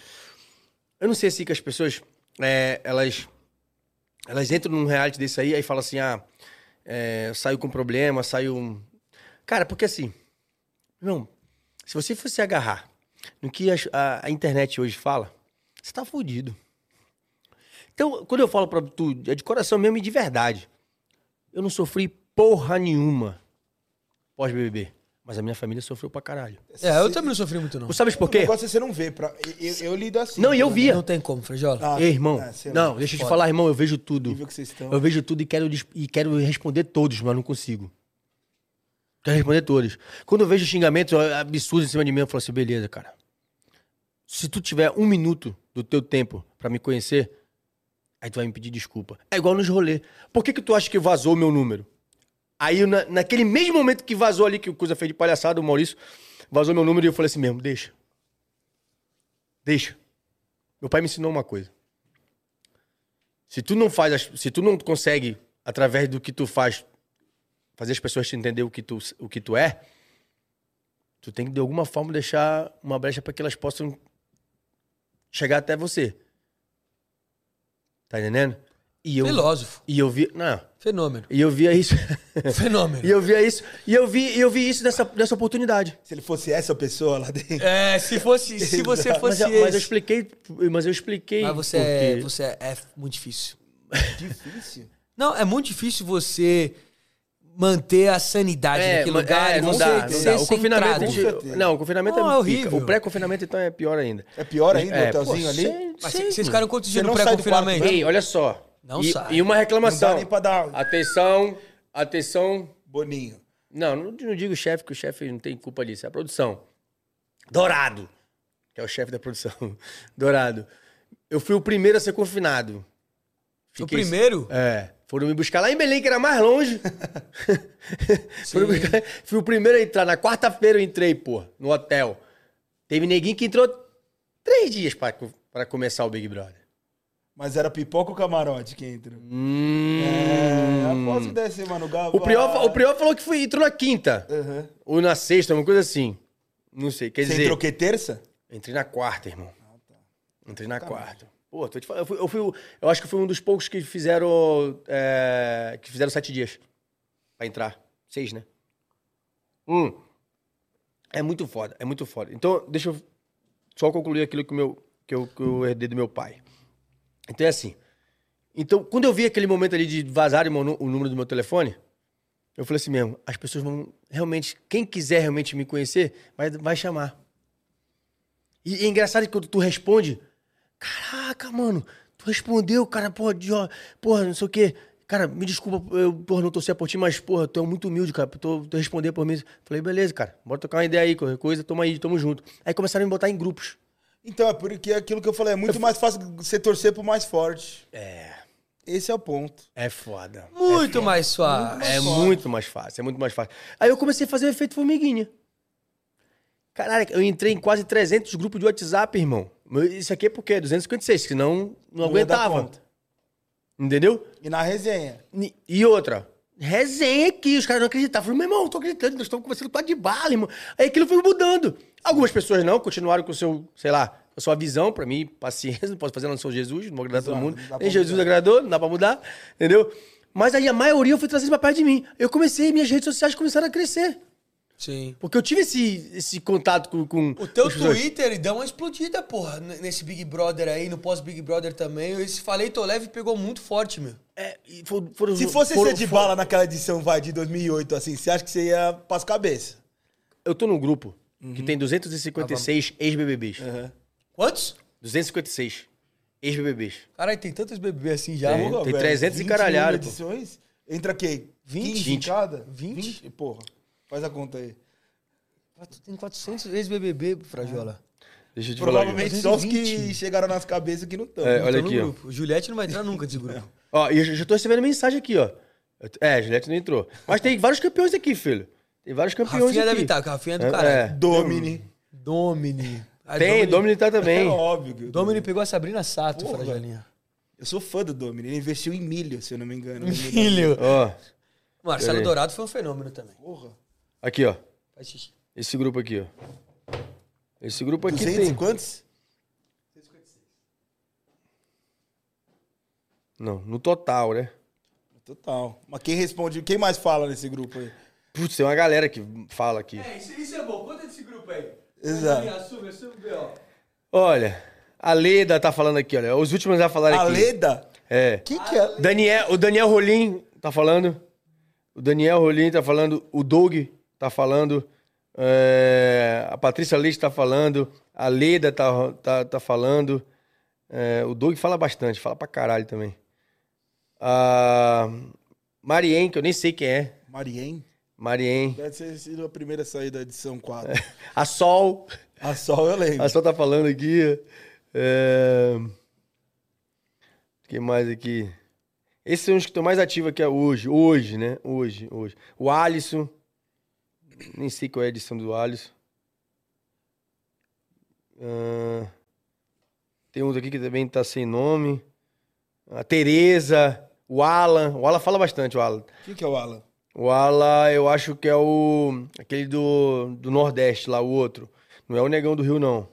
Speaker 2: eu não sei se que as pessoas é, elas elas entram num reality desse aí aí falam assim, ah, é, saiu com problema, saiu, um- cara, porque assim, não, se você fosse agarrar no que as- a, a internet hoje fala, você tá fudido. Então, quando eu falo pra tu, é de coração mesmo e de verdade. Eu não sofri porra nenhuma pós-BBB. Mas a minha família sofreu pra caralho.
Speaker 1: É, eu também não sofri muito, não.
Speaker 2: Tu sabes por
Speaker 4: O
Speaker 2: quê?
Speaker 4: negócio é você não ver. Pra... Eu, eu, eu lido assim.
Speaker 2: Não, tá- e eu
Speaker 1: Não
Speaker 2: via.
Speaker 1: tem como, Frajola.
Speaker 4: Ah,
Speaker 2: Ei, irmão.
Speaker 4: é, sei lá.
Speaker 2: Não, deixa eu te falar, irmão, eu vejo tudo.
Speaker 4: Nível que vocês estão.
Speaker 2: Eu vejo tudo e quero, dis- e quero responder todos, mas não consigo. Quero responder todos. Quando eu vejo xingamentos ó, absurdos em cima de mim, eu falo assim, beleza, cara. Se tu tiver um minuto do teu tempo pra me conhecer, aí tu vai me pedir desculpa. É igual nos rolês. Por que que tu acha que vazou o meu número? Aí, eu, na- naquele mesmo momento que vazou ali, que o Coisa fez de palhaçada, o Maurício, vazou meu número e eu falei assim mesmo, deixa. Deixa. Meu pai me ensinou uma coisa. Se tu não faz, as- se tu não consegue através do que tu faz fazer as pessoas te entender o que tu o que tu é, tu tem que de alguma forma deixar uma brecha para que elas possam chegar até você. Tá entendendo? E eu
Speaker 1: Filósofo.
Speaker 2: e eu vi, não,
Speaker 1: Fenômeno.
Speaker 2: e eu via isso.
Speaker 1: Fenômeno.
Speaker 2: e eu via isso. E eu vi, e eu vi isso nessa nessa oportunidade.
Speaker 4: Se ele fosse essa pessoa lá dentro.
Speaker 1: É, se fosse. Se você
Speaker 4: Mas
Speaker 1: fosse.
Speaker 2: Mas, eu- mas eu
Speaker 1: esse-
Speaker 2: expliquei, mas eu expliquei
Speaker 1: Mas você, é,
Speaker 2: porque-
Speaker 1: você é, é muito difícil.
Speaker 4: é Difícil.
Speaker 1: Não, é muito difícil você manter a sanidade naquele
Speaker 2: É, ma-
Speaker 1: lugar. e
Speaker 2: não
Speaker 1: você
Speaker 2: dá,
Speaker 1: ser
Speaker 2: não dá. O
Speaker 1: centrado.
Speaker 2: confinamento, te- não, o confinamento
Speaker 1: Não,
Speaker 2: é,
Speaker 1: é
Speaker 2: horrível.
Speaker 1: horrível.
Speaker 2: O pré-confinamento então é pior ainda.
Speaker 4: É pior ainda o
Speaker 2: É,
Speaker 4: hotelzinho
Speaker 2: pô,
Speaker 4: ali?
Speaker 2: sei-
Speaker 1: Mas
Speaker 2: sei,
Speaker 1: vocês
Speaker 2: mano.
Speaker 1: ficaram quantos dias
Speaker 4: Você
Speaker 1: no
Speaker 4: não sai do
Speaker 1: pré-confinamento?
Speaker 2: Ei, olha só.
Speaker 1: Não
Speaker 2: e,
Speaker 1: sai.
Speaker 2: e uma reclamação.
Speaker 4: Não dá nem pra dar- um
Speaker 2: Atenção, atenção.
Speaker 4: Boninho.
Speaker 2: Não, não, não digo chefe, que o chefe não tem culpa disso. É a produção. Dourado, que é o chefe da produção. Dourado. Eu fui o primeiro a ser confinado.
Speaker 1: O
Speaker 2: Fiquei-
Speaker 1: primeiro?
Speaker 2: É. Foram me buscar lá em Belém, que era mais longe. Foram me buscar- Fui o primeiro a entrar. Na quarta-feira eu entrei, pô, no hotel. Teve neguinho que entrou três dias pra, co- pra começar o Big Brother.
Speaker 4: Mas era pipoca ou camarote que entra? É,
Speaker 2: Hum.
Speaker 4: aposto que deve ser, mano.
Speaker 2: o, Priol, fa- o Priol falou que foi, entrou na quinta. Ou na sexta, uma coisa assim. Não sei. Quer
Speaker 4: Você
Speaker 2: dizer.
Speaker 4: entrou que terça?
Speaker 2: Entrei na quarta, irmão. Entrei na quarta. Pô, tô te falando. Eu, fui, eu, fui o- eu acho que fui um dos poucos que fizeram. é, que fizeram sete dias. Pra entrar. Seis, né? Hum. É muito foda, é muito foda. Então, deixa eu só concluir aquilo que, o meu, que, eu, que eu herdei do meu pai. Então é assim. Então, quando eu vi aquele momento ali de vazar o meu nu- o número do meu telefone, eu falei assim mesmo, as pessoas vão realmente, quem quiser realmente me conhecer, vai, vai chamar. E é engraçado que quando tu responde, caraca, mano, tu respondeu, cara, porra, de, ó, porra, não sei o quê. Cara, me desculpa, eu porra, não torcer por ti, mas, porra, tu é muito humilde, cara, tu, tu responder por mim. Falei, beleza, cara, bora tocar uma ideia aí, qualquer coisa, toma aí, tamo junto. Aí começaram a me botar em grupos.
Speaker 4: Então, é porque é aquilo que eu falei, é muito mais fácil você torcer pro mais forte.
Speaker 2: É,
Speaker 4: Esse é o ponto.
Speaker 2: é foda.
Speaker 1: Muito mais suave.
Speaker 2: É muito mais fácil, é muito mais fácil. Aí eu comecei a fazer o efeito formiguinha. Caralho, eu entrei em quase 300 grupos de WhatsApp, irmão. Meu- Isso aqui é porque é 256, senão não
Speaker 4: Não ia dar
Speaker 2: aguentava.
Speaker 4: conta.
Speaker 2: Entendeu?
Speaker 4: E na resenha.
Speaker 2: Ni- E outra, resenha aqui, os caras não acreditavam. Falei, meu irmão, eu tô acreditando, nós estamos conversando com de bala, irmão. Aí aquilo foi mudando. Algumas pessoas não, continuaram com o seu, sei lá, a sua visão, pra mim, paciência, não posso fazer, não sou Jesus, não vou agradar todo
Speaker 4: Exato,
Speaker 2: mundo.
Speaker 4: não dá pra
Speaker 2: Nem Jesus
Speaker 4: mudar.
Speaker 2: agradou, não dá pra mudar, entendeu? Mas aí a maioria foi trazendo pra perto de mim. Eu comecei, minhas redes sociais começaram a crescer.
Speaker 1: Sim.
Speaker 2: Porque eu tive esse, esse contato com, com
Speaker 1: O teu
Speaker 2: com as pessoas.
Speaker 1: Twitter deu uma explodida, porra, n- nesse Big Brother aí, no pós-Big Brother também. Esse Falei Tô Leve pegou muito forte, meu.
Speaker 2: É, e foram- foram-
Speaker 4: Se fosse
Speaker 2: foram-
Speaker 4: ser de bala naquela edição, vai, de 2008, assim, você acha que você ia pras cabeças?
Speaker 2: Eu tô num grupo que
Speaker 4: Uhum.
Speaker 2: tem 256 ex-BBBs.
Speaker 1: Quantos?
Speaker 2: 256 ex-BBBs.
Speaker 1: Caralho, tem tantos bebês assim já.
Speaker 2: Tem.
Speaker 1: mano.
Speaker 4: Porra, velho,
Speaker 2: 300 e
Speaker 4: 20
Speaker 2: caralhada, pô.
Speaker 4: edições? Entra quem?
Speaker 1: 20?
Speaker 4: 15 em cada?
Speaker 1: 20?
Speaker 4: Porra, faz a conta aí.
Speaker 1: Quatro- Tem 400 ex-BBB, Frajola.
Speaker 2: Deixa eu te falar. aqui.
Speaker 4: Provavelmente só os que
Speaker 1: 220.
Speaker 4: chegaram nas cabeças que não estão.
Speaker 2: É, olha
Speaker 1: Tô no
Speaker 2: aqui, ó.
Speaker 1: grupo. O Juliette não vai entrar nunca desse grupo.
Speaker 2: Ó, e eu já já tô recebendo mensagem aqui, ó. Eu t- É, a Juliette não entrou. Mas tem vários campeões aqui, filho. Tem vários campeões
Speaker 1: Rafinha
Speaker 2: aqui.
Speaker 1: deve estar, Rafinha é do
Speaker 2: É,
Speaker 1: caralho.
Speaker 2: é.
Speaker 4: Domini.
Speaker 1: Domini. A
Speaker 2: Tem, Domini tá
Speaker 4: É
Speaker 2: também.
Speaker 4: óbvio. que o
Speaker 1: Domini pegou a Sabrina Sato,
Speaker 4: Porra.
Speaker 1: Frajolinha.
Speaker 4: Eu sou fã do Domini. Ele investiu em milho, se eu não me engano.
Speaker 1: Filho.
Speaker 2: Ó,
Speaker 1: Marcelo
Speaker 2: Peraí.
Speaker 1: Dourado foi um fenômeno também.
Speaker 4: Porra.
Speaker 2: aqui, ó.
Speaker 1: Faz xixi.
Speaker 2: Esse grupo aqui, ó. Esse grupo aqui
Speaker 4: 200 e
Speaker 2: tem...
Speaker 4: quantos?
Speaker 2: Não, no total, né?
Speaker 4: Total. Mas quem responde, quem mais fala nesse grupo aí?
Speaker 2: Putz, tem uma galera que fala aqui.
Speaker 1: É, isso, isso é bom. Conta desse grupo aí.
Speaker 4: Exato.
Speaker 1: Assume, assume o B.O.
Speaker 2: Olha, a Leda tá falando aqui, olha. Os últimos a falar aqui.
Speaker 4: A Leda?
Speaker 2: É.
Speaker 4: Quem que é?
Speaker 2: Daniel, o Daniel Rolim tá falando. O Daniel Rolim tá falando. O Doug tá falando. é, a Patrícia Leite tá falando. A Leda tá, tá, tá falando. é, o Doug fala bastante, fala pra caralho também. A Marien, que eu nem sei quem é.
Speaker 4: Marien?
Speaker 2: Marien.
Speaker 4: Deve ter sido a primeira saída da edição 4.
Speaker 2: A Sol.
Speaker 4: A Sol eu lembro.
Speaker 2: É. A Sol tá falando aqui. É... Quem mais aqui? Esses são os que estão mais ativos aqui hoje. Hoje, né? Hoje, hoje. O Alisson. Nem sei qual é a edição do Alisson. Ah, Tem uns aqui que também tá sem nome. A Tereza, o Alan. O Alan fala bastante, o Alan.
Speaker 4: O que, que é o Alan?
Speaker 2: O Ala, eu acho que é o. aquele do, do Nordeste lá, o outro. Não é o Negão do Rio, não.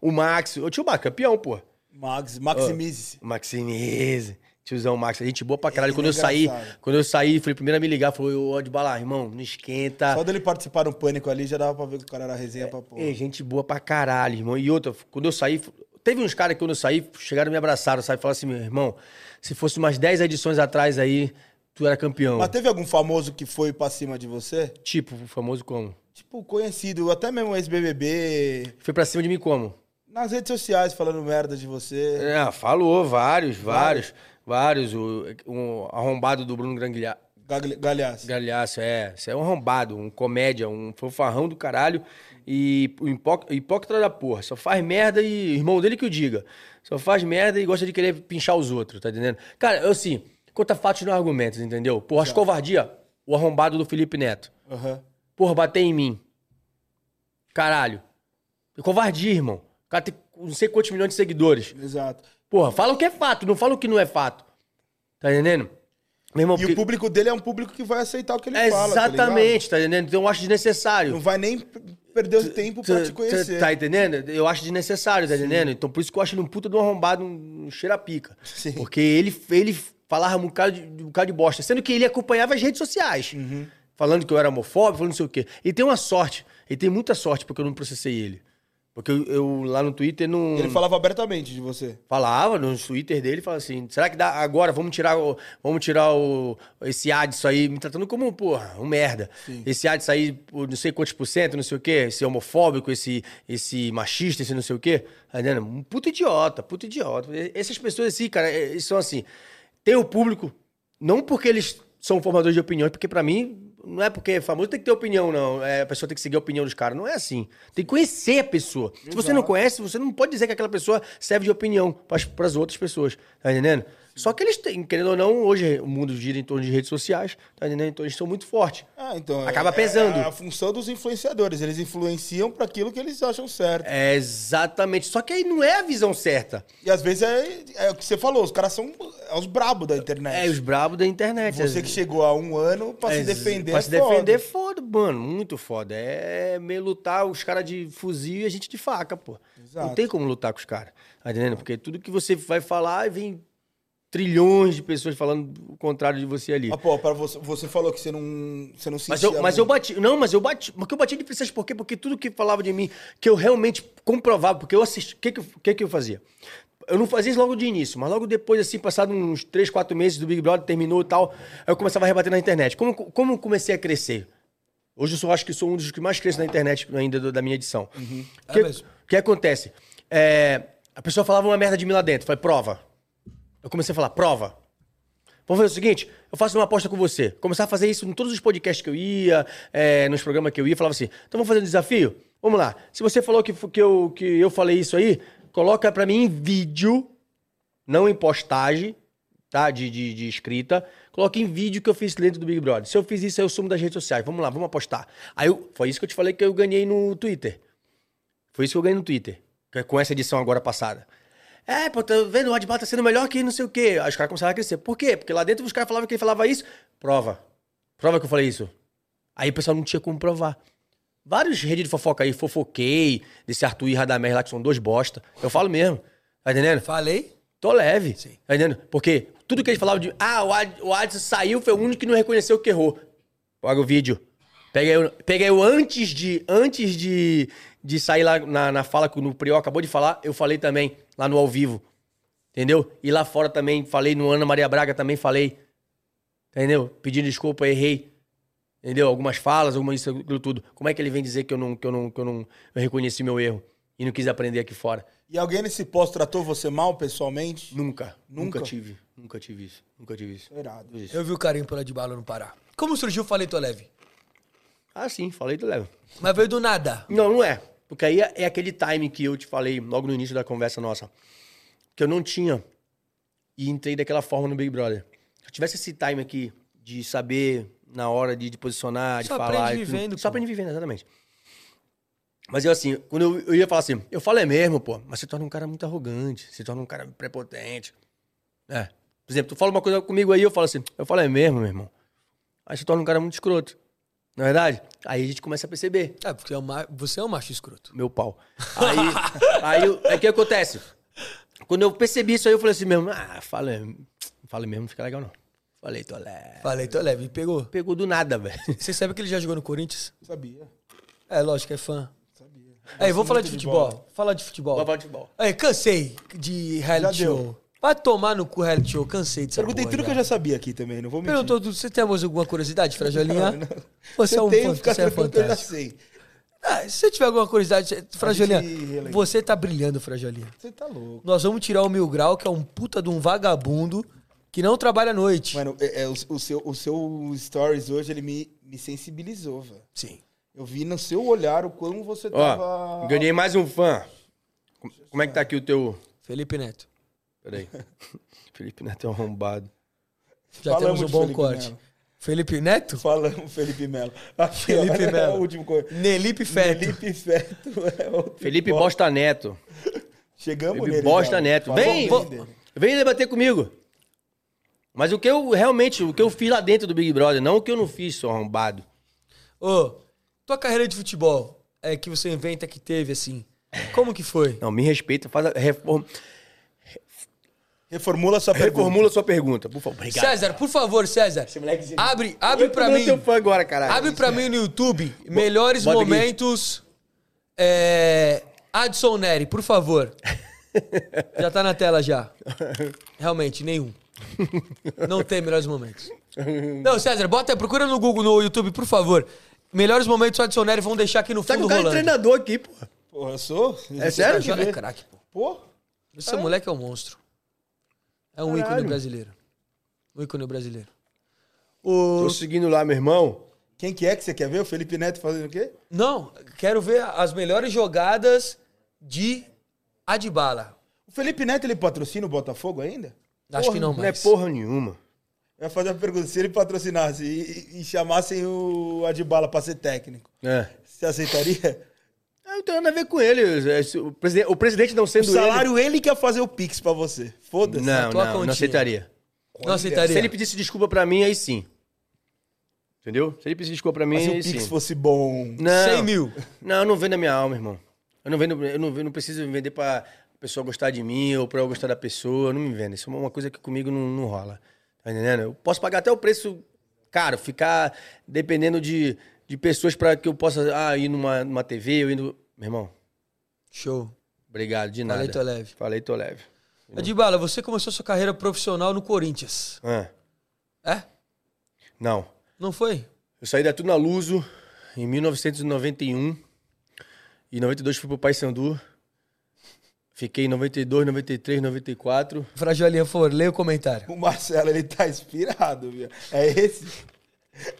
Speaker 2: O Max. Ô, tio Max, campeão, pô.
Speaker 4: Max, Maximize.
Speaker 2: Maximize. Tiozão Max, a gente boa pra caralho.
Speaker 4: Ele
Speaker 2: quando eu
Speaker 4: é
Speaker 2: saí,
Speaker 4: engraçado.
Speaker 2: quando eu saí, falei, primeiro a me ligar, falou, ô, de bala, irmão, não esquenta.
Speaker 4: Só dele participar do pânico ali já dava pra ver que o cara era resenha pra porra.
Speaker 2: É, gente boa pra caralho, irmão. E outra, quando eu saí, teve uns caras que quando eu saí, chegaram e me abraçaram, sabe? Falaram assim, meu irmão, se fosse umas 10 edições atrás aí, tu era campeão.
Speaker 4: Mas teve algum famoso que foi pra cima de você?
Speaker 2: Tipo, o famoso como?
Speaker 4: Tipo, conhecido, até mesmo ex-BBB,
Speaker 2: Foi pra cima de mim como?
Speaker 4: nas redes sociais falando merda de você.
Speaker 2: É, falou vários, vários, vários. O, um arrombado do Bruno Granglia-
Speaker 4: Gagle- Galhaço.
Speaker 2: Galhaço, é. Isso é um arrombado, um comédia, um fanfarrão do caralho e o hipó- hipócrita da porra. Só faz merda e irmão dele que o diga. Só faz merda e gosta de querer pinchar os outros, tá entendendo? Cara, eu assim, conta fatos não argumentos, entendeu? Porra, as covardia, o arrombado do Felipe Neto.
Speaker 4: Aham.
Speaker 2: Porra, bater em mim. Caralho. Covardia, irmão. O cara tem não sei quantos milhões de seguidores.
Speaker 4: Exato.
Speaker 2: Porra, fala o que é fato, não fala o que não é fato. Tá entendendo? Meu irmão,
Speaker 4: E o público dele é um público que vai aceitar o que ele
Speaker 2: É
Speaker 4: fala. tá ligado?
Speaker 2: Exatamente, tá, entendendo? Então eu acho desnecessário.
Speaker 4: Não vai nem p- perder o tempo pra
Speaker 2: Cê-
Speaker 4: te
Speaker 2: cê
Speaker 4: conhecer.
Speaker 2: Tá entendendo? Eu acho desnecessário, tá entendendo? Então por isso que eu acho ele um puta de um arrombado, um cheira-pica.
Speaker 4: Sim.
Speaker 2: Porque ele, ele falava um bocado, de, um bocado de bosta, sendo que ele acompanhava as redes sociais.
Speaker 4: Uhum.
Speaker 2: Falando que eu era homofóbico, falando não sei o quê. Ele tem uma sorte, ele tem muita sorte porque eu não processei ele. Porque eu, eu lá no Twitter não.
Speaker 4: Ele falava abertamente de você.
Speaker 2: Falava no Twitter dele, falava assim: será que dá agora? Vamos tirar o, vamos tirar o, esse Adson aí, me tratando como, porra, um merda. Esse Adson aí, pô, não sei quantos por cento, não sei o quê, esse homofóbico, esse, esse machista, esse não sei o quê. Tá entendendo? Um puto idiota, puto idiota. E- Essas pessoas assim, cara, é- são assim. Tem o público, não porque eles são formadores de opiniões, porque pra mim, não é porque é famoso tem que ter opinião, não. É, a pessoa tem que seguir a opinião dos caras. Não é assim. Tem que conhecer a pessoa. Se você não conhece, você não pode dizer que aquela pessoa serve de opinião para as outras pessoas. Tá entendendo? Só que eles têm, querendo ou não, hoje o mundo gira em torno de redes sociais, tá entendendo? Então eles são muito fortes.
Speaker 4: Ah, então. é-
Speaker 2: Acaba pesando.
Speaker 4: É a função dos influenciadores. Eles influenciam pra aquilo que eles acham certo.
Speaker 2: É exatamente. Só que aí não é a visão certa.
Speaker 4: E às vezes é, é o que você falou, os caras são é os brabos da internet.
Speaker 2: É os bravos da internet.
Speaker 4: Você que chegou há um ano pra se
Speaker 2: Mas
Speaker 4: defender.
Speaker 2: Pra
Speaker 4: é
Speaker 2: se
Speaker 4: foda.
Speaker 2: defender é foda, mano. Muito foda. É meio lutar os caras de fuzil e a gente de faca, pô. Não
Speaker 4: Exato.
Speaker 2: tem como lutar com os caras. Tá entendendo? Porque tudo que você vai falar vem trilhões de pessoas falando o contrário de você ali.
Speaker 4: Ah, pô, pra você, você falou que você não, você não sentia.
Speaker 2: Mas eu, mas eu
Speaker 4: muito.
Speaker 2: bati. Não, mas eu bati. Porque eu bati de princesa, por quê? Porque tudo que falava de mim, que eu realmente comprovava, porque eu assisti. O que que, eu- o que que eu fazia? Eu não fazia isso logo de início, mas logo depois, assim, passado uns 3, 4 meses do Big Brother, terminou e tal, aí eu começava a rebater na internet. Como, como eu comecei a crescer? Hoje eu só acho que sou um dos que mais cresce na internet ainda do- da minha edição. O que,
Speaker 1: É mesmo.
Speaker 2: que acontece? É, a pessoa falava uma merda de mim lá dentro. Falei, prova. Eu comecei a falar, prova. Vamos fazer o seguinte, eu faço uma aposta com você. Começar a fazer isso em todos os podcasts que eu ia, é, nos programas que eu ia, falava assim, então vamos fazer um desafio? Vamos lá. Se você falou que, fo- que, eu, que eu falei isso aí, coloca pra mim em vídeo, não em postagem, tá? De, de, de escrita. Coloca em vídeo que eu fiz dentro do Big Brother. Se eu fiz isso, aí eu sumo das redes sociais. Vamos lá, vamos apostar. Aí eu- foi isso que eu te falei que eu ganhei no Twitter. Foi isso que eu ganhei no Twitter. que é Com essa edição agora passada. É, pô, tá vendo? O Adbal tá sendo melhor que não sei o quê. Aí os caras começaram a crescer. Por quê? Porque lá dentro os caras falavam que ele falava isso. Prova. Prova que eu falei isso. Aí o pessoal não tinha como provar. Vários redes de fofoca aí, fofoquei, desse Arthur e Radamés lá, que são dois bosta. Eu falo mesmo. Tá entendendo?
Speaker 1: Falei?
Speaker 2: Tô leve.
Speaker 1: Sim.
Speaker 2: Tá entendendo? Porque tudo que eles falavam de. Ah, o Ad- o Adson saiu, foi o único que não reconheceu que errou. Paga o vídeo. Pega eu, pega eu antes de. Antes de, de sair lá na, na fala que o Priol acabou de falar, eu falei também, lá no ao vivo. Entendeu? E lá fora também falei, no Ana Maria Braga também falei. Tá Entendeu? Pedindo desculpa, errei. Entendeu? Algumas falas, algumas isso, aquilo tudo. Como é que ele vem dizer que eu não, que eu não, que eu não eu reconheci meu erro e não quis aprender aqui fora?
Speaker 4: E alguém nesse pós tratou você mal pessoalmente?
Speaker 2: Nunca, nunca.
Speaker 4: Nunca?
Speaker 2: tive. Nunca tive isso. Nunca tive isso.
Speaker 4: Irado.
Speaker 1: Eu vi o carinho pela de bala no Pará. Como surgiu o Falei Tô Leve?
Speaker 2: Ah, sim, falei do Leva.
Speaker 1: Mas veio do nada.
Speaker 2: Não, não é. Porque aí é é aquele time que eu te falei logo no início da conversa nossa. Que eu não tinha. E entrei daquela forma no Big Brother. Se eu tivesse esse time aqui de saber na hora de, de posicionar, de
Speaker 1: Só
Speaker 2: falar.
Speaker 1: aprende
Speaker 2: e tudo-
Speaker 1: vivendo,
Speaker 2: Só
Speaker 1: pô.
Speaker 2: aprende vivendo, exatamente. Mas eu assim, quando eu, eu ia falar assim, eu falo é mesmo, pô, mas você torna um cara muito arrogante, você torna um cara prepotente. É. Por exemplo, tu fala uma coisa comigo aí, eu falo assim, eu falo é mesmo, meu irmão. Aí você torna um cara muito escroto. Não é verdade? Aí a gente começa a perceber.
Speaker 1: É, porque é um ma- você é um macho escroto.
Speaker 2: Meu pau. Aí, aí, o- aí o que acontece? Quando eu percebi isso aí, eu falei assim mesmo, ah, fala, fala mesmo, não fica legal não. Falei, tô leve.
Speaker 1: Falei, tô leve, e pegou.
Speaker 2: Pegou do nada, velho.
Speaker 1: Você sabe que ele já jogou no Corinthians?
Speaker 4: Sabia.
Speaker 1: É, lógico, é fã. Aí, vamos falar de futebol. Falar de futebol.
Speaker 2: Vamos falar de futebol.
Speaker 1: Aí, cansei de reality
Speaker 4: Já deu.
Speaker 1: show. Vai tomar no cu reality show, cansei
Speaker 2: é
Speaker 1: disso.
Speaker 4: Perguntei tudo que eu já sabia aqui também, não vou mentir.
Speaker 1: Perguntou tudo. Você tem mais alguma curiosidade, Frajolinha?
Speaker 2: né?
Speaker 4: Não, não.
Speaker 1: Você é um
Speaker 4: Tentei
Speaker 1: fan-
Speaker 4: ficar
Speaker 1: você é
Speaker 4: tranquilo que eu já
Speaker 1: fantástico.
Speaker 4: sei.
Speaker 1: Ah, se você tiver alguma curiosidade, Frajolinha,
Speaker 4: relembra.
Speaker 1: você tá brilhando, Frajolinha.
Speaker 4: Você tá louco.
Speaker 1: Nós vamos tirar o Mil Grau, que é um puta de um vagabundo que não trabalha à noite.
Speaker 4: Mano, é- é, o, o seu, o seu stories hoje, ele me, me sensibilizou, velho.
Speaker 1: Sim.
Speaker 4: Eu vi no seu olhar o quão você
Speaker 2: Ó,
Speaker 4: tava...
Speaker 2: ganhei mais um fã. Com- Como é que tá aqui o teu...
Speaker 1: Felipe Neto.
Speaker 2: Peraí. Felipe Neto é um arrombado.
Speaker 1: Já
Speaker 4: Falamos
Speaker 1: temos um
Speaker 4: de
Speaker 1: bom
Speaker 4: Felipe
Speaker 1: corte.
Speaker 4: Melo.
Speaker 1: Felipe Neto?
Speaker 4: Falamos Felipe Melo. Aqui,
Speaker 1: Felipe
Speaker 4: ó,
Speaker 1: Melo.
Speaker 4: O último coisa.
Speaker 1: Nelipe Feto.
Speaker 4: Felipe Feto é outro.
Speaker 2: Felipe Bosta Neto.
Speaker 4: Chegamos
Speaker 2: Felipe
Speaker 4: nele.
Speaker 2: Bosta
Speaker 4: já.
Speaker 2: Neto.
Speaker 4: Falou
Speaker 2: Vem,
Speaker 4: bem
Speaker 2: vo-
Speaker 4: dele.
Speaker 2: vem debater comigo. Mas o que eu realmente, o que eu fiz lá dentro do Big Brother, não o que eu não fiz, seu arrombado.
Speaker 1: Ô, tua carreira de futebol é que você inventa que teve, assim. Como que foi?
Speaker 2: Não, me respeita, faz a reform...
Speaker 4: Reformula sua pergunta.
Speaker 2: reformula a sua pergunta, por favor. Obrigado.
Speaker 1: César, por favor, César. Abre, abre
Speaker 2: Eu tô
Speaker 1: pra mim.
Speaker 2: virando é teu fã agora, caralho.
Speaker 1: Abre pra mim no YouTube. Melhores
Speaker 2: é. bota aqui.
Speaker 1: momentos. É, Adson Neri, por favor. já tá na tela já. Realmente, nenhum. Não tem melhores momentos. Não, César, bota, procura no Google, no YouTube, por favor. Melhores momentos Adson Neri, vamos deixar aqui no
Speaker 2: Tá com
Speaker 1: fundo
Speaker 2: o cara de
Speaker 1: rolando.
Speaker 2: treinador aqui, pô.
Speaker 4: Porra, eu sou?
Speaker 2: É sério?
Speaker 1: Adson é craque, pô.
Speaker 4: Pô,
Speaker 1: Esse moleque é um monstro. É um ícone brasileiro. Um ícone brasileiro. O...
Speaker 2: Tô seguindo lá, meu irmão.
Speaker 4: quem que é que você quer ver? O Felipe Neto fazendo o quê?
Speaker 1: Não, quero ver as melhores jogadas de Adibala.
Speaker 4: O Felipe Neto, ele patrocina o Botafogo ainda?
Speaker 1: Acho que não,
Speaker 2: Não é
Speaker 1: mais.
Speaker 2: porra nenhuma.
Speaker 4: Eu ia fazer a pergunta, se ele patrocinasse e, e- e chamassem o Adibala pra ser técnico,
Speaker 2: É.
Speaker 4: você aceitaria?
Speaker 2: Ah, Eu não tenho nada a ver com ele. esse- O presiden- o presidente não
Speaker 4: O
Speaker 2: sendo
Speaker 4: salário ele quer fazer o Pix pra você.
Speaker 2: ele...
Speaker 1: é
Speaker 4: Foda-se.
Speaker 2: Não,
Speaker 1: tua
Speaker 2: não, não
Speaker 1: continha.
Speaker 2: aceitaria.
Speaker 1: não aceitaria.
Speaker 2: Se ele pedisse desculpa pra mim, aí sim. Entendeu? Se ele pedisse desculpa pra mim,
Speaker 4: Mas se o
Speaker 2: aí
Speaker 4: Pix
Speaker 2: sim.
Speaker 4: fosse bom.
Speaker 2: Não.
Speaker 1: 100 mil.
Speaker 2: Não, eu não vendo a minha alma, irmão. Eu não vendo, eu não, vendo, não preciso me vender pra pessoa gostar de mim ou pra eu gostar da pessoa. Eu não me vendo. Isso é uma coisa que comigo não, não rola. Tá entendendo? Eu posso pagar até o preço caro, ficar dependendo de, de pessoas pra que eu possa ah, ir numa, numa TV, eu indo. Meu irmão,
Speaker 1: Show.
Speaker 2: obrigado, de nada.
Speaker 1: Falei, tô leve.
Speaker 2: Falei, tô leve.
Speaker 1: Adibala, você começou sua carreira profissional no Corinthians.
Speaker 2: Ah,
Speaker 1: É?
Speaker 2: não.
Speaker 1: Não foi?
Speaker 2: Eu saí da Tuna Luso em 1991. E em 92 fui pro Paysandu. Fiquei em 92, 93, 94.
Speaker 1: Frajolinha, por favor, leia o comentário.
Speaker 4: O Marcelo, ele tá inspirado, viu? É esse?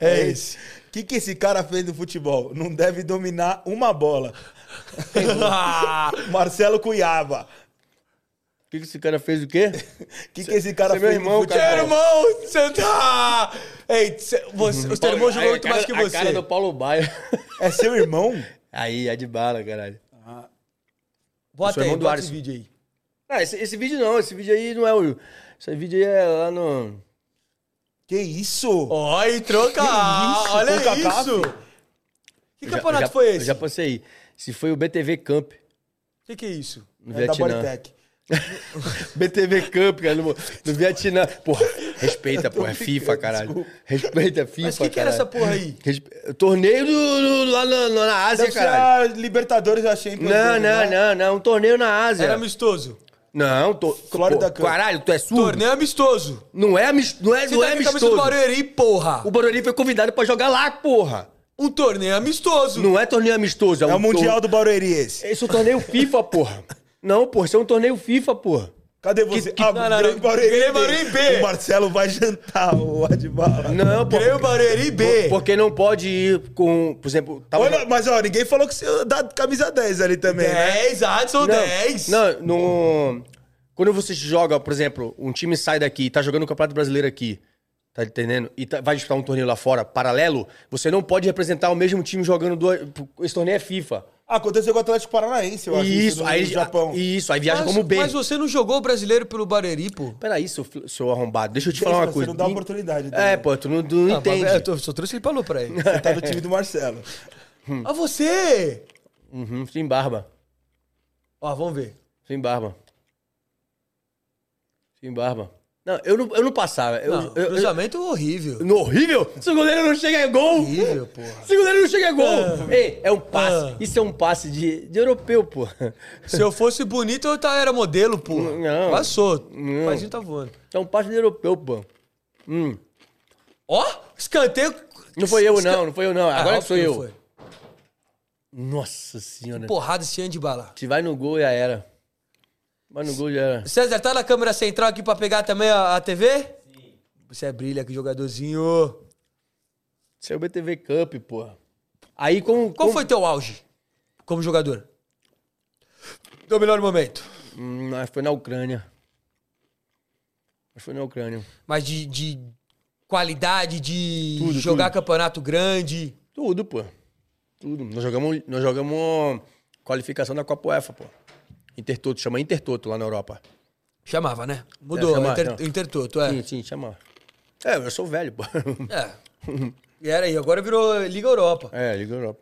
Speaker 4: É esse. O que, que esse cara fez no futebol? Não deve dominar uma bola. Marcelo Cuiaba.
Speaker 2: O que, que esse cara fez o quê?
Speaker 4: O que, que esse cara
Speaker 2: Você é meu
Speaker 4: fez
Speaker 2: irmão,
Speaker 4: no futebol?
Speaker 2: cara.
Speaker 1: irmão, você tá... Ei, cê- você,
Speaker 4: Uhum.
Speaker 1: o seu irmão jogou muito mais que
Speaker 2: A cara do
Speaker 1: você.
Speaker 2: Paulo Baio.
Speaker 4: É seu irmão?
Speaker 2: Aí, é de bala, caralho. Eu
Speaker 1: Bota
Speaker 2: sou
Speaker 1: aí,
Speaker 2: irmão do
Speaker 1: bota esse
Speaker 2: Alisson.
Speaker 1: vídeo aí.
Speaker 2: Ah, esse, esse vídeo não, esse vídeo aí não é o... Esse vídeo aí é lá no...
Speaker 4: Que isso?
Speaker 1: Olha, troca! Olha
Speaker 4: troca
Speaker 1: isso! Que
Speaker 2: Eu já-
Speaker 1: campeonato
Speaker 2: eu já-
Speaker 1: foi
Speaker 2: Eu
Speaker 1: esse?
Speaker 2: já passei. Se foi o BTV Camp,
Speaker 1: Que que é isso?
Speaker 2: no
Speaker 4: é da
Speaker 2: Vietnã.
Speaker 4: Bodytech.
Speaker 2: BTV Camp, cara, no, no Vietnã. Porra, respeita, porra, é FIFA, caralho. Respeita a FIFA,
Speaker 1: Mas que que era
Speaker 2: caralho.
Speaker 1: essa porra aí?
Speaker 2: Respe- Torneio do- do- lá na, na Ásia,
Speaker 4: Deve ser
Speaker 2: caralho.
Speaker 4: a Libertadores, eu achei.
Speaker 2: Não, não, não, não. Um torneio na Ásia.
Speaker 1: Era amistoso.
Speaker 2: Não, to...
Speaker 4: Florida
Speaker 2: pô,
Speaker 4: Cup.
Speaker 2: Caralho, tu é surdo?
Speaker 1: Torneio amistoso.
Speaker 2: Não é, amis- não é,
Speaker 1: Você
Speaker 2: não
Speaker 1: tá
Speaker 2: é
Speaker 1: com a camisa do
Speaker 2: amistoso.
Speaker 1: Barueri, porra.
Speaker 2: O Barueri foi convidado pra jogar lá, porra.
Speaker 1: Um torneio amistoso.
Speaker 2: Não é torneio amistoso. É,
Speaker 4: É
Speaker 2: um
Speaker 4: o Mundial
Speaker 2: tor-
Speaker 4: do Barueri esse.
Speaker 2: Esse é um torneio FIFA, porra. Não, porra, isso é um torneio FIFA, porra.
Speaker 4: Cadê você?
Speaker 1: que-
Speaker 4: ah,
Speaker 1: não, não, não.
Speaker 4: Grêmio Barueri.
Speaker 1: Grêmio
Speaker 4: B.
Speaker 1: Barueri B.
Speaker 4: O Marcelo vai jantar o Adibala.
Speaker 2: Não, porra.
Speaker 1: Grêmio Barueri B.
Speaker 2: Porque não pode ir com, por exemplo... tá Tava...
Speaker 4: Olha, mas ó, ninguém falou que você dá camisa 10 ali também,
Speaker 2: É.
Speaker 4: né?
Speaker 1: 10, Adson,
Speaker 2: não,
Speaker 1: 10.
Speaker 2: Não, no... Quando você joga, por exemplo, um time sai daqui, tá jogando o Campeonato Brasileiro aqui, tá entendendo? E tá- vai disputar um torneio lá fora, paralelo, você não pode representar o mesmo time jogando duas... Esse torneio é FIFA.
Speaker 4: Aconteceu com o Atlético Paranaense, eu acho.
Speaker 2: Isso,
Speaker 4: no
Speaker 2: aí,
Speaker 4: Japão.
Speaker 2: isso, aí viaja
Speaker 1: mas,
Speaker 2: como B.
Speaker 1: mas você não jogou o brasileiro pelo Barueri, pô.
Speaker 2: Peraí, seu, fl- seu arrombado, deixa eu te
Speaker 4: Deixa,
Speaker 2: falar
Speaker 4: você
Speaker 2: uma coisa.
Speaker 4: não dá oportunidade,
Speaker 2: É,
Speaker 4: né?
Speaker 2: pô, tu não, tu não
Speaker 1: Ah,
Speaker 2: entende. É.
Speaker 1: mas Eu tô- só trouxe ele pra Lu pra ele.
Speaker 4: Você tá no time do Marcelo.
Speaker 1: ah, você!
Speaker 2: Uhum, sem barba.
Speaker 1: Ó, vamos ver.
Speaker 2: Sem barba. Sem barba. Não, eu não, eu não passava. Eu,
Speaker 1: Não,
Speaker 2: eu- eu-
Speaker 1: cruzamento horrível.
Speaker 2: no horrível? Se o goleiro não chega, é gol!
Speaker 1: Horrível, porra.
Speaker 2: Se o goleiro não chega, é gol!
Speaker 1: Ah.
Speaker 2: Ei, é um passe.
Speaker 1: Ah.
Speaker 2: Isso é um passe de, de europeu, pô.
Speaker 1: Se eu fosse bonito, eu tá- era modelo, porra.
Speaker 2: Não.
Speaker 1: Passou.
Speaker 2: Não.
Speaker 1: O Pazinho tá voando.
Speaker 2: É um passe de europeu, pô.
Speaker 1: Ó, escanteio.
Speaker 2: Não foi eu,
Speaker 1: Esca-
Speaker 2: não. Não foi eu, não. Agora
Speaker 1: óbvio
Speaker 2: que sou
Speaker 1: que
Speaker 2: eu.
Speaker 1: Ah, não foi.
Speaker 2: Nossa senhora.
Speaker 1: Porrada esse ano de bala.
Speaker 2: Se vai no gol, já era. Vai no gol, já era.
Speaker 1: César, tá na câmera central aqui pra pegar também a, a TV? Sim. Você é brilha aqui, jogadorzinho.
Speaker 2: Isso é o BTV Cup, porra. Aí como...
Speaker 1: Qual
Speaker 2: como-
Speaker 1: foi teu auge como jogador? Teu melhor momento.
Speaker 2: Hum, acho que foi na Ucrânia. Acho que foi na Ucrânia.
Speaker 1: Mas de, de qualidade, de
Speaker 2: Tudo,
Speaker 1: jogar
Speaker 2: tudo.
Speaker 1: campeonato grande.
Speaker 2: Tudo, pô. Tudo. Nós jogamos, nós jogamos qualificação da Copa UEFA, pô. Intertoto, chama Intertoto lá na Europa.
Speaker 1: Chamava, né? Mudou,
Speaker 2: É, chamava,
Speaker 1: inter,
Speaker 2: não.
Speaker 1: intertoto, é.
Speaker 2: Sim, sim, chama. É, eu sou velho, pô.
Speaker 1: É. E era aí, agora virou Liga Europa.
Speaker 2: É, Liga Europa.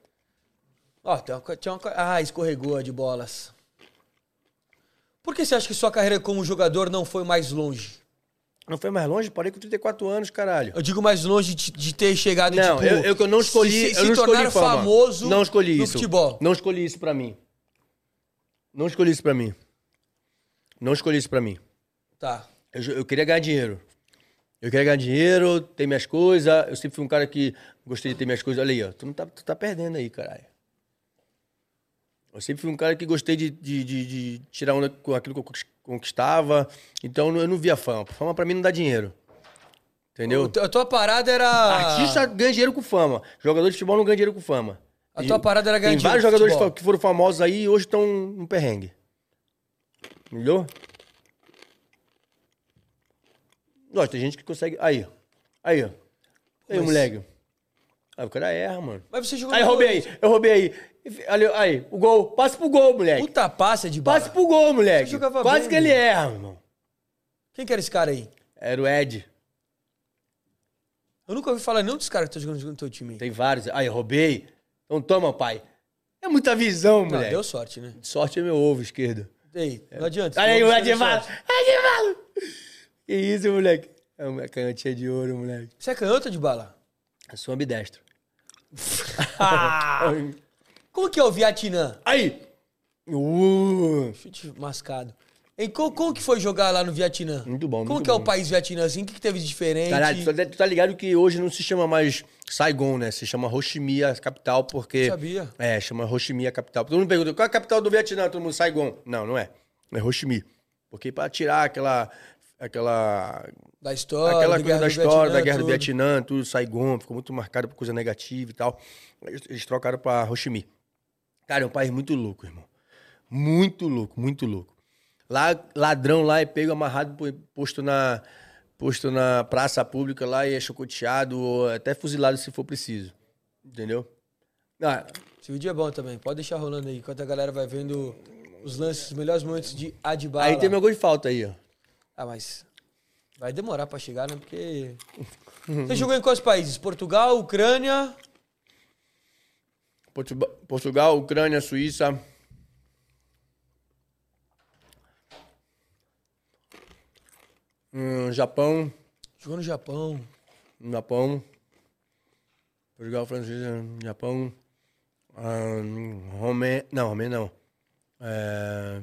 Speaker 1: Ó, tem uma, co- tinha uma co- Ah, escorregou a de bolas. Por que você acha que sua carreira como jogador não foi mais longe?
Speaker 2: Não foi mais longe, parei com 34 anos, caralho.
Speaker 1: Eu digo mais longe de, de ter chegado
Speaker 2: Não,
Speaker 1: tipo,
Speaker 2: eu, eu, que eu não escolhi.
Speaker 1: se, se
Speaker 2: eu não
Speaker 1: tornar
Speaker 2: escolhi fama.
Speaker 1: famoso
Speaker 2: não escolhi
Speaker 1: no
Speaker 2: isso.
Speaker 1: futebol.
Speaker 2: Não escolhi isso pra mim. Não escolhi isso pra mim. Não escolhi isso pra mim.
Speaker 1: Tá.
Speaker 2: Eu, jo- eu queria ganhar dinheiro. Eu queria ganhar dinheiro, ter minhas coisas. Eu sempre fui um cara que gostei de ter minhas coisas. Olha aí, ó. Tu, não tá, tu tá perdendo aí, caralho. Eu sempre fui um cara que gostei de, de, de- de tirar onda com aquilo que eu conquis- conquistava. Então eu não- eu não via fama. Fama pra mim não dá dinheiro. Entendeu?
Speaker 1: O te- A tua parada era.
Speaker 2: Artista ganha dinheiro com fama. Jogador de futebol não ganha dinheiro com fama.
Speaker 1: A
Speaker 2: E
Speaker 1: tua parada era ganhar
Speaker 2: Tem vários
Speaker 1: dinheiro com
Speaker 2: jogadores
Speaker 1: futebol.
Speaker 2: que foram famosos aí e hoje estão no perrengue. Entendeu? Lógico, tem gente que consegue. Aí, ó. aí, ó. Aí,
Speaker 1: Mas-
Speaker 2: moleque. Aí o cara erra, mano.
Speaker 1: Mas você jogou.
Speaker 2: Aí,
Speaker 1: no-
Speaker 2: roubei aí, eu roubei aí. Aí, aí, o gol. Passa pro gol, moleque.
Speaker 1: Puta passa de bala.
Speaker 2: Passa pro gol, moleque.
Speaker 1: Você jogava
Speaker 2: Quase
Speaker 1: bem,
Speaker 2: que ele
Speaker 1: mano.
Speaker 2: erra, irmão.
Speaker 1: Quem que era esse cara aí?
Speaker 2: Era o Ed.
Speaker 1: Eu nunca ouvi falar nenhum dos caras que estão jogando no teu time.
Speaker 2: Tem vários. Aí, roubei. Então toma, pai. É muita visão,
Speaker 1: Não,
Speaker 2: moleque.
Speaker 1: deu sorte, né?
Speaker 2: Sorte é meu ovo esquerdo.
Speaker 1: Ei, não adianta.
Speaker 2: Aí o
Speaker 1: Vamos buscar
Speaker 2: Adivaldo.
Speaker 1: sorte.
Speaker 2: Adivaldo! Que isso, moleque? É uma canhotinha de ouro, moleque.
Speaker 1: Você é canhoto de bala?
Speaker 2: Eu sou ambidestro.
Speaker 1: Ah. Como que é o Vietnã?
Speaker 2: Aí! Uh,
Speaker 1: Chute mascado. E co- como, que foi jogar lá no Vietnã?
Speaker 2: Muito bom,
Speaker 1: Como
Speaker 2: muito
Speaker 1: que é
Speaker 2: bom.
Speaker 1: o país Vietnã assim? O que, que teve de diferente?
Speaker 2: caralho, tu tá- tu tá ligado que hoje não se chama mais Saigon, né? Se chama Ho Chi Minh, a capital, porque...
Speaker 1: Sabia.
Speaker 2: É, chama Ho Chi Minh, a capital. Todo mundo pergunta, qual é a capital do Vietnã? Todo mundo, Saigon. Não, não é. É Ho Chi Minh. Porque pra tirar aquela... Aquela
Speaker 1: da história,
Speaker 2: Aquela
Speaker 1: da
Speaker 2: coisa
Speaker 1: guerra
Speaker 2: da
Speaker 1: do
Speaker 2: história, da
Speaker 1: Vietnã,
Speaker 2: guerra do
Speaker 1: tudo.
Speaker 2: Vietnã, tudo, Saigon, ficou muito marcado por coisa negativa e tal. Eles, eles trocaram pra Ho Chi Minh. Cara, é um país muito louco, irmão. Muito louco, muito louco. Lá, ladrão lá é pego amarrado, pô- posto na, posto na praça pública lá e é chocoteado, ou até fuzilado se for preciso. Entendeu? Ah,
Speaker 1: Esse vídeo é bom também. Pode deixar rolando aí, enquanto a galera vai vendo os lances, os melhores momentos de Adibala.
Speaker 2: aí tem meu gol de falta aí, ó.
Speaker 1: Ah, mas vai demorar pra chegar, né? Porque... Você jogou em quais países? Portugal, Ucrânia...
Speaker 2: Portuba- Portugal, Ucrânia, Suíça. Hum, Japão,
Speaker 1: Jogou no Japão.
Speaker 2: Japão. Portugal, França, Suíça, Japão. Ahn, Romê... Não, Romênia não. É,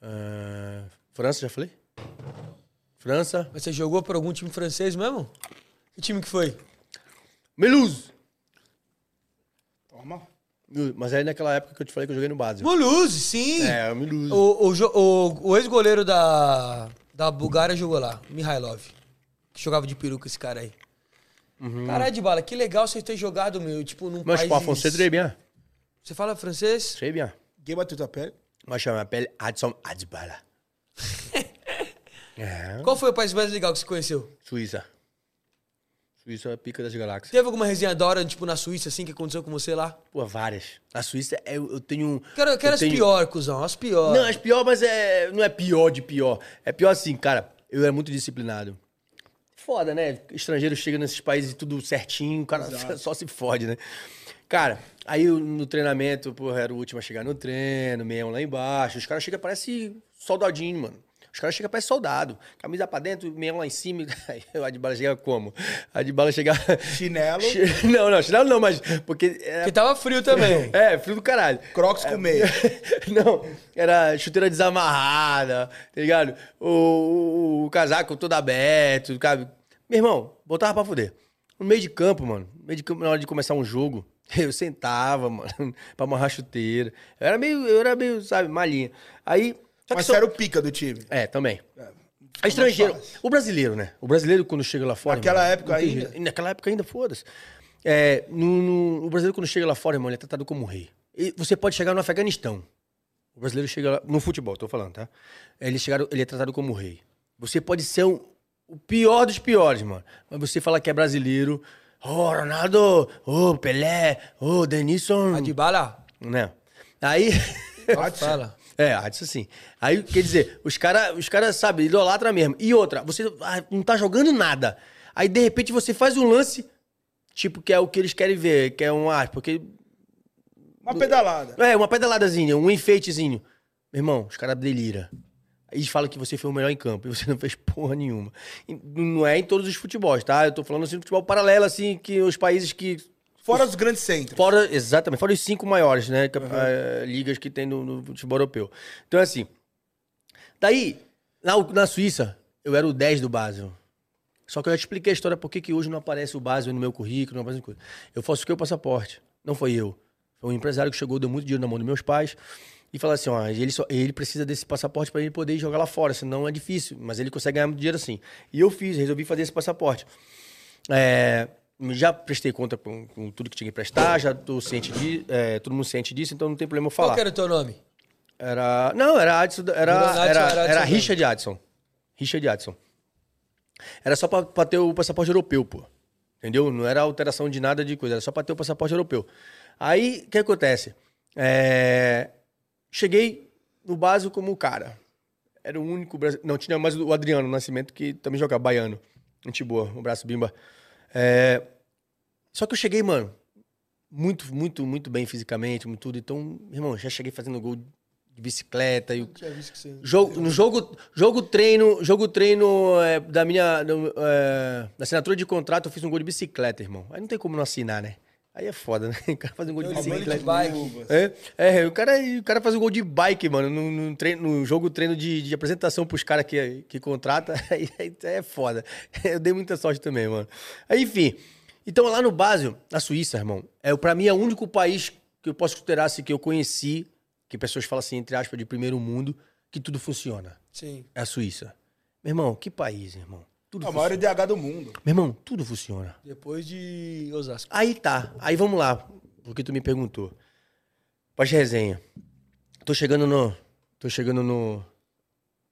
Speaker 2: é, França, já falei? França.
Speaker 1: Mas você jogou por algum time francês mesmo? Que time que foi?
Speaker 2: Meluz!
Speaker 4: Toma.
Speaker 2: Mas aí naquela época que eu te falei que eu joguei no Basel.
Speaker 1: Muluse, sim!
Speaker 2: É, o Meluz.
Speaker 1: O, o, jo- o- o ex-goleiro da, da Bulgária jogou lá, Mihailov. Que jogava de peruca esse cara aí. Caralho de bala, que legal você ter jogado, meu, tipo, num
Speaker 2: Uhum. Mas,
Speaker 1: país...
Speaker 2: par français, très bien.
Speaker 1: Você fala francês?
Speaker 2: Très bien.
Speaker 4: Quem bateu tua pele?
Speaker 2: Moi, je m'appelle Adson Adbala. É,
Speaker 1: Qual foi o país mais legal que você conheceu?
Speaker 2: Suíça. Suíça é a pica das galáxias.
Speaker 1: Teve alguma resenha da hora, tipo, na Suíça, assim, que aconteceu com você lá?
Speaker 2: Pô, várias. A Suíça, é- eu, eu tenho.
Speaker 1: Quero, quero
Speaker 2: eu
Speaker 1: as
Speaker 2: tenho-
Speaker 1: pior, cuzão, as pior.
Speaker 2: Não, as pior, mas é, não é pior de pior. É pior assim, cara. Eu era muito disciplinado. Foda, né? Estrangeiro chega nesses países e tudo certinho, o cara só se fode, né? Cara, aí eu, no treinamento, porra, era o último a chegar no treino, meião lá embaixo. Os caras chegam, parece soldadinho, mano. Os caras chegam, parece soldado. Camisa pra dentro, meião lá em cima. Aí o Adbala chega como? Adbala chega...
Speaker 4: Chinelo,
Speaker 2: Não, não, chinelo não, mas... Porque... Era...
Speaker 1: Porque tava frio também.
Speaker 2: É, frio do caralho.
Speaker 4: crocs
Speaker 2: é.
Speaker 4: com meia.
Speaker 2: Não, era chuteira desamarrada, tá ligado? O, o- o casaco todo aberto, sabe? Meu irmão, botava pra fuder. No meio de campo, mano, no meio de campo, na hora de começar um jogo, eu sentava, mano, pra amarrar a chuteira. Eu era meio, eu era meio, sabe, malinha. Aí. só que
Speaker 4: Mas
Speaker 2: só-
Speaker 4: você era o pica do time.
Speaker 2: É, também. É estrangeiro.
Speaker 4: fácil.
Speaker 2: O brasileiro, né? O brasileiro, quando chega lá fora.
Speaker 4: Naquela
Speaker 2: irmão,
Speaker 4: época
Speaker 2: não tem
Speaker 4: ainda?
Speaker 2: jeito. Naquela época ainda, foda-se. É, no- no- o brasileiro, quando chega lá fora, irmão, ele é tratado como um rei. E você pode chegar no Afeganistão. O brasileiro chega lá. No futebol, tô falando, tá? Ele, chegaram, ele é tratado como um rei. Você pode ser um- o pior dos piores, mano. Mas você falar que é brasileiro. Ô, Ronaldo! Ô, Pelé! Ô, Denison!
Speaker 1: A Ah, de bala,
Speaker 2: Né? Aí.
Speaker 1: só fala.
Speaker 2: É, Adson sim. Aí, quer dizer, os caras, os cara, sabe, idolatra mesmo. E outra, você ah, não tá jogando nada. Aí, de repente, você faz um lance, tipo, que é o que eles querem ver, que é um ar, porque...
Speaker 4: Uma pedalada.
Speaker 2: É, uma pedaladazinha, um enfeitezinho. Meu irmão, os caras deliram. Aí Eles falam que você foi o melhor em campo e você não fez porra nenhuma. E não é em todos os futebols, tá? Eu tô falando assim, do futebol paralelo, assim, que os países que
Speaker 4: Fora os grandes centros.
Speaker 2: Fora, exatamente, fora os cinco maiores, né? que- eh, ligas que tem no, no futebol europeu. Então, assim. Daí, na, na Suíça, eu era o 10 do Basel. Só que eu já te expliquei a história por que que hoje não aparece o Basel no meu currículo, não aparece coisa. Eu falsifiquei o passaporte. Não foi eu. Foi um empresário que chegou, deu muito dinheiro na mão dos meus pais e falou assim: ó, ele, só- ele precisa desse passaporte para ele poder jogar lá fora, senão é difícil, mas ele consegue ganhar muito dinheiro assim. E eu fiz, resolvi fazer esse passaporte. É, já prestei conta com, com tudo que tinha que prestar, já tô ciente de, é, todo mundo ciente disso, então não tem problema eu falar.
Speaker 1: Qual que era o teu nome?
Speaker 2: Era. Não, era Adson. Era,
Speaker 1: Era Adson,
Speaker 2: era,
Speaker 1: era Adson
Speaker 2: era
Speaker 1: mesmo.
Speaker 2: Richard Adson. Richard Adson. Era só pra, pra ter o passaporte europeu, pô. Entendeu? Não era alteração de nada de coisa, era só pra ter o passaporte europeu. Aí, o que acontece? É, Cheguei no Basel como o cara. Era o único brasileiro. Não, tinha mais o Adriano Nascimento, que também joga baiano. Gente boa, um abraço, bimba. É, Só que eu cheguei, mano, muito, muito, muito bem fisicamente, muito tudo. Então, irmão, já cheguei fazendo gol de bicicleta. E... o-
Speaker 4: é
Speaker 2: Jogo, no jogo, jogo treino, jogo treino é, da minha do, é, da assinatura de contrato, eu fiz um gol de bicicleta, irmão. Aí não tem como não assinar, né? Aí é foda, né? O cara faz um gol de
Speaker 4: Então
Speaker 1: Eu lembrei
Speaker 2: bicicleta.
Speaker 1: de bike.
Speaker 2: É, é, o cara, o cara faz um gol de bike, mano, no, no treino, no jogo treino de, de apresentação pros caras que, que contrata, aí, aí é foda. Eu dei muita sorte também, mano. Aí, enfim, então lá no Basel, na Suíça, irmão, é, pra mim é o único país que eu posso considerar assim, que eu conheci, que pessoas falam assim, entre aspas, de primeiro mundo, que tudo funciona.
Speaker 1: Sim.
Speaker 2: É a Suíça. Meu irmão, que país, irmão? Tudo
Speaker 4: A
Speaker 2: funciona.
Speaker 4: maior é DH do mundo.
Speaker 2: Meu irmão, tudo funciona.
Speaker 1: Depois de Osasco.
Speaker 2: Aí tá. Aí vamos lá. Porque tu me perguntou. Pode resenha. Tô chegando no. Tô chegando no.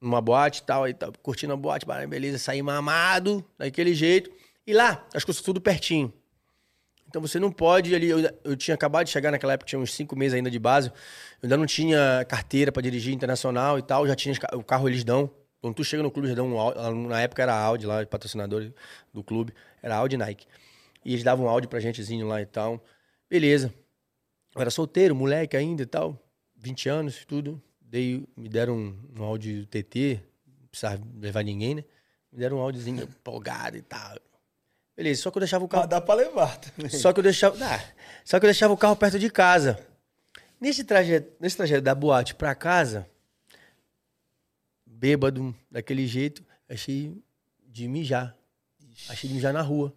Speaker 2: Numa boate e tal, aí tá curtindo a boate, barulho, beleza, saí mamado, daquele jeito. E lá, as coisas tudo pertinho. Então você não pode ali. Eu, eu tinha acabado de chegar naquela época, tinha uns cinco meses ainda de base. Eu ainda não tinha carteira pra dirigir internacional e tal. Já tinha os ca- o carro eles dão. Quando tu chega no clube, eles dão um Audi. Na época era Audi lá, patrocinador do clube. Era Audi e Nike. E eles davam um áudio pra gentezinho lá e tal. Beleza. Eu era solteiro, moleque ainda e tal. 20 anos e tudo. Dei, me deram um, um áudio TT. Não precisava levar ninguém, né? Me deram um áudiozinho empolgado e tal. Beleza, só que eu deixava o carro.
Speaker 4: Mas dá pra levar também.
Speaker 2: Só que eu deixava. Ah, só que eu deixava o carro perto de casa. Nesse trajeto, nesse trajeto da boate pra casa, bêbado daquele jeito, achei de mijar. Achei de mijar na rua.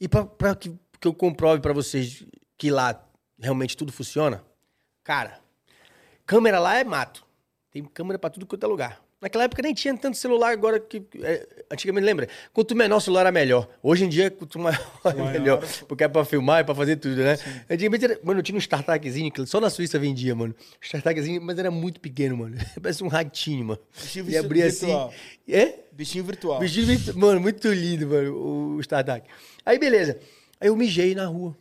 Speaker 2: E pra, pra que, que eu comprove pra vocês que lá realmente tudo funciona, cara, câmera lá é mato. Tem câmera pra tudo quanto é lugar. Naquela época nem tinha tanto celular, agora que. é, antigamente, lembra? Quanto menor o celular era melhor. Hoje em dia, quanto maior é melhor. Porque é pra filmar, é pra fazer tudo, né? Antigamente, era, mano, eu tinha um startuckzinho que só na Suíça vendia, mano. Startuckzinho, mas era muito pequeno, mano. Parece um ratinho, mano.
Speaker 4: Bichinho
Speaker 2: e abria assim.
Speaker 4: virtual.
Speaker 2: É?
Speaker 4: Bichinho virtual.
Speaker 2: Bichinho virtu- Mano, muito lindo, mano, o Starduck. Aí, beleza. Aí eu mijei na rua.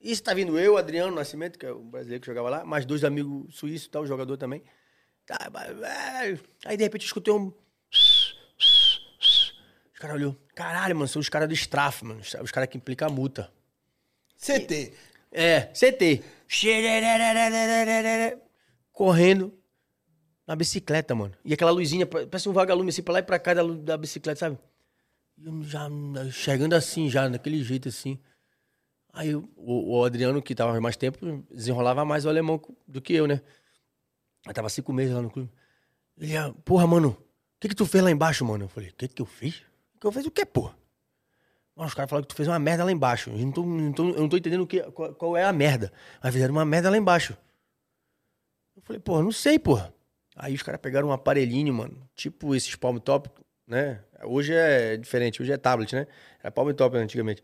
Speaker 2: Isso tá vindo eu, Adriano Nascimento, que é o brasileiro que jogava lá, mais dois amigos suíços, tá, o jogador também. Tá, Aí, de repente, eu escutei um... Os caras olhou. Caralho, mano, são os caras do Straff, mano. Os caras que implicam a multa.
Speaker 4: CT.
Speaker 2: É, CT. Correndo na bicicleta, mano. E aquela luzinha, pa- parece um vagalume assim, pra lá e pra cá da, lu- da bicicleta, sabe? E eu já chegando assim, já, daquele jeito assim. Aí eu- o, o Adriano, que tava mais tempo, desenrolava mais o alemão co- do que eu, né? Eu tava cinco meses lá no clube. Ele, ah, porra, mano, o que que tu fez lá embaixo, mano? Eu falei, o que que eu fiz? O que eu fiz o quê, porra? Mano, os caras falaram que tu fez uma merda lá embaixo. Eu não tô, não tô- eu não tô entendendo o que, qual, qual é a merda. Mas fizeram uma merda lá embaixo. Eu falei, porra, não sei, porra. Aí os caras pegaram um aparelhinho, mano. Tipo esses Palm Top, né? Hoje é diferente, hoje é tablet, né? Era Palm Top né, antigamente.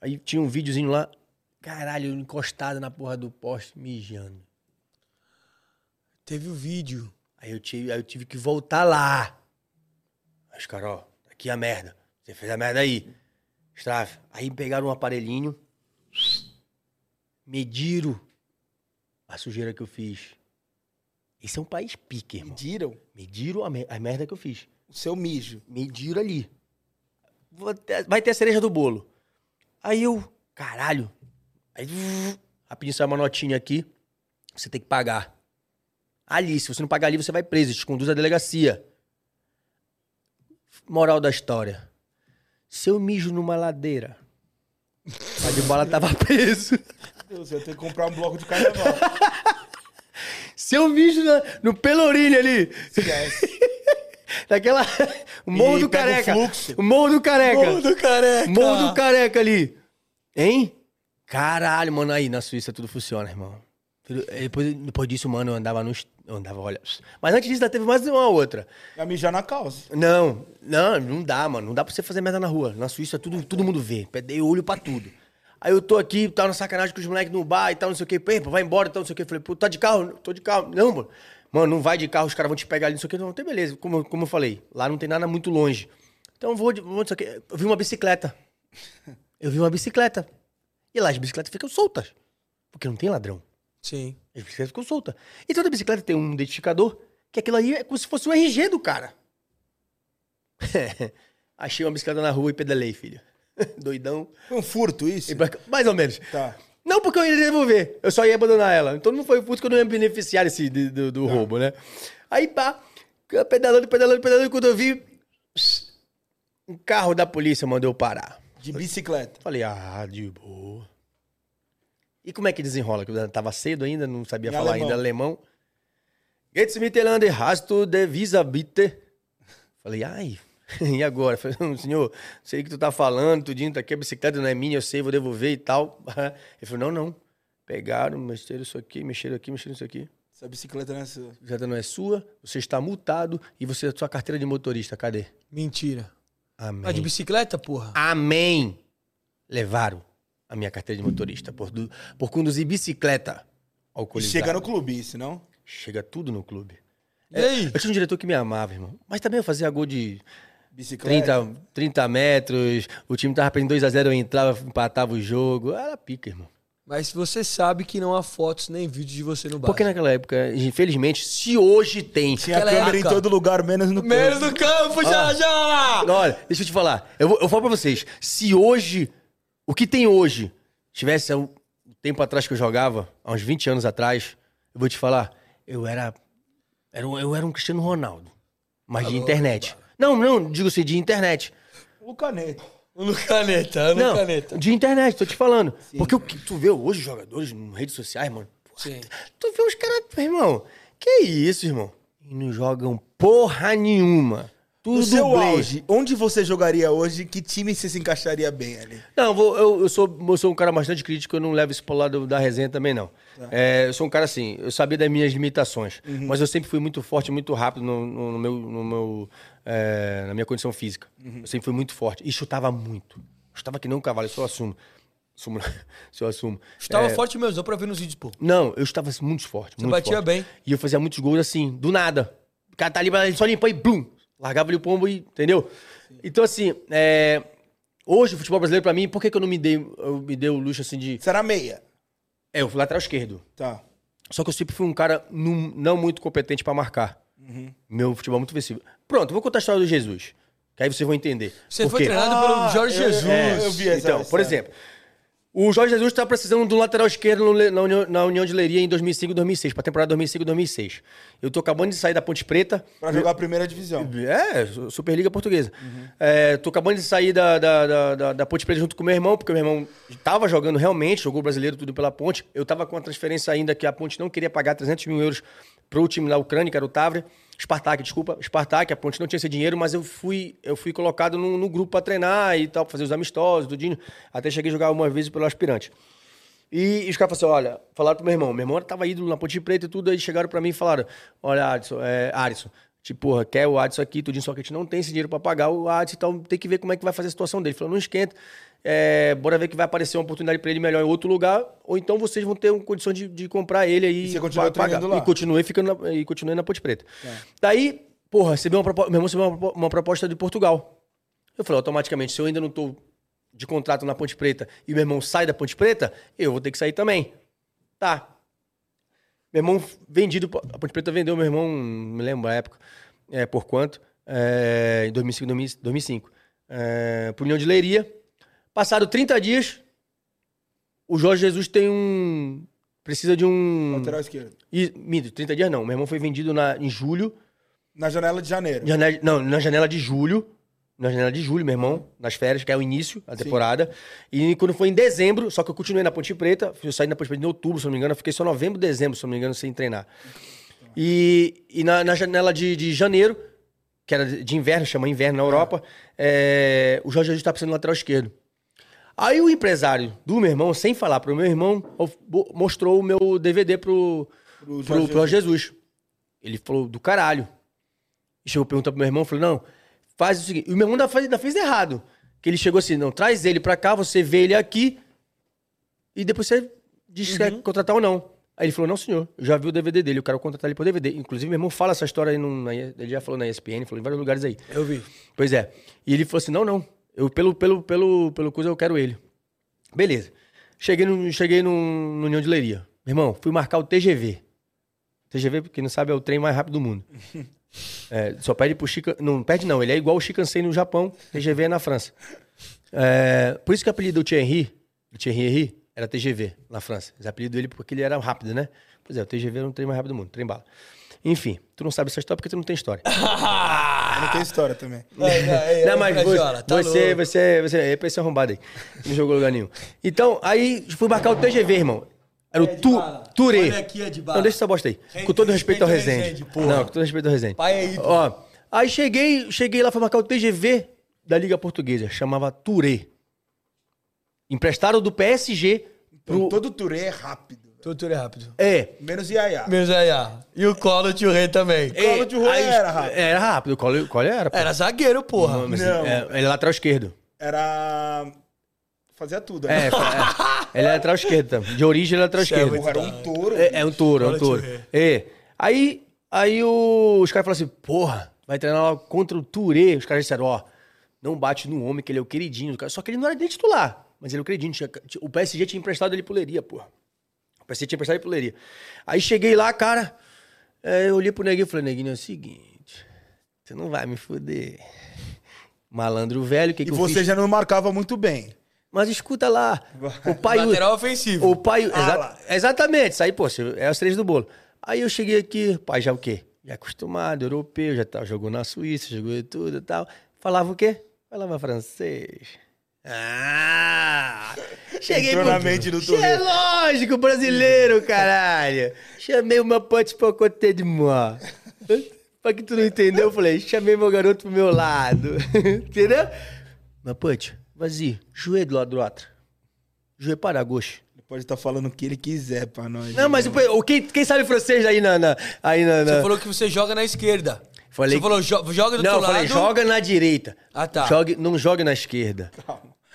Speaker 2: Aí tinha um videozinho lá, caralho, eu encostado na porra do poste, mijando.
Speaker 1: Teve o vídeo.
Speaker 2: Aí eu tive, aí eu tive que voltar lá. Aí os caras, ó, tá aqui a merda. Você fez a merda aí. Strafe. Aí pegaram um aparelhinho, mediram a sujeira que eu fiz. Esse é um país pique, irmão.
Speaker 4: Mediram
Speaker 2: Mediram a, mer- a merda que eu fiz.
Speaker 4: o seu mijo.
Speaker 2: Mediram ali. Vou até- vai ter a cereja do bolo. Aí eu, caralho. Aí, vzz, rapidinho sai uma notinha aqui. Você tem que pagar. Ali, se você não pagar ali, você vai preso. Te conduz à delegacia. Moral da história. Se eu mijo numa ladeira, a de bola tava preso.
Speaker 4: Meu Deus, eu tenho que comprar um bloco de carnaval.
Speaker 2: Se eu mijo na- no Pelourinho ali,
Speaker 4: Esquece.
Speaker 2: daquela... O Morro
Speaker 4: E
Speaker 2: do
Speaker 4: pega o
Speaker 2: Careca.
Speaker 4: fluxo.
Speaker 2: O Morro do Careca.
Speaker 1: careca!
Speaker 2: Morro do careca ali. Hein? Caralho, mano, aí na Suíça tudo funciona, irmão. Tudo- eh, Depois, depois disso, mano, eu andava no. est- Eu andava, olha. Mas antes disso, ainda teve mais uma outra.
Speaker 4: Vai mijar na calça.
Speaker 2: Não, não, não dá, mano. Não dá pra você fazer merda na rua. Na Suíça, tudo, todo mundo vê. Dei olho pra tudo. Aí eu tô aqui, tava na sacanagem com os moleques no bar e tal, não sei o quê. Pô, vai embora e tal, não sei o quê. Falei, pô, tá de carro? Tô de carro. Não, mano. Mano, não vai de carro, os caras vão te pegar ali, não sei o quê. Não, tem beleza. Como, como eu falei, lá não tem nada muito longe. Então vou, de, vou, não sei o quê. Eu vi uma bicicleta. Eu vi uma bicicleta. E lá as bicicletas ficam soltas. Porque não tem ladrão.
Speaker 1: Sim.
Speaker 2: As bicicletas ficam soltas. E toda bicicleta tem um identificador, que aquilo aí é como se fosse o RG do cara. Achei uma bicicleta na rua e pedalei, filho. Doidão.
Speaker 4: Foi um furto isso?
Speaker 2: E pra cá- Mais ou menos.
Speaker 4: Tá.
Speaker 2: Não porque eu iria devolver, eu só ia abandonar ela. Então não foi puto que eu não ia me beneficiar desse, de- do, do roubo, né? Aí pá, pedalando, pedalando, pedalando, quando eu vi. Um carro da polícia mandou eu parar.
Speaker 4: De bicicleta.
Speaker 2: Falei, ah, de boa. E como é que desenrola? Que eu tava cedo ainda, não sabia
Speaker 4: Em
Speaker 2: falar
Speaker 4: alemão.
Speaker 2: ainda alemão. Jetzt miteinander hast du de Visa bitte. Falei, ai, e agora? Falei, "Não, senhor, sei que tu tá falando, tudinho, tá aqui, a bicicleta não é minha, eu sei, vou devolver e tal. Ele falou, não, não. Pegaram, mexeram isso aqui, mexeram aqui, mexeram isso aqui.
Speaker 4: Essa bicicleta não é sua.
Speaker 2: A bicicleta não é sua, você está multado e você, sua carteira de motorista, cadê?
Speaker 1: Mentira.
Speaker 2: Amém.
Speaker 1: Ah, de bicicleta, porra?
Speaker 2: Amém. Levaram a minha carteira de motorista por, du- por conduzir bicicleta alcoolizada.
Speaker 4: Chega no clube isso, não?
Speaker 2: Chega tudo no clube.
Speaker 1: E aí?
Speaker 2: Eu tinha um diretor que me amava, irmão. Mas também eu fazia gol de
Speaker 4: Bicicleta.
Speaker 2: 30, 30 metros, o time tava perdendo 2x0, eu entrava, empatava o jogo. Era pica, irmão.
Speaker 1: Mas você sabe que não há fotos nem vídeos de você no bar.
Speaker 2: Porque naquela época, infelizmente, se hoje tem...
Speaker 4: Tinha
Speaker 1: Aquela
Speaker 4: câmera
Speaker 1: época.
Speaker 4: em todo lugar, menos no
Speaker 1: Menos
Speaker 4: campo. Ah.
Speaker 1: do campo, já, já!
Speaker 2: Olha, deixa eu te falar. Eu, vou- eu falo pra vocês. Se hoje, o que tem hoje, tivesse um tempo atrás que eu jogava, há uns 20 anos atrás, eu vou te falar, eu era. era um- eu era um Cristiano Ronaldo. Mas de internet. Não, não, digo assim, de internet.
Speaker 4: O caneta.
Speaker 1: No caneta, no
Speaker 2: Não,
Speaker 1: caneta.
Speaker 2: de internet, tô te falando. Porque o que tu vê hoje, jogadores em redes sociais, mano,
Speaker 1: Sim.
Speaker 2: tu vê os caras, irmão, que isso, irmão? E não jogam porra nenhuma.
Speaker 4: No
Speaker 2: Tudo
Speaker 4: seu
Speaker 2: bem.
Speaker 4: auge, onde você jogaria hoje? Que time você se encaixaria bem ali?
Speaker 2: Não, vou- eu, eu sou, eu sou um cara bastante crítico, eu não levo isso pro lado da resenha também, não. É, eu sou um cara assim, eu sabia das minhas limitações, mas eu sempre fui muito forte, muito rápido no, no- no meu, no meu, é, na minha condição física. Eu sempre fui muito forte e chutava muito. Chutava que nem um cavalo, isso eu assumo. assumo isso eu assumo.
Speaker 1: Estava forte mesmo, deu pra ver nos vídeos, pô.
Speaker 2: Não, eu estava assim, muito forte. Você muito
Speaker 1: batia
Speaker 2: forte.
Speaker 1: bem.
Speaker 2: E eu fazia muitos gols assim, do nada. O cara tá ali, ele só limpa e blum! Largava ali o pombo e. Entendeu? Então, assim, é, hoje o futebol brasileiro, pra mim, por que, que eu não me dei, eu me dei o luxo assim de.
Speaker 4: Será meia?
Speaker 2: É, eu fui lateral esquerdo.
Speaker 4: Tá.
Speaker 2: Só que eu sempre fui um cara nu- não muito competente pra marcar.
Speaker 1: Uhum.
Speaker 2: Meu futebol é muito ofensivo. Pronto, eu vou contar a história do Jesus. Que aí vocês vão entender.
Speaker 1: Você
Speaker 2: Por
Speaker 1: foi
Speaker 2: quê?
Speaker 1: treinado pelo Jorge
Speaker 4: Ah, eu- eu-
Speaker 1: Jesus.
Speaker 2: É,
Speaker 4: eu vi essa-
Speaker 2: então, por
Speaker 4: essa-
Speaker 2: exemplo, o Jorge Jesus está precisando de um lateral esquerdo no Le- na, União, na União de Leiria em 2005 2006, para a temporada 2005 2006. Eu tô acabando de sair da Ponte Preta.
Speaker 4: Pra jogar a primeira divisão.
Speaker 2: É, Su- Superliga Portuguesa. É, tô acabando de sair da, da, da, da- da Ponte Preta junto com meu irmão, porque meu irmão tava jogando realmente, jogou o brasileiro tudo pela Ponte. Eu tava com uma transferência ainda que a Ponte não queria pagar 300 mil euros pro time da Ucrânia, que era o Tavre. Spartak, desculpa, Spartak, a Ponte não tinha esse dinheiro, mas eu fui, eu fui colocado no, no grupo pra treinar e tal, pra fazer os amistosos, tudinho. Até cheguei a jogar uma vez pelo aspirante. E, e os caras falaram assim: olha, falaram pro meu irmão. Meu irmão tava ídolo na Ponte Preta e tudo. Aí chegaram pra mim e falaram: olha, Adson, é, Adson, tipo, porra, quer o Adson aqui, tudinho, só que a gente não tem esse dinheiro pra pagar o Adson e tal. Tem que ver como é que vai fazer a situação dele. Falou: não esquenta, é, bora ver que vai aparecer uma oportunidade pra ele melhor em outro lugar, ou então vocês vão ter um- condição de, de comprar ele aí.
Speaker 4: E você continuou
Speaker 2: pa-
Speaker 4: treinando lá? É.
Speaker 2: E continuei ficando na, e continuei na Ponte Preta. Daí, porra, recebeu uma proposta, meu irmão recebeu uma, propo- uma proposta de Portugal. Eu falei, automaticamente, se eu ainda não tô de contrato na Ponte Preta e meu irmão sai da Ponte Preta, eu vou ter que sair também. Tá. Meu irmão vendido. pra- A Ponte Preta vendeu meu irmão, não me lembro a época, é, por quanto, é, em 2005, 2005 é, pro União de Leiria. Passado 30 dias, o Jorge Jesus tem um. Precisa de um.
Speaker 4: Lateral esquerdo.
Speaker 2: E, minto, 30 dias não. Meu irmão foi vendido na, em julho.
Speaker 4: Na janela de janeiro.
Speaker 2: Janela- não, É, na janela de julho. Na janela de julho, meu irmão, nas férias, que é o início da temporada. E quando foi em dezembro, só que eu continuei na Ponte Preta, eu saí da Ponte Preta em outubro, se eu não me engano, eu fiquei só novembro, dezembro, se eu não me engano, sem treinar. E, e na, na janela de, de janeiro, que era de inverno, chama inverno na Europa, é, o Jorge Jesus estava sendo lateral esquerdo. Aí o empresário do meu irmão, sem falar pro meu irmão, of- bo- mostrou o meu DVD pro, pro, pro Jorge Jesus. Ele falou, do caralho. E chegou a perguntar pro meu irmão, falou, não, faz o seguinte. E o meu irmão ainda faz- ainda fez, errado. Que ele chegou assim, não, traz ele pra cá, você vê ele aqui e depois você diz se quer contratar ou não. Aí ele falou, não, senhor, eu já vi o DVD dele, eu quero contratar ele pro DVD. Inclusive, meu irmão fala essa história aí, num- na- ele já falou na ESPN, falou em vários lugares aí.
Speaker 1: Eu vi.
Speaker 2: Pois é. E ele falou assim: não, não. Eu, pelo, pelo, pelo, pelo coisa, eu quero ele. Beleza. Cheguei no, cheguei no, no União de Leiria. Meu irmão, fui marcar o TGV. TGV, pra quem não sabe, é o trem mais rápido do mundo. É, só perde pro Chica. Não perde, não. Ele é igual o Chicansei no Japão, TGV é na França. É, por isso que o apelido do Thierry, do Thierry Henry, era TGV na França. Eles apelidam ele porque ele era rápido, né? Pois é, o TGV era um trem mais rápido do mundo, trem bala. Enfim, tu não sabe essa história porque tu não tem história.
Speaker 4: Eu Não tem história também.
Speaker 1: É,
Speaker 2: Não, mas você,
Speaker 1: Frajola, tá
Speaker 2: você,
Speaker 1: louco.
Speaker 2: você, você, é pra esse arrombado aí. Não jogou lugar nenhum. Então, aí fui marcar o TGV, irmão. Era o
Speaker 1: É de
Speaker 2: tu,
Speaker 1: bala.
Speaker 2: Ture.
Speaker 1: Olha aqui, é de bala.
Speaker 2: Não, deixa essa bosta aí.
Speaker 1: Respeita-
Speaker 2: com todo respeito ao
Speaker 1: respeita o
Speaker 2: Resende.
Speaker 1: Resende, porra.
Speaker 2: Não, com todo respeito ao Resende.
Speaker 1: Pai é ídolo.
Speaker 2: Ó, aí cheguei, cheguei lá, fui marcar o TGV da Liga Portuguesa. Chamava Ture. Emprestaram do PSG pro...
Speaker 4: Então, todo Touré é rápido.
Speaker 1: Tudo tudo é rápido.
Speaker 2: É,
Speaker 4: Menos Yaya.
Speaker 1: Meus aí, ó. E o Collor tio Rei também.
Speaker 2: é,
Speaker 4: Collor de Rua
Speaker 2: aí-
Speaker 4: era rápido.
Speaker 2: Era rápido, o Collor o Collor era. pô.
Speaker 1: Era zagueiro, porra.
Speaker 2: Mas,
Speaker 4: Não.
Speaker 2: é, ele é lateral esquerdo.
Speaker 4: Era... Fazia tudo.
Speaker 2: É,
Speaker 4: né?
Speaker 2: é. ele é lateral esquerdo. também. De origem, ele é lateral esquerdo.
Speaker 4: Porra, era um touro.
Speaker 2: É, é um touro, é um
Speaker 1: Olha
Speaker 2: touro.
Speaker 1: te ver.
Speaker 2: É. Aí, aí o- os caras falaram assim, porra, vai treinar lá contra o Touré. Os caras disseram, ó, não bate no homem, que ele é o queridinho. do cara. Só que ele não era nem titular, mas ele é o queridinho. Tinha- tinha- o PSG tinha emprestado ele puleria, porra. O PSG tinha emprestado ele puleria. Aí cheguei lá, cara, é, eu olhei pro neguinho e falei, neguinho, é o seguinte, você não vai me foder. Malandro velho, o que,
Speaker 4: E
Speaker 2: que eu
Speaker 4: você
Speaker 2: fiz?
Speaker 4: já não marcava muito bem.
Speaker 2: Mas escuta lá, o pai...
Speaker 1: Lateral ofensivo.
Speaker 2: O pai. exa-
Speaker 4: Ah, lá.
Speaker 2: exatamente, isso aí, pô, você- é as três do bolo. Aí eu cheguei aqui, pai, já o quê? Já acostumado, europeu, já tá, jogou na Suíça, jogou e tudo e tal. Falava o quê? Falava francês. Ah! Cheguei
Speaker 4: Entrou na mente do
Speaker 2: É
Speaker 4: Touré.
Speaker 2: lógico, tipo, brasileiro, caralho. Chamei uma pote pra côté de moi. Mas que tu não entendeu, eu falei, chamei meu garoto pro meu lado. entendeu? Mas, Put, vazio, joelho do lado do outro. Joelho para gosto.
Speaker 4: Ele pode estar falando o que ele quiser pra nós. né?
Speaker 2: Não, mas o, pe- o- quem, quem sabe francês aí na. na- aí na, na-
Speaker 1: Você falou que você joga na esquerda.
Speaker 2: Falei
Speaker 1: Você
Speaker 2: que-
Speaker 1: falou, jo- joga do
Speaker 2: não, eu
Speaker 1: outro
Speaker 2: falei,
Speaker 1: lado.
Speaker 2: joga na direita.
Speaker 1: Ah, tá.
Speaker 2: Jogue, não joga na esquerda.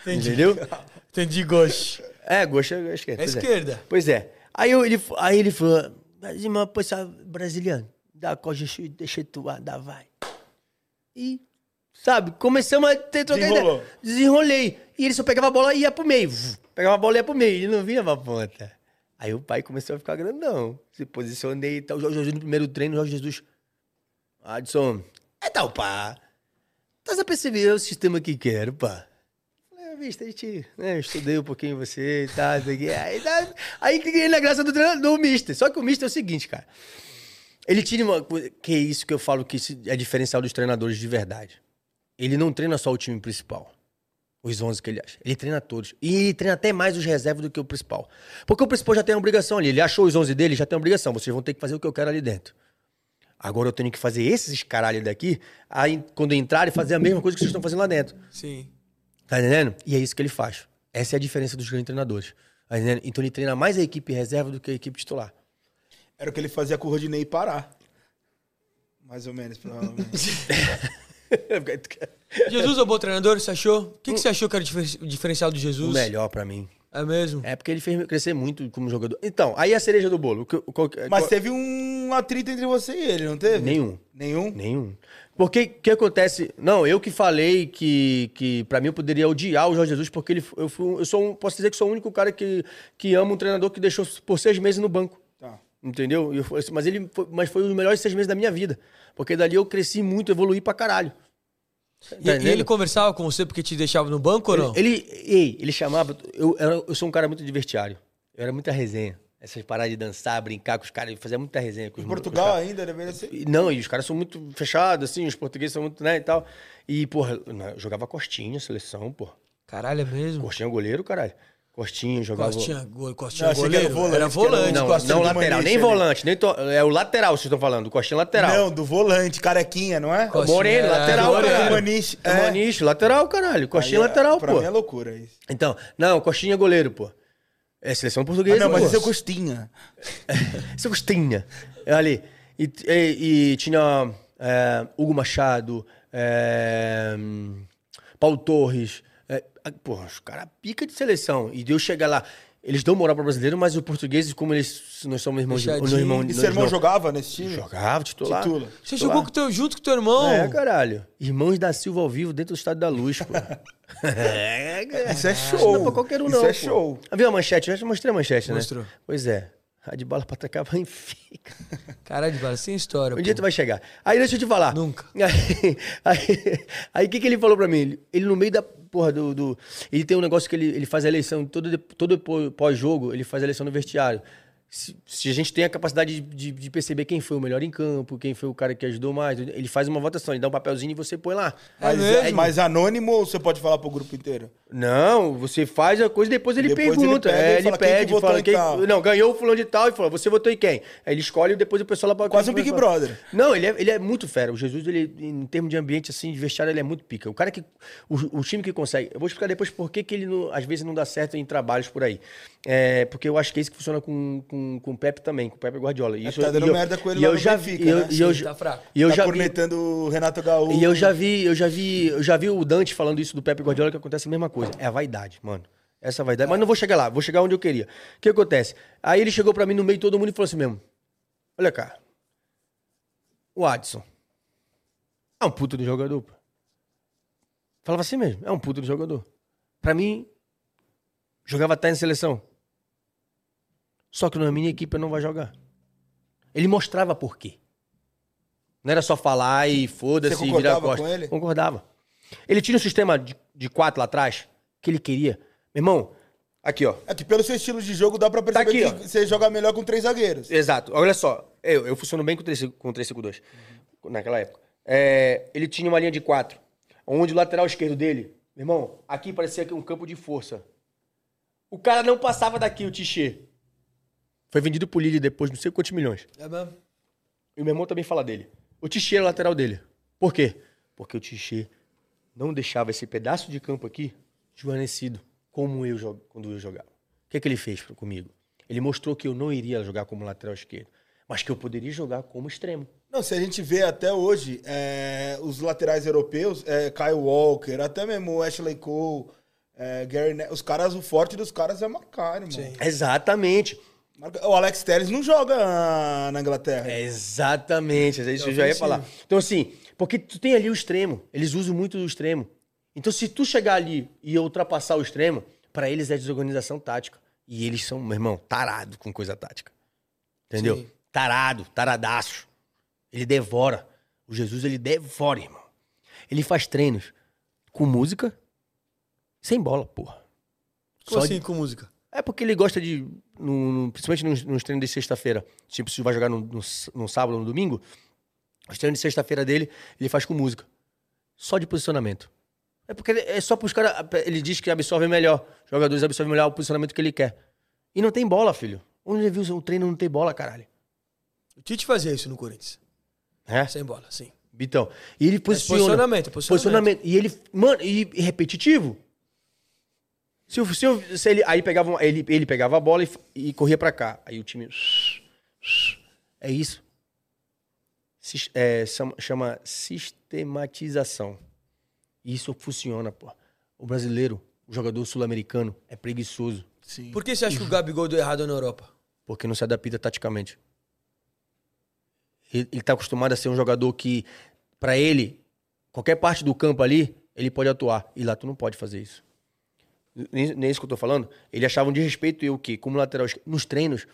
Speaker 2: Entendeu?
Speaker 1: Entendi, gosto.
Speaker 2: É, gosto é esquerda.
Speaker 1: É
Speaker 2: pois
Speaker 1: esquerda.
Speaker 2: Pois é. Aí eu- ele, f- aí ele falou, mas irmão, pois sabe, brasileiro, dá coja, deixa tu dá vai. E, sabe, começamos a ter trocar
Speaker 4: Desenrolou.
Speaker 2: ideia. Desenrolei. E ele só pegava a bola e ia pro meio. Vuf. Pegava a bola e ia pro meio. Ele não vinha pra ponta. Aí o pai começou a ficar grandão. Se posicionei e tal. O Jorge Jesus no primeiro treino, o Jorge Jesus. Adson, é tal, pá. Tá a perceber o sistema que quero, pá. É, vista, a gente, né, eu estudei um pouquinho você e tal, não sei o quê. Aí, dá- aí que ganhei na graça do, treino- do Mister. Só que o Mister é o seguinte, cara. Ele tira uma coisa. Que é isso que eu falo que isso é diferencial dos treinadores de verdade. Ele não treina só o time principal. Os 11 que ele acha. Ele treina todos. E ele treina até mais os reservas do que o principal. Porque o principal já tem a obrigação ali. Ele achou os 11 dele, já tem a obrigação. Vocês vão ter que fazer o que eu quero ali dentro. Agora eu tenho que fazer esses caralho daqui, aí quando entrarem, fazer a mesma coisa que vocês estão fazendo lá dentro.
Speaker 1: Sim.
Speaker 2: Tá entendendo? E é isso que ele faz. Essa é a diferença dos grandes treinadores. Tá entendendo? Então ele treina mais a equipe reserva do que a equipe titular.
Speaker 4: Era o que ele fazia com o Rodinei parar. Mais ou menos, provavelmente.
Speaker 1: Jesus é um bom treinador, você achou? O que, que você achou que era o difer- diferencial do
Speaker 2: o
Speaker 1: Jesus?
Speaker 2: melhor pra mim.
Speaker 1: É mesmo?
Speaker 2: É porque ele fez eu crescer muito como jogador. Então, aí a cereja do bolo. o que- o qual-
Speaker 4: mas
Speaker 2: qual-
Speaker 4: teve um atrito entre você e ele, não teve?
Speaker 2: Nenhum.
Speaker 4: Nenhum?
Speaker 2: Nenhum. Porque o que acontece? Não, eu que falei que, que para mim eu poderia odiar o Jorge Jesus, porque ele, eu, fui, um- eu sou um, posso dizer que sou o único cara que, que ama um treinador que deixou por seis meses no banco.
Speaker 4: Tá.
Speaker 2: Entendeu? E eu falei assim, mas ele foi, mas foi um dos melhores seis meses da minha vida. Porque dali eu cresci muito, evoluí pra caralho.
Speaker 1: E,
Speaker 2: Tá
Speaker 1: e
Speaker 2: entendendo?
Speaker 1: ele conversava com você porque te deixava no banco ou não?
Speaker 2: Ele, ei, ele chamava. Eu, era- eu sou um cara muito de vestiário. Eu era muita resenha. Essas paradas de dançar, brincar com os caras, eu fazia muita resenha com os
Speaker 4: Em
Speaker 2: mo- com os
Speaker 4: Portugal
Speaker 2: caras.
Speaker 4: ainda, deveria ser.
Speaker 2: E Não, e os caras são muito fechados, assim, os portugueses são muito, né, e tal. E, porra, na- eu jogava Costinha, seleção, porra.
Speaker 1: Caralho, é mesmo?
Speaker 2: Costinha é goleiro, caralho. Costinha, jogava...
Speaker 1: Costinha, go, costinha
Speaker 4: Não, achei que era
Speaker 1: goleiro. era
Speaker 4: volante, que era
Speaker 1: volante.
Speaker 2: Não,
Speaker 4: Costinha
Speaker 2: não
Speaker 4: do
Speaker 2: lateral,
Speaker 4: Maniche
Speaker 2: nem
Speaker 4: ali.
Speaker 2: volante, nem... to- É o lateral, vocês estão falando, Costinha lateral.
Speaker 4: Não, do volante, carequinha, não é?
Speaker 1: Costinha,
Speaker 2: Moreno,
Speaker 1: é,
Speaker 2: lateral,
Speaker 1: Moreno.
Speaker 2: caralho.
Speaker 4: Maniche,
Speaker 2: É.
Speaker 4: é.
Speaker 2: Maniche, lateral, caralho. Costinha
Speaker 4: Aí,
Speaker 2: lateral,
Speaker 4: pra
Speaker 2: pô.
Speaker 4: mim é loucura isso.
Speaker 2: Então, não, Costinha é goleiro, pô. É seleção
Speaker 4: Ah,
Speaker 2: portuguesa,
Speaker 4: não, mas
Speaker 2: pô.
Speaker 4: isso é Costinha.
Speaker 2: Seu Costinha. É ali. E, e- e tinha é, Hugo Machado, é, Paulo Torres. É, a- porra, os caras pica de seleção. E Deus chega lá. Eles dão moral para brasileiro, mas os portugueses, como eles nós somos irmãos de.
Speaker 1: Fechadinho.
Speaker 2: Não, irmão,
Speaker 4: E
Speaker 2: nós
Speaker 4: seu irmão
Speaker 2: não-
Speaker 4: jogava nesse time?
Speaker 2: Jogava, titular.
Speaker 4: Titula.
Speaker 1: Você
Speaker 2: Titular.
Speaker 1: jogou com teu, junto com teu irmão?
Speaker 2: É, caralho. Irmãos da Silva ao vivo dentro do Estado da Luz, pô. é, cara.
Speaker 4: Isso é
Speaker 2: Isso não é
Speaker 4: show.
Speaker 2: pra qualquer um,
Speaker 4: Isso
Speaker 2: não.
Speaker 4: é
Speaker 2: pô.
Speaker 4: show.
Speaker 2: Ah, Viu a manchete? Eu já te mostrei a manchete, né?
Speaker 1: Mostrou.
Speaker 2: Pois é. A de bala pra tacar vai fica.
Speaker 1: Caralho, cara, sem história.
Speaker 2: Um dia
Speaker 1: pô.
Speaker 2: tu vai chegar. Aí deixa eu te falar.
Speaker 1: Nunca.
Speaker 2: Aí- Aí aí o que, que ele falou pra mim? Ele, ele no meio da porra do. do- ele tem um negócio que ele, ele faz a eleição, todo, de- todo pô- pós-jogo, ele faz a eleição no vestiário. Se, se a gente tem a capacidade de, de- de perceber quem foi o melhor em campo, quem foi o cara que ajudou mais, ele faz uma votação, ele dá um papelzinho e você põe lá.
Speaker 1: É
Speaker 4: Mas,
Speaker 1: mesmo?
Speaker 4: mas anônimo ou você pode falar pro grupo inteiro?
Speaker 2: Não, você faz a coisa e depois ele
Speaker 4: Depois ele
Speaker 2: pergunta.
Speaker 4: pega e
Speaker 2: é, ele
Speaker 4: fala quem que
Speaker 2: pede,
Speaker 4: votou
Speaker 2: fala
Speaker 4: em
Speaker 2: quem.
Speaker 4: tal.
Speaker 2: Não, ganhou o fulano de tal e fala, você votou em quem? Aí ele escolhe e depois o pessoal lá pra
Speaker 4: Quase um Big Brother.
Speaker 2: Não, ele é, ele é muito fera. O Jesus, ele, em termos de ambiente, assim, de vestiário, ele é muito pica. O cara que. O, o time que consegue. Eu vou explicar depois por que, que ele não- às vezes não dá certo em trabalhos por aí. É, porque eu acho que é isso que funciona com, com, com o Pepe também, com o Pepe Guardiola. E
Speaker 4: É,
Speaker 2: isso,
Speaker 4: tá
Speaker 2: e
Speaker 4: dando
Speaker 2: eu-
Speaker 4: merda com ele
Speaker 2: e
Speaker 4: lá
Speaker 2: eu
Speaker 4: no
Speaker 2: já
Speaker 4: Benfica,
Speaker 2: vi- e eu-
Speaker 4: né?
Speaker 2: E eu,
Speaker 1: Sim, tá fraco.
Speaker 2: E eu
Speaker 4: tá
Speaker 2: já vi-
Speaker 4: cornetando o Renato Gaúcho.
Speaker 2: e eu já vi, eu já vi, eu já vi o Dante falando isso do Pepe Guardiola que acontece a mesma coisa. É a vaidade, mano. Essa vaidade. Mas não vou chegar lá, vou chegar onde eu queria. O que acontece? Aí ele chegou pra mim no meio de todo mundo e falou assim mesmo: Olha cá. O Adson. É um puto de jogador, pô. Falava assim mesmo, é um puto de jogador. Pra mim, jogava até em seleção. Só que na minha equipe eu não vai jogar. Ele mostrava por quê. Não era só falar e foda-se
Speaker 4: Você
Speaker 2: e virar a
Speaker 4: concordava
Speaker 2: costa.
Speaker 4: com ele?
Speaker 2: Concordava. Ele tinha um sistema de, de quatro lá atrás que ele queria. Meu irmão, aqui ó.
Speaker 4: É que pelo seu estilo de jogo dá pra perceber
Speaker 2: Tá aqui,
Speaker 4: que
Speaker 2: ó.
Speaker 4: você joga melhor com três zagueiros.
Speaker 2: Exato. Olha só, eu, eu funciono bem com 3, com 352 naquela época. É, ele tinha uma linha de quatro, onde o lateral esquerdo dele, meu irmão, aqui parecia que um campo de força. O cara não passava daqui, o Tichê. Foi vendido pro Lille depois, não sei quantos milhões.
Speaker 1: É mesmo?
Speaker 2: E o meu irmão também fala dele. O Tichê era lateral dele. Por quê? Porque o Tichê não deixava esse pedaço de campo aqui esvanecido, como eu jo- quando eu jogava. O que, é que ele fez pro- comigo? Ele mostrou que eu não iria jogar como lateral esquerdo, mas que eu poderia jogar como extremo.
Speaker 4: Não, se a gente vê até hoje é, os laterais europeus, é, Kyle Walker, até mesmo o Ashley Cole, é, Gary Ne- os caras, o forte dos caras é marcar, irmão.
Speaker 2: Exatamente.
Speaker 4: Marca- O Alex Telles não joga ah, na Inglaterra.
Speaker 2: É Exatamente, é isso que eu já ia falar. Então, assim, porque tu tem ali o extremo, eles usam muito o extremo. Então, se tu chegar ali e ultrapassar o extremo, pra eles é desorganização tática. E eles são, meu irmão, tarado com coisa tática. Entendeu?
Speaker 1: Sim.
Speaker 2: Tarado, taradaço. Ele devora. O Jesus, ele devora, irmão. Ele faz treinos com música, sem bola, porra.
Speaker 1: Como
Speaker 2: Só
Speaker 1: assim com música?
Speaker 2: É porque ele gosta de. no- no- principalmente nos, nos treinos de sexta-feira. Tipo, se vai jogar no, no s- no sábado ou no domingo, os treinos de sexta-feira dele, ele faz com música. Só de posicionamento. É porque ele- é só pros caras. Ele diz que absorve melhor. Os jogadores absorvem melhor o posicionamento que ele quer. E não tem bola, filho. Onde ele viu o treino não tem bola, caralho.
Speaker 1: O Tite fazia isso no Corinthians.
Speaker 2: É?
Speaker 1: Sem bola, sim.
Speaker 2: Bitão. E ele posiciona.
Speaker 1: posicionamento, é posicionamento.
Speaker 2: Posicionamento. E ele, mano, e e repetitivo. Se, o- se, o- se ele, aí pegava, uma- ele, ele pegava a bola e, f- e corria pra cá. Aí o time... É isso. Sis- é, chama- chama sistematização. E isso funciona, pô. O brasileiro, o jogador sul-americano, é preguiçoso.
Speaker 1: Por que você acha que o Gabigol deu errado na Europa?
Speaker 2: Porque não se adapta taticamente. Ele, ele tá acostumado a ser um jogador que, pra ele, qualquer parte do campo ali, ele pode atuar. E lá tu não pode fazer isso. Nem, nem isso que eu tô falando. Ele achava um desrespeito eu que, como lateral esquerdo, nos treinos,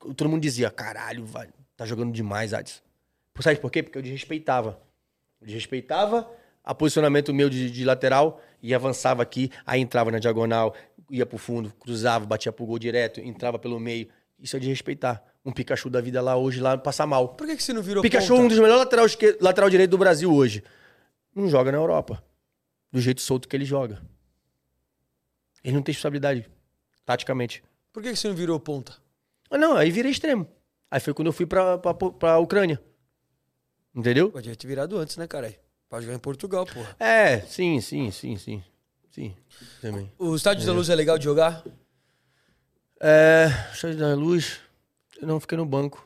Speaker 2: todo mundo dizia, caralho, vai, tá jogando demais, Adson. Por- Sabe por quê? Porque eu desrespeitava. Eu desrespeitava a posicionamento meu de, de lateral e avançava aqui, aí entrava na diagonal, ia pro fundo, cruzava, batia pro gol direto, entrava pelo meio. Isso é desrespeitar. Um Pikachu da vida lá hoje, lá passa mal.
Speaker 1: Por que, que você não virou
Speaker 2: Pikachu é
Speaker 1: ponta?
Speaker 2: um dos melhores lateral, esquer- lateral direito do Brasil hoje. Não joga na Europa. Do jeito solto que ele joga. Ele não tem responsabilidade, taticamente.
Speaker 1: Por que, que você não virou ponta?
Speaker 2: Ah, não, aí virei extremo. Aí foi quando eu fui pra, pra, pra Ucrânia. Entendeu?
Speaker 1: Podia ter virado antes, né, caralho? Pra jogar em Portugal, porra.
Speaker 2: É, sim, sim, sim, sim. Sim, também.
Speaker 1: O Estádio da Luz é legal de jogar,
Speaker 2: É, Estádio da Luz, eu não fiquei no banco.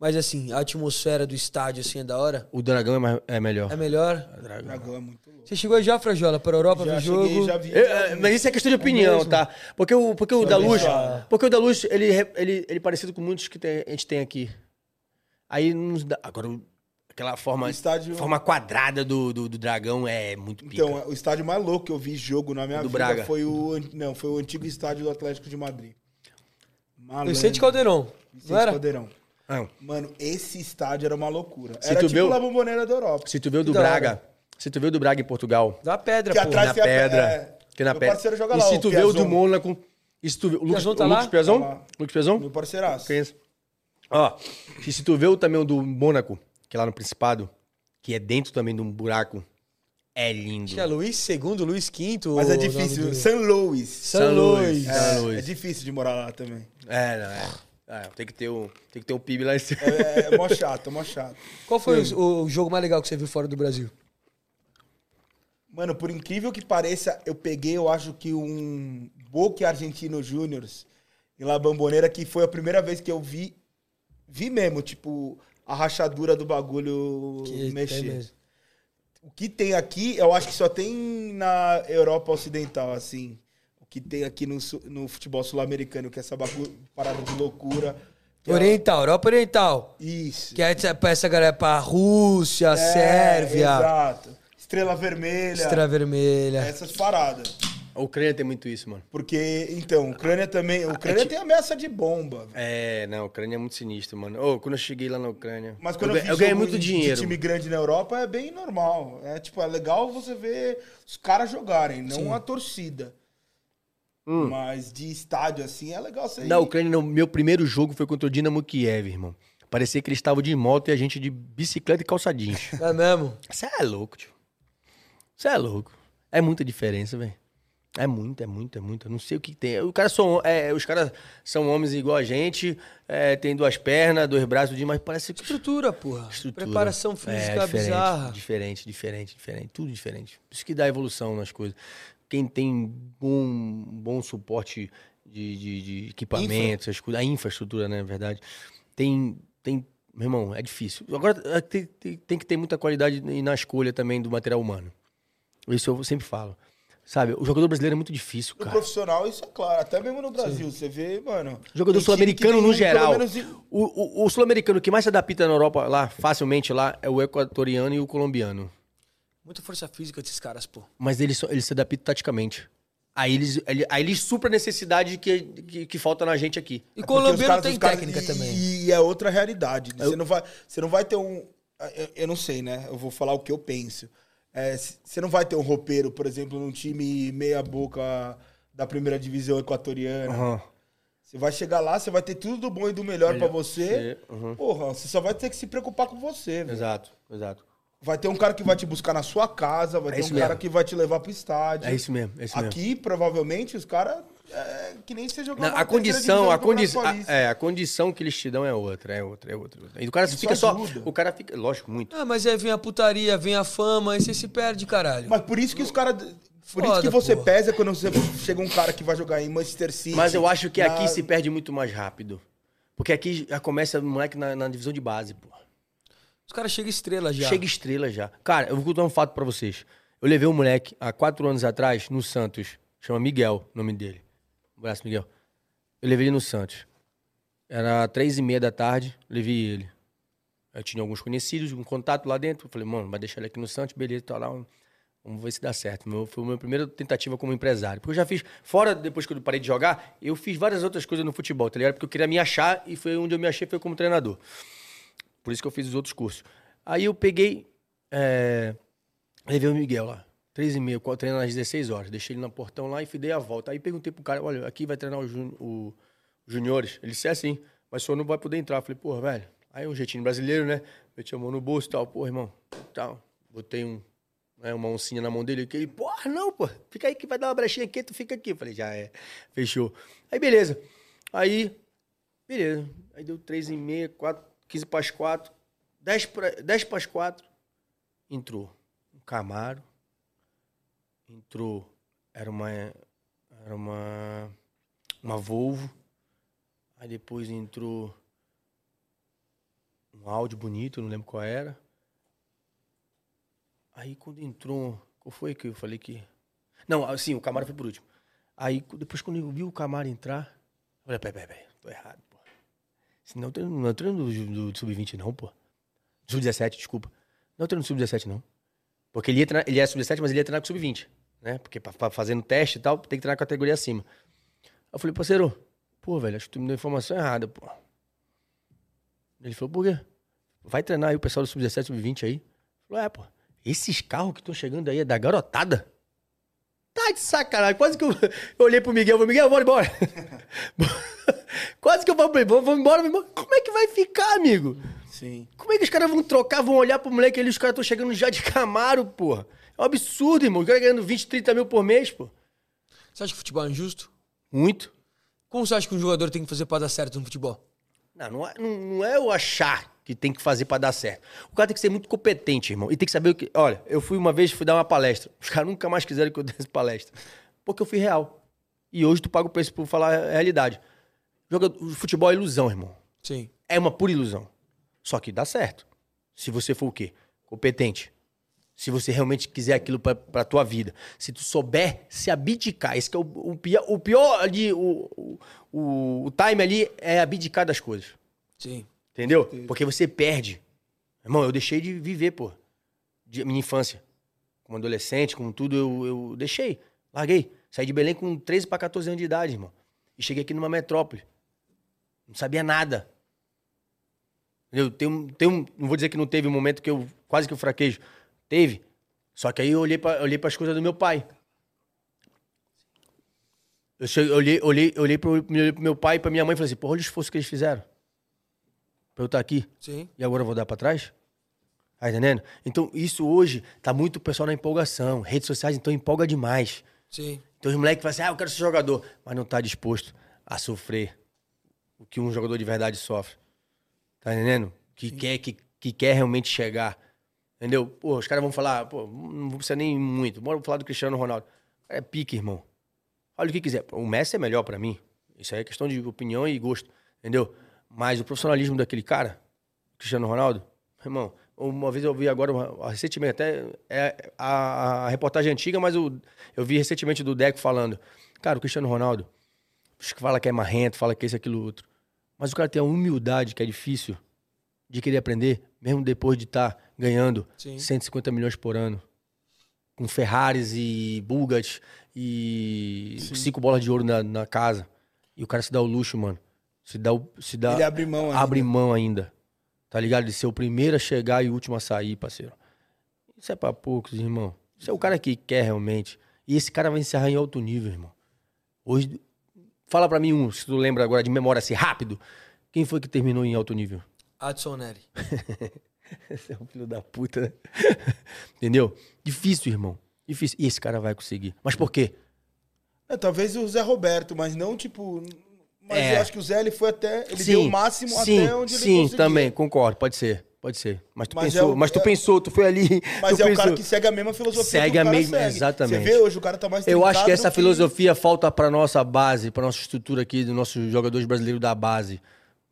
Speaker 1: mas assim, a atmosfera do estádio, assim, é da hora.
Speaker 2: O Dragão é, mais- é melhor.
Speaker 1: É melhor.
Speaker 2: O Dragão.
Speaker 4: Dragão é muito louco.
Speaker 1: Você chegou já, Frajola, pra Europa,
Speaker 4: Já
Speaker 1: pro
Speaker 4: cheguei,
Speaker 1: jogo?
Speaker 4: já vi.
Speaker 2: Eu, eh, mas isso é questão de opinião, tá? Porque o, porque o da luz, porque o da luz, ele, re- ele, ele é parecido com muitos que tem- a gente tem aqui. Aí nos dá, agora o- aquela forma,
Speaker 4: O estádio-
Speaker 2: forma quadrada do, do, do dragão é muito pica.
Speaker 4: Então, o estádio mais louco que eu vi jogo na minha
Speaker 2: Do
Speaker 4: vida
Speaker 2: Braga.
Speaker 4: foi o an- não, foi o antigo estádio do Atlético de Madrid. Malandro.
Speaker 1: Vicente Caldeirão,
Speaker 4: Vicente
Speaker 1: não era?
Speaker 4: Caldeirão.
Speaker 2: Ah,
Speaker 4: Mano, esse estádio era uma loucura.
Speaker 2: Se
Speaker 4: era
Speaker 2: tu
Speaker 4: tipo
Speaker 2: viu-
Speaker 4: a bomboneira da Europa.
Speaker 2: se tu vê o do
Speaker 1: da hora.
Speaker 2: Braga, se tu vê o do Braga em Portugal,
Speaker 1: Da pedra,
Speaker 4: Que
Speaker 1: porra.
Speaker 4: atrás-
Speaker 2: na
Speaker 4: tem a pe-
Speaker 2: pedra,
Speaker 4: é,
Speaker 2: tem na
Speaker 4: meu
Speaker 2: pedra.
Speaker 4: parceiro joga
Speaker 2: e
Speaker 4: lá,
Speaker 2: se
Speaker 4: o
Speaker 2: tu vê o do
Speaker 4: Piazon.
Speaker 2: Mônaco, e se tu vê o Lucas,
Speaker 1: Piazon tá
Speaker 2: o Lucas
Speaker 1: lá?
Speaker 2: Piazon?
Speaker 4: Tá lá.
Speaker 2: Lucas Piazon?
Speaker 4: Meu parceiraço.
Speaker 1: é
Speaker 2: Conheço. Ó, e se tu vê o também o do Mônaco, que é lá no Principado, que é dentro também de um buraco, é lindo.
Speaker 1: Tinha Luiz II, Luiz V.
Speaker 4: Mas é
Speaker 1: o
Speaker 4: difícil.
Speaker 1: nome do-
Speaker 4: San Luis.
Speaker 1: San Luis.
Speaker 2: Luís.
Speaker 4: É,
Speaker 2: San Luis.
Speaker 4: é difícil de morar lá também.
Speaker 2: É, não, é. É, tem que ter o, tem que ter o PIB lá em cima.
Speaker 4: É, é mó chato, é mó chato.
Speaker 1: Qual foi o, o jogo mais legal que você viu fora do Brasil?
Speaker 4: Mano, por incrível que pareça, eu peguei, eu acho que um Boca e Argentino Júnior em La Bamboneira, que foi a primeira vez que eu vi, vi mesmo, tipo, a rachadura do bagulho
Speaker 1: Que
Speaker 4: mexer.
Speaker 1: tem mesmo.
Speaker 4: O que tem aqui, eu acho que só tem na Europa Ocidental, assim. O que tem aqui no, su- no futebol sul-americano, que é essa bagulho, parada de loucura. que é-
Speaker 1: Oriental, Europa Oriental.
Speaker 4: Isso.
Speaker 1: Que é essa- pra essa galera, pra Rússia, Sérvia,
Speaker 4: É, Exato. Estrela Vermelha.
Speaker 1: Estrela Vermelha.
Speaker 4: Essas paradas.
Speaker 2: A Ucrânia tem muito isso, mano.
Speaker 4: Porque, então, Ucrânia também. Ucrânia tem ameaça de bomba. velho.
Speaker 2: É, não, a Ucrânia é muito sinistro, mano. Ô, quando eu cheguei lá na Ucrânia.
Speaker 4: Mas quando
Speaker 2: eu,
Speaker 4: eu,
Speaker 2: ga-
Speaker 4: vi
Speaker 2: eu ganhei
Speaker 4: jogo
Speaker 2: muito
Speaker 4: de- de
Speaker 2: dinheiro.
Speaker 4: time grande na Europa é bem normal. É tipo, é legal você ver os caras jogarem, não a torcida.
Speaker 2: Hum.
Speaker 4: Mas de estádio assim é legal você ir.
Speaker 2: Na Ucrânia, no meu primeiro jogo foi contra o Dinamo Kiev, irmão. Parecia que eles estavam de moto e a gente de bicicleta e calça jeans.
Speaker 1: É mesmo?
Speaker 2: Você é louco, tio. Você é louco. É muita diferença, velho. É muito, é muito, é muito. Eu não sei o que tem. O cara são, é, os caras são homens igual a gente, é, tem duas pernas, dois braços, de- mas parece que
Speaker 1: Estrutura, porra.
Speaker 2: estrutura.
Speaker 1: Preparação física
Speaker 2: é, diferente,
Speaker 1: bizarra.
Speaker 2: Diferente, diferente, diferente. Tudo diferente. Isso que dá evolução nas coisas. Quem tem bom, bom suporte de, de, de equipamentos, essas coisas, a infraestrutura, né, na verdade, tem, tem. Meu irmão, é difícil. Agora, é, tem, tem- tem que ter muita qualidade e na escolha também do material humano. Isso eu sempre falo. Sabe, o jogador brasileiro é muito difícil,
Speaker 4: No
Speaker 2: cara.
Speaker 4: profissional, isso é claro. Até mesmo no Brasil, você vê, mano.
Speaker 2: Jogador
Speaker 4: tem time que
Speaker 2: sul-americano
Speaker 4: tem
Speaker 2: no
Speaker 4: um, pelo
Speaker 2: geral.
Speaker 4: menos, de-
Speaker 2: O, o- o sul-americano que mais se adapta na Europa lá, facilmente lá, é o equatoriano e o colombiano.
Speaker 1: Muita força física desses caras,
Speaker 4: É
Speaker 1: pô.
Speaker 2: Mas eles, só- eles se adaptam taticamente. Aí eles, ele- aí eles supram a necessidade que, que, que falta na gente aqui.
Speaker 1: E
Speaker 4: É Porque os
Speaker 1: colombiano
Speaker 4: caras-
Speaker 1: tem
Speaker 4: os caras-
Speaker 1: técnica
Speaker 4: e-
Speaker 1: também.
Speaker 4: E é outra realidade. Você, não vai, você não vai ter um. Eu, eu não sei, né? Eu vou falar o que eu penso. É, c- você não vai ter um roupeiro, por exemplo, num time meia-boca da primeira divisão equatoriana. Você vai chegar lá, você vai ter tudo do bom e do melhor pra você.
Speaker 2: Você, uhum.
Speaker 4: Porra, você só vai ter que se preocupar com você, velho.
Speaker 2: Exato, exato.
Speaker 4: Vai ter um cara que vai te buscar na sua casa, vai ter
Speaker 2: É
Speaker 4: um
Speaker 2: isso
Speaker 4: cara
Speaker 2: mesmo.
Speaker 4: que vai te levar pro estádio.
Speaker 2: É isso mesmo, é isso mesmo.
Speaker 4: Aqui, provavelmente, os caras. É, que nem você jogar
Speaker 2: Não,
Speaker 4: uma
Speaker 2: a
Speaker 4: terceira
Speaker 2: condição,
Speaker 4: divisão
Speaker 2: a,
Speaker 4: do Campeonato
Speaker 2: condição
Speaker 4: Paulista.
Speaker 2: é, a condição que eles te dão é outra, é outra, é outra. é outra. E o cara
Speaker 4: Isso
Speaker 2: fica só.
Speaker 4: ajuda.
Speaker 2: O cara fica. Lógico, muito.
Speaker 1: Ah, mas aí vem a putaria, vem a fama, aí você se perde, caralho.
Speaker 4: Mas por isso que os caras. Por
Speaker 1: Foda,
Speaker 4: isso que você
Speaker 1: porra.
Speaker 4: pesa quando você chega um cara que vai jogar em Manchester City.
Speaker 2: Mas eu acho que
Speaker 4: na-
Speaker 2: aqui se perde muito mais rápido. Porque aqui já começa o moleque na, na divisão de base, pô.
Speaker 1: Os caras chegam estrela já.
Speaker 2: Chega estrela já. Cara, eu vou contar um fato pra vocês. Eu levei um moleque há quatro anos atrás no Santos. Chama Miguel, o nome dele. Um abraço, Miguel. Eu levei ele no Santos. Era três e meia da tarde, levei ele. Eu tinha alguns conhecidos, um contato lá dentro. Eu falei, mano, vai deixar ele aqui no Santos, beleza, tá lá. Vamos ver se dá certo. Meu- foi a minha primeira tentativa como empresário. Porque eu já fiz, fora depois que eu parei de jogar, eu fiz várias outras coisas no futebol, tá ligado? Porque eu queria me achar e foi onde eu me achei, foi como treinador. Por isso que eu fiz os outros cursos. Aí eu peguei, é, levei o Miguel lá, três e meia, treinando às 16 horas. Deixei ele no portão lá e fui dei a volta. Aí perguntei pro cara, olha, aqui vai treinar os jun- o juniores. Ele disse assim, mas o senhor não vai poder entrar. Eu falei, porra, velho. Aí um jeitinho brasileiro, né? Meti a mão no bolso e tal. Porra, irmão, tal. Botei um, né, uma oncinha na mão dele. Que ele, porra, não, pô. Fica aí que vai dar uma brechinha aqui, tu fica aqui. Eu falei, já é. Fechou. Aí, beleza. Aí Beleza. Aí deu 3 e meia, 4, 15 para as 4. 10 para, 10 para as 4, entrou um Camaro. Entrou, era uma era uma uma Volvo. Aí depois entrou um áudio bonito, não lembro qual era. Aí quando entrou, qual foi que eu falei que Não, assim, o Camaro foi por último. Aí depois quando eu vi o Camaro entrar, eu falei, peraí, peraí, peraí, tô errado, pô. Senão eu treino- não é treino do, do- do sub-20, não, pô. Sub-17, desculpa. Não é treino do sub-17, não. Porque ele ia treinar, ele era sub-17, mas ele ia treinar com sub-20, né? Porque pra, pra- fazendo teste e tal, tem que treinar com a categoria acima. Aí eu falei, parceiro, pô, velho, acho que tu me deu a informação errada, pô. Ele falou, por quê? Vai treinar aí o pessoal do sub-17, sub-20 aí. Falou, é, pô. Esses carros que estão chegando aí é da garotada? Tá de sacanagem. Quase que eu, eu olhei pro Miguel e falei, Miguel, bora embora. Quase que eu falei, pra ele, vamos vamos embora, vamos embora. Como é que vai ficar, amigo?
Speaker 4: Sim.
Speaker 2: Como é que os caras vão trocar, vão olhar pro moleque ali, os caras estão chegando já de Camaro, porra. É um absurdo, irmão. Os caras ganhando 20, 30 mil por mês, pô.
Speaker 1: Você acha que futebol é injusto?
Speaker 2: Muito.
Speaker 1: Como você acha que um jogador tem que fazer pra dar certo no futebol?
Speaker 2: Não, não é, não- não é o achar que tem que fazer pra dar certo. O cara tem que ser muito competente, irmão. E tem que saber o que. Olha, eu fui uma vez, fui dar uma palestra. Os caras nunca mais quiseram que eu desse palestra. Porque eu fui real. E hoje tu paga o preço por falar a realidade. Joga... O futebol é ilusão, irmão.
Speaker 1: Sim.
Speaker 2: É uma pura ilusão. Só que dá certo. Se você for o quê? Competente. Se você realmente quiser aquilo pra, pra tua vida. Se tu souber se abdicar. Esse que é o, o pior, o pior ali, o, o- o, o time ali é abdicar das coisas.
Speaker 1: Sim.
Speaker 2: Entendeu? Porque você perde. Irmão, eu deixei de viver, pô. De minha infância. Como adolescente, como tudo, eu, eu deixei. Larguei. Saí de Belém com 13 para 14 anos de idade, irmão. E cheguei aqui numa metrópole. Não sabia nada. Eu tenho, tenho, não vou dizer que não teve um momento que eu quase que eu fraquejo. Teve. Só que aí eu olhei para olhei as coisas do meu pai. Eu cheguei, olhei, olhei, olhei pro, olhei pro meu pai e pra minha mãe e falei assim, porra, olha o esforço que eles fizeram. Pra eu estar aqui.
Speaker 1: Sim.
Speaker 2: E agora eu vou dar pra trás? Tá entendendo? Então, isso hoje tá muito o pessoal na empolgação. Redes sociais, então, empolga demais.
Speaker 1: Sim.
Speaker 2: Então os moleques falam assim, ah, eu quero ser jogador, mas não tá disposto a sofrer o que um jogador de verdade sofre. Tá entendendo? Que quer, que, que quer realmente chegar. Entendeu? Pô, os caras vão falar, "Ah, pô, não precisa nem muito. Bora falar do Cristiano Ronaldo. É pique, irmão. Olha o que quiser. O Messi é melhor pra mim. Isso aí é questão de opinião e gosto. Entendeu? Mas o profissionalismo daquele cara, Cristiano Ronaldo, irmão, uma vez eu vi agora, uma- recentemente, até é a, a reportagem é antiga, mas o- eu vi recentemente do Deco falando. Cara, o Cristiano Ronaldo, os que fala que é marrento, fala que é isso, aquilo, outro. Mas o cara tem a humildade, que é difícil, de querer aprender, mesmo depois de estar ganhando
Speaker 1: Sim.
Speaker 2: 150 milhões por ano. Com Ferraris e Bugatti e cinco bolas de ouro na, na casa. E o cara se dá o luxo, mano. Se dá, o- se dá
Speaker 4: Ele é abre mão né? ainda.
Speaker 2: abre mão ainda. Tá ligado? De ser o primeiro a chegar e o último a sair, parceiro. Isso é pra poucos, irmão. Isso é o cara que quer realmente. E esse cara vai encerrar em alto nível, irmão. Hoje, fala pra mim um, se tu lembra agora de memória assim, rápido. Quem foi que terminou em alto nível?
Speaker 1: Adson Neri.
Speaker 2: Você é um filho da puta, né? Entendeu? Difícil, irmão. Difícil. E esse cara vai conseguir. Mas por quê?
Speaker 4: É, talvez o Zé Roberto, mas não tipo. Mas
Speaker 2: É.
Speaker 4: eu acho que o Zé ele foi até. Ele deu o máximo
Speaker 2: sim,
Speaker 4: até onde ele
Speaker 2: Sim,
Speaker 4: conseguia.
Speaker 2: também, concordo. Pode ser. Pode ser. Mas tu
Speaker 4: Mas é
Speaker 2: pensou,
Speaker 4: o-
Speaker 2: mas tu
Speaker 4: é-
Speaker 2: pensou, tu foi ali.
Speaker 4: Mas
Speaker 2: tu
Speaker 4: é o
Speaker 2: pensou.
Speaker 4: cara que segue a mesma filosofia.
Speaker 2: Segue
Speaker 4: que o
Speaker 2: a
Speaker 4: cara
Speaker 2: mesma- exatamente.
Speaker 4: Você vê hoje, o cara tá mais
Speaker 2: Eu acho que
Speaker 4: trincado
Speaker 2: essa
Speaker 4: do
Speaker 2: filosofia falta para nossa base, para nossa estrutura aqui, dos nossos jogadores brasileiros da base.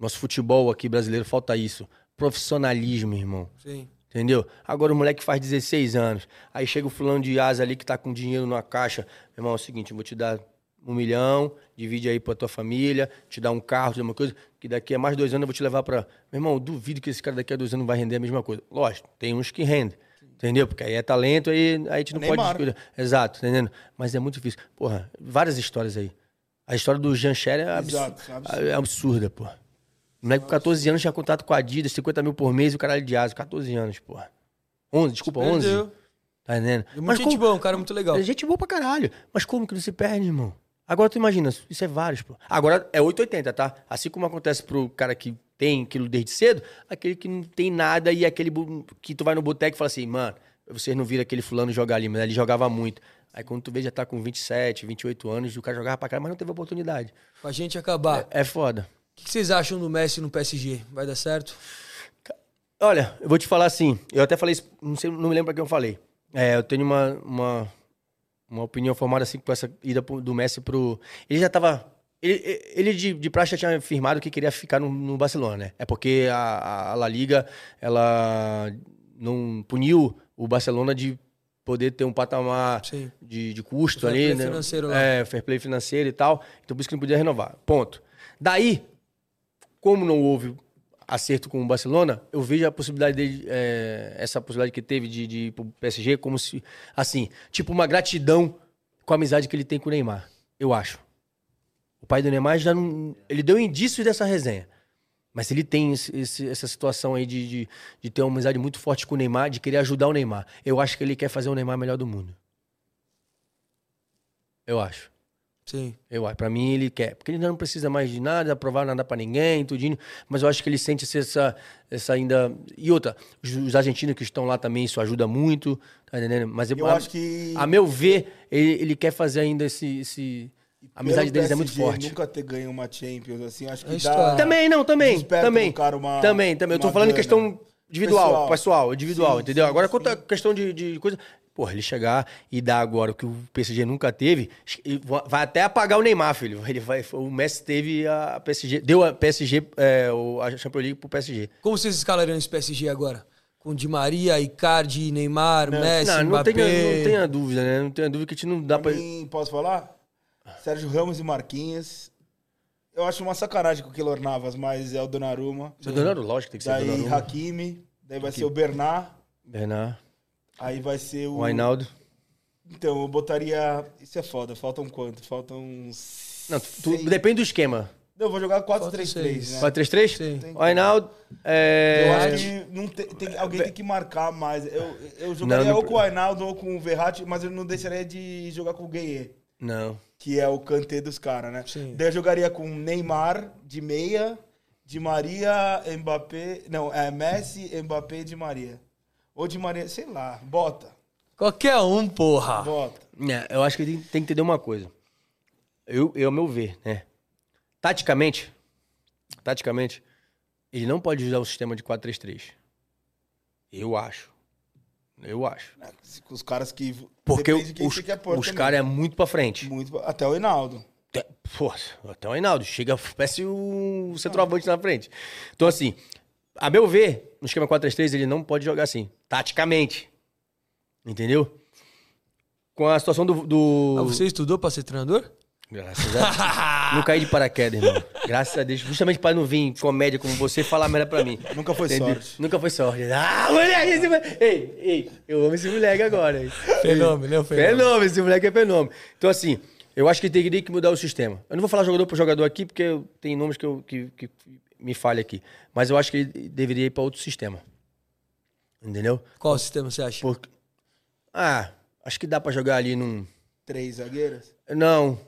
Speaker 2: Nosso futebol aqui brasileiro, falta isso. Profissionalismo, irmão.
Speaker 1: Sim.
Speaker 2: Entendeu? Agora o moleque faz 16 anos. Aí chega o fulano de asa ali que tá com dinheiro na caixa. Meu irmão, é o seguinte, eu vou te dar um milhão, divide aí pra tua família, te dar um carro, te dar uma coisa, que daqui a mais dois anos eu vou te levar pra... Meu irmão, eu duvido que esse cara daqui a dois anos vai render a mesma coisa. Lógico, tem uns que rendem. Entendeu? Porque aí é talento, aí, aí a gente não pode...
Speaker 4: Neymar.
Speaker 2: discutir. Exato, tá entendendo? Mas é muito difícil. Porra, várias histórias aí. A história do Jean Scher é, abs-
Speaker 4: Exato, é absurdo.
Speaker 2: é absurda, porra. O moleque com 14 anos tinha contrato com a Adidas, 50 mil por mês, o caralho de asa, 14 anos, porra. 11, desculpa, 11.
Speaker 1: Perdeu.
Speaker 2: Tá entendendo?
Speaker 1: E Muito gente
Speaker 2: como...
Speaker 1: bom, um cara muito legal.
Speaker 2: É Gente boa pra caralho. Mas como que não se perde, irmão? Agora tu imagina, isso é vários, pô. Agora é 880, tá? Assim como acontece pro cara que tem aquilo desde cedo, aquele que não tem nada e aquele bu- que tu vai no boteco e fala assim, mano, vocês não viram aquele fulano jogar ali, mas ele jogava muito. Aí quando tu vê, já tá com 27, 28 anos, e o cara jogava pra caralho, mas não teve oportunidade.
Speaker 1: Pra gente acabar. O
Speaker 2: É foda.
Speaker 1: que que vocês acham do Messi no PSG? Vai dar certo?
Speaker 2: Olha, eu vou te falar assim. Eu até falei isso, não, sei, não me lembro pra quem eu falei. É, eu tenho uma, uma, uma opinião formada assim com essa ida pro- do Messi pro. Ele já tava. Ele, ele de, de praxe já tinha afirmado que queria ficar no, no Barcelona, né? É porque a, a La Liga, ela não puniu o Barcelona de poder ter um patamar
Speaker 1: Sim.
Speaker 2: de, de custo
Speaker 1: Fair
Speaker 2: ali,
Speaker 1: play
Speaker 2: né?
Speaker 1: financeiro lá.
Speaker 2: É, fair play financeiro e tal. Então por isso que não podia renovar. Ponto. Daí, como não houve acerto com o Barcelona, eu vejo a possibilidade dele, é, essa possibilidade que teve de, de ir pro PSG como se, assim, tipo uma gratidão com a amizade que ele tem com o Neymar, eu acho. O pai do Neymar já não, ele deu indícios dessa resenha, mas ele tem esse- esse- essa situação aí de, de, de ter uma amizade muito forte com o Neymar, de querer ajudar o Neymar. Eu acho que ele quer fazer o Neymar melhor do mundo. Eu acho.
Speaker 1: Sim.
Speaker 2: Eu acho, pra mim ele quer, porque ele ainda não precisa mais de nada, aprovar nada pra ninguém, tudinho, mas eu acho que ele sente esse- essa, essa ainda... E outra, os, os argentinos que estão lá também, isso ajuda muito, tá entendendo? Mas eu,
Speaker 4: Eu
Speaker 2: a,
Speaker 4: acho que.
Speaker 2: a meu ver, ele, ele quer fazer ainda esse... esse... A amizade
Speaker 4: pelo
Speaker 2: deles é muito
Speaker 4: PSG
Speaker 2: forte.
Speaker 4: Nunca ter ganho uma Champions, assim, acho que
Speaker 1: É
Speaker 4: dá.
Speaker 1: história.
Speaker 2: Também, não, também,
Speaker 4: desperta
Speaker 2: também,
Speaker 4: no cara uma-
Speaker 2: também, também. Eu tô
Speaker 4: uma
Speaker 2: falando em
Speaker 4: gana.
Speaker 2: questão individual, pessoal,
Speaker 4: Pessoal.
Speaker 2: individual,
Speaker 4: Sim,
Speaker 2: entendeu?
Speaker 4: sim,
Speaker 2: agora,
Speaker 4: sim.
Speaker 2: quanto à questão de, de coisa... Porra, ele chegar e dar agora o que o PSG nunca teve, ele va- vai até apagar o Neymar, filho. Ele vai, o Messi teve a PSG, deu a PSG, é, o- a Champions League pro PSG.
Speaker 1: Como vocês escalariam esse PSG agora? Com Di Maria, Icardi, Neymar, Messi,
Speaker 2: não, não
Speaker 1: Mbappé.
Speaker 2: tenha, não tenha dúvida, né? Não tenha dúvida que a gente não dá pra...
Speaker 4: Pra mim, posso falar? Sérgio Ramos e Marquinhos. Eu acho uma sacanagem com o Keylor Navas, mas é o Donnarumma.
Speaker 2: Seu Donnarumma, lógico que tem que ser
Speaker 4: Daí
Speaker 2: Donnarumma.
Speaker 4: Hakimi. Daí vai ser o Bernard.
Speaker 2: Bernard,
Speaker 4: Aí vai ser o.
Speaker 2: o Ainaldo.
Speaker 4: Então, eu botaria. Isso é foda. Faltam quanto? Faltam.
Speaker 2: Não, tu- tu-
Speaker 4: seis-
Speaker 2: depende do esquema.
Speaker 4: Não, eu vou jogar
Speaker 1: seis.
Speaker 4: 4-3-3, né?
Speaker 2: 4-3-3?
Speaker 1: Sim.
Speaker 2: O Ainaldo, é...
Speaker 4: Eu acho que não tem, tem- alguém tem que marcar mais. Eu, eu jogaria
Speaker 2: Não, não-
Speaker 4: ou com o Ainaldo ou com o Verratti, mas eu não deixaria de jogar com o Gueye,
Speaker 2: Não.
Speaker 4: que é o cante dos caras, né?
Speaker 1: Sim.
Speaker 4: Daí eu jogaria com Neymar de meia, de Maria, Mbappé. Não, é Messi, Mbappé de Maria. Ou de Maria, sei lá, bota.
Speaker 1: Qualquer um, porra.
Speaker 4: Bota.
Speaker 2: É, Eu acho que tem, tem que entender uma coisa. Eu, eu, ao meu ver, né? Taticamente, taticamente, ele não pode usar o sistema de 4-3-3. Eu acho. Eu acho.
Speaker 4: É, com Os caras que.
Speaker 2: Porque
Speaker 4: depende de quem
Speaker 2: os,
Speaker 4: você quer pôr
Speaker 2: os
Speaker 4: também.
Speaker 2: caras é muito pra frente.
Speaker 4: Muito pra- Até o Reinaldo.
Speaker 2: Até- Pô, até o Reinaldo. Chega, parece o centroavante na frente. Então, assim, a meu ver, no esquema 4-3-3, ele não pode jogar assim, taticamente. Entendeu? Com a situação do. do-
Speaker 1: Ah, você estudou pra ser treinador?
Speaker 2: Graças a Não caí de paraquedas, irmão. Graças a Deus. Justamente pra não vir comédia como você e falar merda pra mim.
Speaker 4: Nunca foi
Speaker 2: Entendeu?
Speaker 4: sorte.
Speaker 2: Nunca foi sorte. Ah, moleque! Esse... moleque- Ei, ei, eu amo esse moleque agora. hein?
Speaker 1: Fenômeno, né? o Fenômeno.
Speaker 2: Fenômeno, esse moleque é fenômeno. Então, assim, eu acho que teria que mudar o sistema. Eu não vou falar jogador por jogador aqui, porque eu- tem nomes que, eu- que- que me falha aqui. Mas eu acho que ele deveria ir pra outro sistema. Entendeu?
Speaker 1: Qual sistema você acha?
Speaker 2: Porque... Ah, acho que dá pra jogar ali num.
Speaker 4: Três zagueiros.
Speaker 2: Não.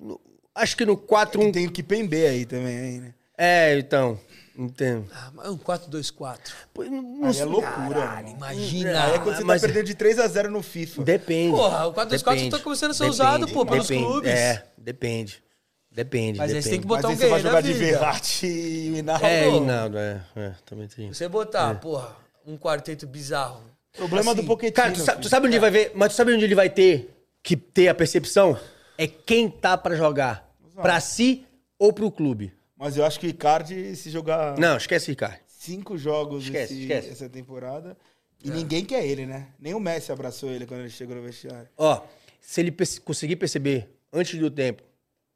Speaker 2: No- Acho que no 4-1.
Speaker 4: Tem o Kipembe aí também, hein, né?
Speaker 2: É, então. Entendo.
Speaker 1: Ah, mas é um 4-2-4.
Speaker 2: Pô, eu não-
Speaker 4: Aí é loucura,
Speaker 1: Caralho,
Speaker 4: mano.
Speaker 1: imagina.
Speaker 4: Aí é quando você
Speaker 2: mas-
Speaker 4: tá perdendo de 3x0 no FIFA.
Speaker 2: Depende.
Speaker 1: Porra, o 4-2-4
Speaker 2: Depende.
Speaker 1: tá começando a ser usado, pô, pelos
Speaker 2: depende.
Speaker 1: clubes.
Speaker 2: É, depende. Depende.
Speaker 1: Mas aí
Speaker 2: depende.
Speaker 1: você tem que
Speaker 4: Mas
Speaker 1: botar
Speaker 4: aí
Speaker 1: um
Speaker 4: você vai
Speaker 1: guerreiro
Speaker 4: jogar
Speaker 1: na
Speaker 4: de
Speaker 1: vida.
Speaker 4: Verratti e Minardo.
Speaker 2: É,
Speaker 1: Alô?
Speaker 2: Hinaldo, é, é, também tem.
Speaker 1: Você botar,
Speaker 2: É.
Speaker 1: porra, um quarteto bizarro.
Speaker 4: Problema do
Speaker 2: assim,
Speaker 4: Pochettino. assim.
Speaker 2: Cara, tu, sa- tu
Speaker 4: filho.
Speaker 2: sabe onde ele vai ver, mas tu sabe onde ele vai ter que ter a percepção? É quem tá pra jogar. Pra si ou pro clube.
Speaker 4: Mas eu acho que o Icardi, se jogar
Speaker 2: Não, esquece, Ricardo.
Speaker 4: cinco jogos
Speaker 2: Esquece,
Speaker 4: esse-
Speaker 2: esquece. É.
Speaker 4: essa temporada, e ninguém quer ele, né? Nem o Messi abraçou ele quando ele chegou no vestiário.
Speaker 2: Ó, se ele perce- conseguir perceber antes do tempo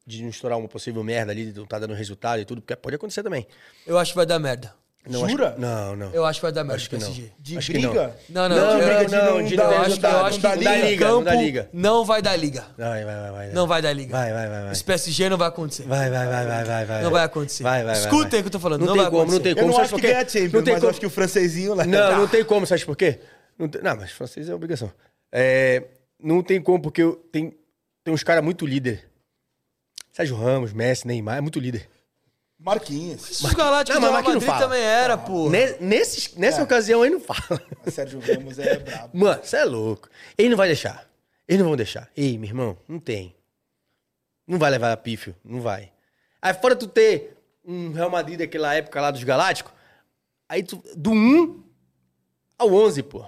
Speaker 2: de não estourar uma possível merda ali, de não tá dando resultado e tudo, porque pode acontecer também.
Speaker 1: Eu acho que vai dar merda.
Speaker 2: Não, acho-
Speaker 4: Jura?
Speaker 2: não, não.
Speaker 1: Eu acho que vai dar merda
Speaker 2: Acho que não.
Speaker 1: PSG.
Speaker 4: De
Speaker 2: Acho que
Speaker 4: briga?
Speaker 1: Não, não,
Speaker 2: Não,
Speaker 1: eu,
Speaker 2: não,
Speaker 1: eu,
Speaker 2: não, de não
Speaker 1: eu
Speaker 2: dar
Speaker 1: acho que, eu
Speaker 2: resultado,
Speaker 1: acho
Speaker 2: não
Speaker 1: que
Speaker 2: dá
Speaker 1: em
Speaker 2: liga, não dá
Speaker 1: campo
Speaker 2: liga.
Speaker 1: não vai dar liga.
Speaker 2: Vai, vai, vai, vai.
Speaker 1: Não vai dar liga.
Speaker 2: Vai, vai, vai, vai.
Speaker 1: Esse PSG não vai acontecer.
Speaker 2: Vai, vai, vai, vai, vai, vai.
Speaker 1: Não vai acontecer.
Speaker 2: Vai, vai, vai,
Speaker 1: Escutem
Speaker 2: vai.
Speaker 1: o que eu tô falando,
Speaker 2: Não,
Speaker 1: não
Speaker 2: tem
Speaker 1: vai
Speaker 2: como, não
Speaker 1: acontecer.
Speaker 2: tem
Speaker 4: Eu
Speaker 2: como.
Speaker 4: não
Speaker 2: sabe
Speaker 4: acho
Speaker 2: por
Speaker 4: que
Speaker 2: quê?
Speaker 4: ganha a Champions,
Speaker 2: não tem
Speaker 4: mas
Speaker 2: como.
Speaker 4: eu acho que o francesinho lá...
Speaker 2: Não, não tem como, sabe por quê? Não, tem- não, mas francês é obrigação. É, não tem como, porque eu- tem, tem uns caras muito líder. Sérgio Ramos, Messi, Neymar, é muito líder.
Speaker 4: Marquinhos.
Speaker 1: Esses galácticos
Speaker 2: Não, mas
Speaker 1: do Real
Speaker 2: aqui não
Speaker 1: Madrid
Speaker 2: fala.
Speaker 1: também era, pô.
Speaker 2: Ne- nesses- nessa
Speaker 4: É.
Speaker 2: ocasião aí não fala.
Speaker 4: Mas Sérgio Ramos é brabo.
Speaker 2: Mano, você é louco. Ele não vai deixar. Eles não vão deixar. Ei, meu irmão, não tem. Não vai levar a pífio, não vai. Aí fora tu ter um Real Madrid daquela época lá dos Galácticos, aí tu, do 1 ao 11, pô.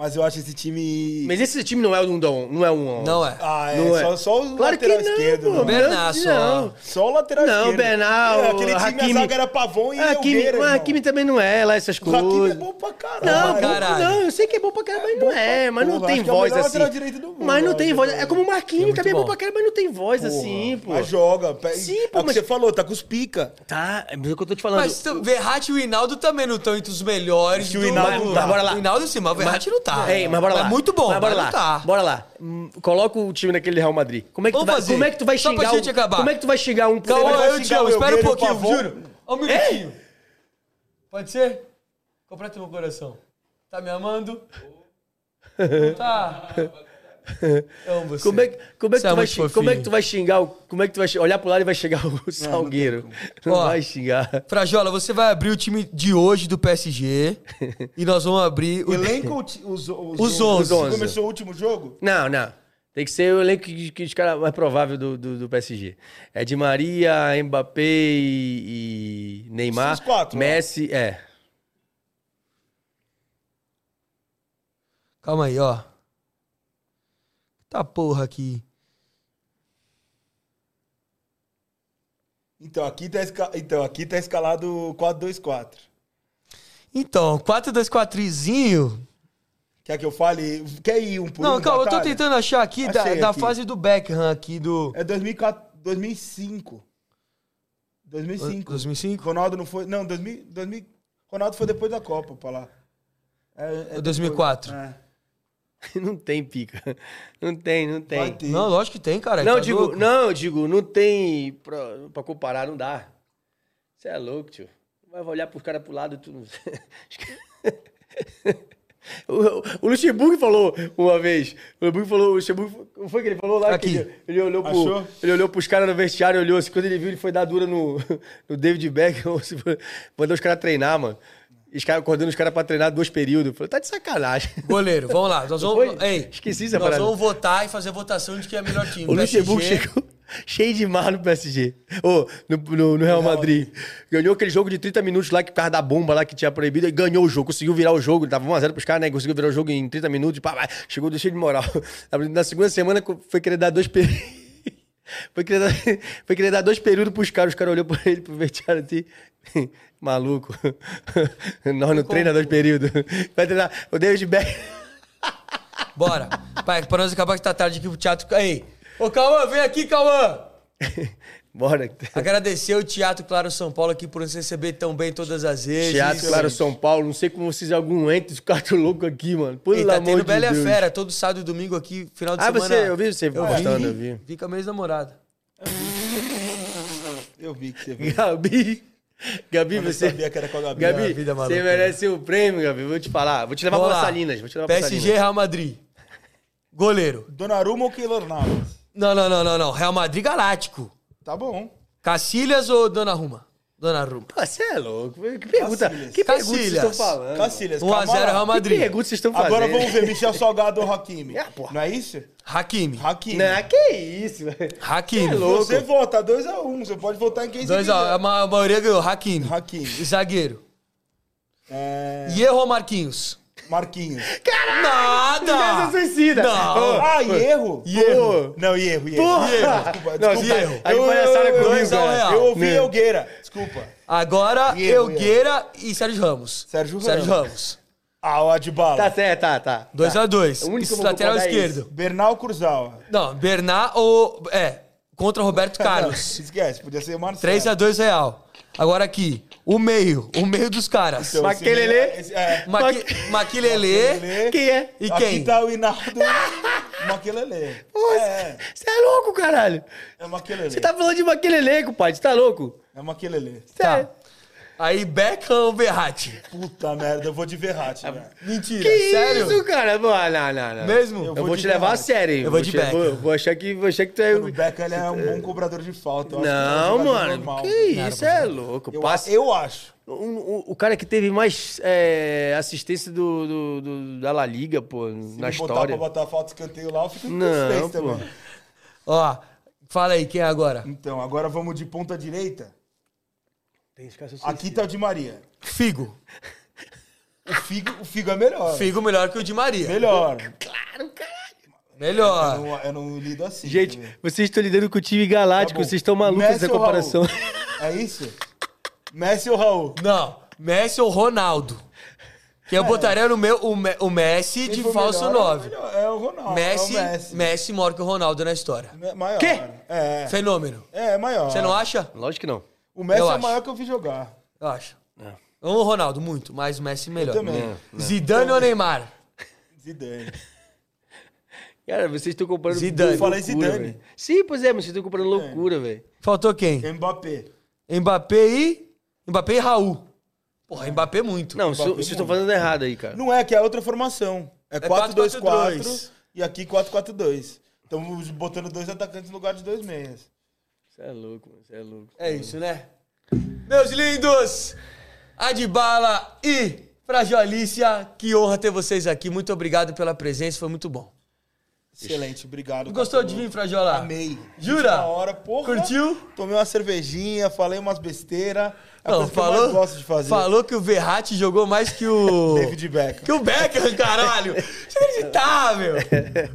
Speaker 4: Mas eu acho esse time...
Speaker 2: Mas esse time não é um do não é um
Speaker 1: Não é.
Speaker 4: Ah, é.
Speaker 2: Não é.
Speaker 4: Só, só o
Speaker 2: Claro que
Speaker 4: lateral
Speaker 2: não,
Speaker 4: esquerdo.
Speaker 2: pô.
Speaker 4: mano.
Speaker 1: Bernard só.
Speaker 2: Não.
Speaker 4: Só o lateral
Speaker 2: Não,
Speaker 4: esquerdo.
Speaker 2: Bernal,
Speaker 4: É, aquele time,
Speaker 2: Hakimi.
Speaker 4: a zaga era Pavon e
Speaker 2: Ah, Hakimi,
Speaker 4: Nogueira,
Speaker 2: ah,
Speaker 4: irmão.
Speaker 2: Hakimi também não é lá essas
Speaker 4: O Hakimi é
Speaker 2: coisas.
Speaker 4: bom pra caralho.
Speaker 2: Não,
Speaker 1: pra
Speaker 2: bom,
Speaker 1: caralho.
Speaker 2: não, eu sei que é bom pra caralho, mas não é. Mas não
Speaker 4: porra,
Speaker 2: tem
Speaker 4: acho que é o
Speaker 2: voz
Speaker 4: melhor
Speaker 2: assim.
Speaker 4: lateral direito do mundo,
Speaker 2: Mas não
Speaker 4: eu
Speaker 2: tem
Speaker 4: acho,
Speaker 2: voz.
Speaker 4: velho.
Speaker 2: É como o Marquinhos,
Speaker 1: É
Speaker 2: também é
Speaker 1: muito
Speaker 2: bom pra caralho, mas não tem voz assim, pô.
Speaker 4: Mas joga. pe-
Speaker 2: Sim,
Speaker 4: é
Speaker 2: pô,
Speaker 4: o que
Speaker 2: mas-
Speaker 4: você falou, tá com os pica.
Speaker 2: Tá, é o que eu tô te falando.
Speaker 1: Mas então, Verratti e o Hinaldo também não estão entre os melhores.
Speaker 4: Que o
Speaker 1: do-
Speaker 4: Hinaldo
Speaker 1: Mas-
Speaker 4: tá.
Speaker 1: mas bora lá. O Hinaldo sim, mas o Verratti não tá.
Speaker 2: Ei, mas bora lá.
Speaker 1: muito bom,
Speaker 2: mas bora lá.
Speaker 1: não tá.
Speaker 2: Bora lá. Hum, Coloca o time naquele Real Madrid. Como é que
Speaker 1: Vamos
Speaker 2: tu vai,
Speaker 1: fazer.
Speaker 2: como é que tu vai
Speaker 1: Só pra
Speaker 2: xingar
Speaker 1: gente
Speaker 2: um,
Speaker 1: acabar.
Speaker 2: Como é que tu vai xingar um
Speaker 1: Calma,
Speaker 2: Você vai-
Speaker 1: eu te
Speaker 4: xingar
Speaker 1: amo.
Speaker 4: o
Speaker 1: Espera um
Speaker 4: Elgueiro, o
Speaker 1: pouquinho,
Speaker 4: Pavon?
Speaker 1: juro. Ó, um minutinho. Pode ser? Completa meu coração. Tá me amando? Não Tá. Eu amo você.
Speaker 2: Como é, que- como é
Speaker 1: Você
Speaker 2: que
Speaker 1: é
Speaker 2: tu vai
Speaker 1: muito
Speaker 2: xingar, como é que
Speaker 1: fofinho.
Speaker 2: tu vai xingar o, como é que tu vai xingar- olhar pro lado e vai xingar o Salgueiro? Não,
Speaker 1: Ó.
Speaker 2: vai xingar.
Speaker 1: Frajola, você vai abrir o time de hoje do PSG e nós vamos abrir o...
Speaker 4: Elenco o ti- os, os,
Speaker 1: Os onze.
Speaker 4: onze. Começou o último jogo?
Speaker 2: Não, não. Tem que ser o elenco que, que os caras mais provável do, do, do PSG. É de Maria, Mbappé e, e Neymar.
Speaker 4: Esses quatro, né? ó.
Speaker 2: Messi, é.
Speaker 1: Calma aí, ó. Tá porra aqui.
Speaker 4: Então aqui tá, esca- então, aqui tá escalado 4-2-4.
Speaker 1: Então, 4-2-4zinho...
Speaker 4: Quer que eu fale? Quer ir um por um?
Speaker 1: Não, calma, eu tô
Speaker 4: batalha?
Speaker 1: tentando achar aqui da,
Speaker 4: Achei
Speaker 1: da
Speaker 4: aqui.
Speaker 1: fase do Beckham aqui do...
Speaker 4: É 2004, 2005. 2005.
Speaker 1: 2005?
Speaker 4: Ronaldo não foi... Não, 2000, 2000 Ronaldo foi depois da Copa, pra lá. É, é depois-
Speaker 1: 2004.
Speaker 4: É.
Speaker 2: Não tem pica. Não tem, não tem.
Speaker 4: Vai ter.
Speaker 1: Não, lógico que tem, cara.
Speaker 2: Não,
Speaker 1: tá
Speaker 2: digo,
Speaker 1: louco?
Speaker 2: não, eu digo, não tem pra, pra comparar, não dá. Você é louco, tio. Vai olhar pros caras pro lado e tu não... O, o Luxemburgo falou uma vez. O Luxemburgo falou. O Luxemburgo, o que foi que ele falou lá?
Speaker 1: Aqui.
Speaker 2: Que ele, ele olhou pro,
Speaker 4: Achou?
Speaker 2: ele olhou pros caras no vestiário, olhou assim. Quando ele viu, ele foi dar dura no, no David Beckham. ou se foi- Mandou os caras treinar, mano. Os caras acordando os caras pra treinar dois períodos. Falei, tá de sacanagem.
Speaker 1: Goleiro, vamos lá. Nós vamos,
Speaker 2: Foi?
Speaker 1: ei,
Speaker 2: Esqueci essa
Speaker 1: nós
Speaker 2: parada.
Speaker 1: vamos votar e fazer votação de quem é melhor time.
Speaker 2: O Luxemburgo
Speaker 1: PSG,
Speaker 2: chegou cheio de mar no PSG. Ô, no, no- no Real Madrid. Ganhou aquele jogo de 30 minutos lá, que por causa da bomba lá que tinha proibido, e ganhou o jogo, conseguiu virar o jogo. Tava 1x0 pros caras, né? Conseguiu virar o jogo em 30 minutos. Pá, pá, chegou cheio de moral. Na segunda semana foi querer dar dois períodos. Foi querer, dar, foi querer dar dois períodos pros caras. Os caras olhou pra ele, pro vestiário assim. Maluco. Nós não treina dois períodos. Vai treinar. O David Beck.
Speaker 1: Bora. Pai, pra nós acabar que tá tarde aqui pro teatro. Aí. Ô, Cauã, vem aqui, Cauã!
Speaker 2: Bora.
Speaker 1: Agradecer o Teatro Claro São Paulo aqui por nos receber tão bem todas as vezes.
Speaker 2: Teatro, claro, São Paulo. Não sei como vocês algum ente do quarto louco aqui, mano. Pelo
Speaker 1: E tá
Speaker 2: amor
Speaker 1: tendo
Speaker 2: de
Speaker 1: Bela e a
Speaker 2: Deus.
Speaker 1: Fera, todo sábado e domingo aqui, final de
Speaker 2: Ah,
Speaker 1: semana.
Speaker 2: você, eu vi você postando, eu vi.
Speaker 1: Vi com a minha ex-namorada.
Speaker 4: Eu vi que você viu.
Speaker 2: Gabi, Gabi,
Speaker 4: Eu
Speaker 2: você...
Speaker 4: sabia que era com a Gabi.
Speaker 2: Gabi,
Speaker 1: A vida maluca.
Speaker 2: você merece o prêmio, Gabi. Vou te falar. Vou te levar
Speaker 1: Vamos
Speaker 2: pra
Speaker 1: lá.
Speaker 2: Salinas. Vou te levar pra
Speaker 1: PSG
Speaker 2: Salinas.
Speaker 1: Real Madrid. Goleiro.
Speaker 4: Donnarumma ou Keylor Navas?
Speaker 1: Não, não, não, não, não. Real Madrid Galáctico.
Speaker 4: Tá bom.
Speaker 1: Cacilhas ou Dona Ruma? Dona Ruma.
Speaker 2: Pô, você é louco. Que pergunta,
Speaker 4: Cacilhas.
Speaker 2: que pergunta vocês
Speaker 1: Cacilhas.
Speaker 2: estão falando?
Speaker 4: Cacilhas,
Speaker 1: 1x0
Speaker 4: Camara.
Speaker 1: Real
Speaker 2: Que
Speaker 1: Madrid.
Speaker 2: pergunta vocês estão fazendo?
Speaker 4: Agora vamos ver, Michel Salgado ou Hakimi?
Speaker 2: É, porra.
Speaker 4: Não é isso?
Speaker 1: Hakimi.
Speaker 4: Hakimi.
Speaker 2: Não, é que isso, velho.
Speaker 1: Hakimi.
Speaker 2: Você é louco.
Speaker 4: Você vota 2x1, você pode votar em quem você
Speaker 1: Dois, ó, a
Speaker 4: quiser.
Speaker 1: ma- a maioria ganhou. Hakimi.
Speaker 4: Hakimi.
Speaker 1: Zagueiro.
Speaker 4: É...
Speaker 1: Hierro ou Marquinhos?
Speaker 4: Marquinhos.
Speaker 1: Nada!
Speaker 2: Defesa suicida.
Speaker 1: Não.
Speaker 4: Ah, e erro?
Speaker 2: Erro.
Speaker 4: Não, e erro, e erro.
Speaker 2: Porra.
Speaker 4: Desculpa,
Speaker 2: Não,
Speaker 4: desculpa.
Speaker 1: erro.
Speaker 2: Aí
Speaker 4: Eu-
Speaker 2: palhaçada
Speaker 4: eu- eu-
Speaker 2: comigo,
Speaker 1: dois a um
Speaker 2: cara.
Speaker 1: real.
Speaker 4: Eu ouvi
Speaker 2: é. Não.
Speaker 4: Elgueira. Desculpa.
Speaker 1: Agora,
Speaker 4: Hierro,
Speaker 1: Elgueira e Sérgio Ramos.
Speaker 4: Sérgio
Speaker 1: Sérgio
Speaker 4: Ramos.
Speaker 1: Ramos.
Speaker 4: Ah, o Adbala.
Speaker 2: Tá certo, tá, tá.
Speaker 1: 2
Speaker 2: tá.
Speaker 1: a 2
Speaker 2: O único que eu vou
Speaker 1: Lateral
Speaker 2: concordar é
Speaker 1: esquerdo.
Speaker 4: Bernal Curzal.
Speaker 1: Não, Bernat ou... É, contra Roberto Carlos.
Speaker 4: Esquece, podia ser Marcelo.
Speaker 1: 3 a 2 Real. Agora aqui, o meio. O meio dos caras.
Speaker 4: Então, esse
Speaker 2: Maquelele.
Speaker 4: meio- esse- é.
Speaker 1: Maqui... Maquilele
Speaker 4: Maquelele.
Speaker 2: Quem é?
Speaker 1: e
Speaker 4: Aqui
Speaker 1: quem?
Speaker 4: tá o Inaldo Maquelele.
Speaker 2: Pô,
Speaker 4: É,
Speaker 2: Você é louco, caralho.
Speaker 4: é Maquelele.
Speaker 2: Você tá falando de maquilelê, compadre. Você tá louco?
Speaker 4: É Maquelele.
Speaker 2: Cê
Speaker 1: Tá.
Speaker 2: é-
Speaker 1: Aí Beckham ou Verratti?
Speaker 4: Puta merda, eu vou de Verratti, né? velho.
Speaker 1: Mentira,
Speaker 2: Ah, Que
Speaker 1: sério?
Speaker 2: isso, cara? Pô, ah, não, não, não.
Speaker 1: Mesmo?
Speaker 2: Eu,
Speaker 4: Eu
Speaker 2: vou
Speaker 4: vou
Speaker 2: te
Speaker 4: de
Speaker 2: levar a
Speaker 4: Beckham.
Speaker 2: sério. hein?
Speaker 1: Eu vou de
Speaker 2: te-
Speaker 1: Beckham.
Speaker 2: Vou, vou achar que, vou achar que tu é...
Speaker 4: O Beckham ele é um bom cobrador de falta. Eu acho que ele é um
Speaker 2: Não,
Speaker 4: jogador
Speaker 2: mano.
Speaker 4: normal.
Speaker 2: que isso, é louco.
Speaker 4: Eu,
Speaker 2: Passe...
Speaker 4: eu acho.
Speaker 2: Um- um- o cara que teve mais é, assistência do, do- do- da La Liga, pô,
Speaker 4: Se
Speaker 2: na
Speaker 4: me botar
Speaker 2: história.
Speaker 4: pra botar falta escanteio lá, eu fico com
Speaker 2: Não,
Speaker 4: consistência,
Speaker 2: pô.
Speaker 4: mano.
Speaker 1: Ó, fala aí, quem é agora?
Speaker 4: Então, agora vamos de ponta direita.
Speaker 2: Tem
Speaker 4: Aqui tá o Di Maria.
Speaker 1: Figo.
Speaker 4: O Figo, o Figo é melhor. É
Speaker 1: Figo melhor que o de Maria.
Speaker 4: Melhor. Eu
Speaker 1: Melhor.
Speaker 4: não, eu não lido assim.
Speaker 2: Gente,
Speaker 4: quer ver?
Speaker 2: vocês estão lidando com o time galáctico,
Speaker 4: Tá bom.
Speaker 2: vocês estão malucos
Speaker 4: Messi
Speaker 2: nessa
Speaker 4: ou Raul?
Speaker 2: comparação.
Speaker 4: É isso? Messi ou Raul?
Speaker 1: Não, Messi ou Ronaldo? Que eu botaria no meu o, Me- o Messi de
Speaker 4: Quem for
Speaker 1: falso
Speaker 4: É. melhor é o
Speaker 1: 9.
Speaker 4: melhor, É o Ronaldo.
Speaker 1: Messi,
Speaker 4: é o Messi.
Speaker 1: Messi maior que o Ronaldo na história.
Speaker 4: Me- Maior.
Speaker 2: Quê?
Speaker 4: É.
Speaker 1: Fenômeno.
Speaker 4: É, é maior.
Speaker 1: Você não acha?
Speaker 2: Lógico que não.
Speaker 4: O Messi
Speaker 1: Eu
Speaker 4: é
Speaker 1: acho.
Speaker 4: o maior que eu vi jogar.
Speaker 1: Eu acho. Amo o Ronaldo muito, mas o Messi melhor.
Speaker 4: Também.
Speaker 1: Zidane ou Neymar?
Speaker 4: Zidane.
Speaker 2: Cara, vocês estão comparando
Speaker 1: Zidane.
Speaker 2: loucura,
Speaker 4: Falei Zidane.
Speaker 2: velho. Sim, pois é, mas vocês estão comparando loucura, velho.
Speaker 1: Faltou quem?
Speaker 4: Mbappé.
Speaker 1: Mbappé e. Mbappé e Raul. Porra, Mbappé muito.
Speaker 2: Não, vocês vocês estão fazendo errado aí, cara.
Speaker 4: Não é, que é outra formação. É 4-2-4
Speaker 1: 4-4-2.
Speaker 4: e aqui 4-4-2. Estamos Então, botando dois atacantes no lugar de dois meias.
Speaker 2: Você é louco, mano. Você é louco.
Speaker 1: É isso, né? Meus lindos! Adibala e Frajolícia, que honra ter vocês aqui. Muito obrigado pela presença, foi muito bom.
Speaker 4: Excelente, obrigado.
Speaker 1: Gostou
Speaker 4: Catu.
Speaker 1: de mim, Frajola?
Speaker 4: Amei.
Speaker 1: Jura?
Speaker 4: Na hora, porra.
Speaker 1: Curtiu?
Speaker 4: Tomei uma cervejinha, falei umas besteiras. É a
Speaker 1: Não,
Speaker 4: coisa
Speaker 1: falou,
Speaker 4: que eu mais gosto de fazer.
Speaker 1: falou que o Verratti jogou mais que o.
Speaker 4: David Beckham.
Speaker 1: Que o Beckham, caralho! Isso é inacreditável!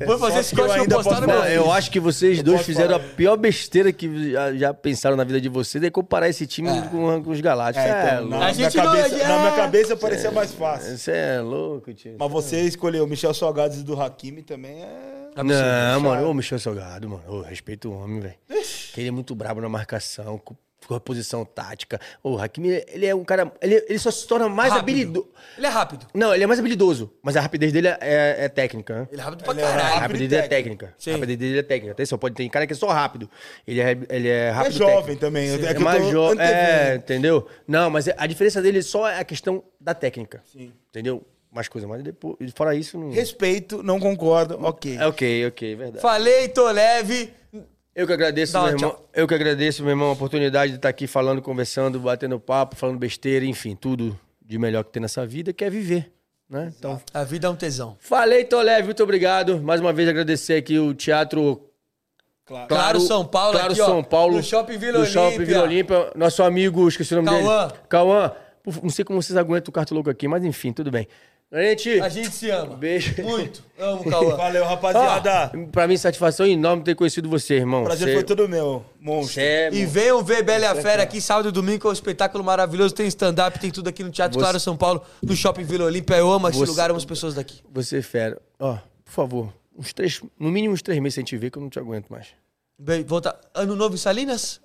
Speaker 1: Vou fazer
Speaker 4: Só
Speaker 1: esse
Speaker 4: que eu
Speaker 1: corte e vou
Speaker 4: ainda
Speaker 1: postar no
Speaker 4: posso
Speaker 1: meu.
Speaker 2: Não, eu acho que vocês dois
Speaker 4: posso
Speaker 2: fizeram
Speaker 4: falar.
Speaker 2: a pior besteira que já, já pensaram na vida de vocês é comparar esse time com, com os Galácticos.
Speaker 4: É,
Speaker 2: Você é,
Speaker 4: então,
Speaker 2: louco.
Speaker 4: na,
Speaker 1: A
Speaker 4: minha
Speaker 1: gente não-
Speaker 4: cabeça,
Speaker 1: é.
Speaker 4: na minha cabeça parecia mais fácil.
Speaker 2: Você é louco, tio.
Speaker 4: Mas você escolheu Michel Salgado e do Hakimi também é.
Speaker 2: Não, mano, ô Michel Salgado, mano. Ô, respeito o homem, velho. Que Ele é muito brabo na marcação, com com a posição tática. Ô, o Hakimi, ele é um cara. Ele, ele só se torna mais
Speaker 1: Rápido.
Speaker 2: habilidoso.
Speaker 1: Ele é rápido.
Speaker 2: Não, ele é mais habilidoso, mas a rapidez dele é, é- é técnica, né?
Speaker 1: Ele é rápido pra
Speaker 4: Ele é
Speaker 1: caralho.
Speaker 2: A
Speaker 4: rápido.
Speaker 2: rapidez
Speaker 4: e
Speaker 2: dele é
Speaker 4: técnica.
Speaker 2: técnica.
Speaker 1: Sim.
Speaker 2: A rapidez dele é técnica. Atenção, pode ter cara que é só rápido. Ele é, ele é
Speaker 4: É
Speaker 2: rápido.
Speaker 4: jovem
Speaker 2: técnico.
Speaker 4: também. É que
Speaker 2: É
Speaker 4: eu tô
Speaker 2: mais jovem. É,
Speaker 4: antevendo.
Speaker 2: entendeu? Não, mas a diferença dele só é a questão da técnica. Entendeu? Mais coisa, mas depois. Fora isso, não.
Speaker 4: Hum. Respeito, não concordo, ok.
Speaker 2: É ok, ok, verdade.
Speaker 1: Falei, tô leve.
Speaker 2: Eu que agradeço,
Speaker 1: Dá
Speaker 2: meu
Speaker 1: um
Speaker 2: irmão.
Speaker 1: tchau.
Speaker 2: Eu que agradeço, meu irmão, a oportunidade de estar aqui falando, conversando, batendo papo, falando besteira, enfim, tudo. de melhor que tem nessa vida, que é viver, né? Então,
Speaker 1: A vida é um tesão.
Speaker 2: falei, Tolé, muito obrigado. Mais uma vez agradecer aqui o Teatro
Speaker 4: Claro.
Speaker 1: Claro, São Paulo,
Speaker 2: Claro
Speaker 1: aqui, ó,
Speaker 2: São Paulo.
Speaker 1: no Shopping Vila
Speaker 2: no Shopping
Speaker 1: Olímpia.
Speaker 2: Vila Olímpia. Nosso amigo, esqueci o nome
Speaker 1: Cauã.
Speaker 2: dele. Cauã. Puf, Não sei como vocês aguentam o cartoloco aqui, mas enfim, tudo bem. Gente,
Speaker 1: A gente se ama.
Speaker 2: Beijo.
Speaker 1: Muito. Amo, Cauã.
Speaker 4: Valeu, rapaziada.
Speaker 2: ó, pra mim, satisfação enorme ter conhecido você, irmão.
Speaker 4: Prazer
Speaker 2: Você-
Speaker 4: foi todo meu, monstro.
Speaker 2: Você é
Speaker 1: E venham ver Bela e a Fera aqui, sábado e domingo, que é um espetáculo maravilhoso. Tem stand-up, tem tudo aqui no Teatro Claro São Paulo, no Shopping Vila Olímpia. Eu amo esse
Speaker 2: Você-
Speaker 1: lugar, amo as pessoas daqui.
Speaker 2: Você é fera. Ó, por favor, uns três, no mínimo uns três meses sem te ver, que eu não te aguento mais.
Speaker 1: Bem, volta. Ano Novo em Salinas?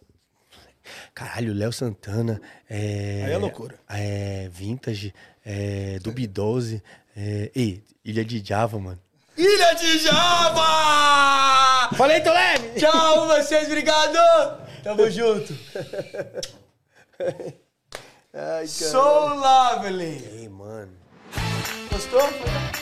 Speaker 2: Caralho, Léo Santana. É,
Speaker 4: Aí é loucura.
Speaker 2: É Vintage, é Dub 12, é, ei, Ilha de Java, mano.
Speaker 1: Ilha de Java!
Speaker 2: Falei, Tolé!
Speaker 1: Tchau, vocês, obrigado! Tamo junto. so lovely.
Speaker 2: Ei, mano.
Speaker 1: Gostou?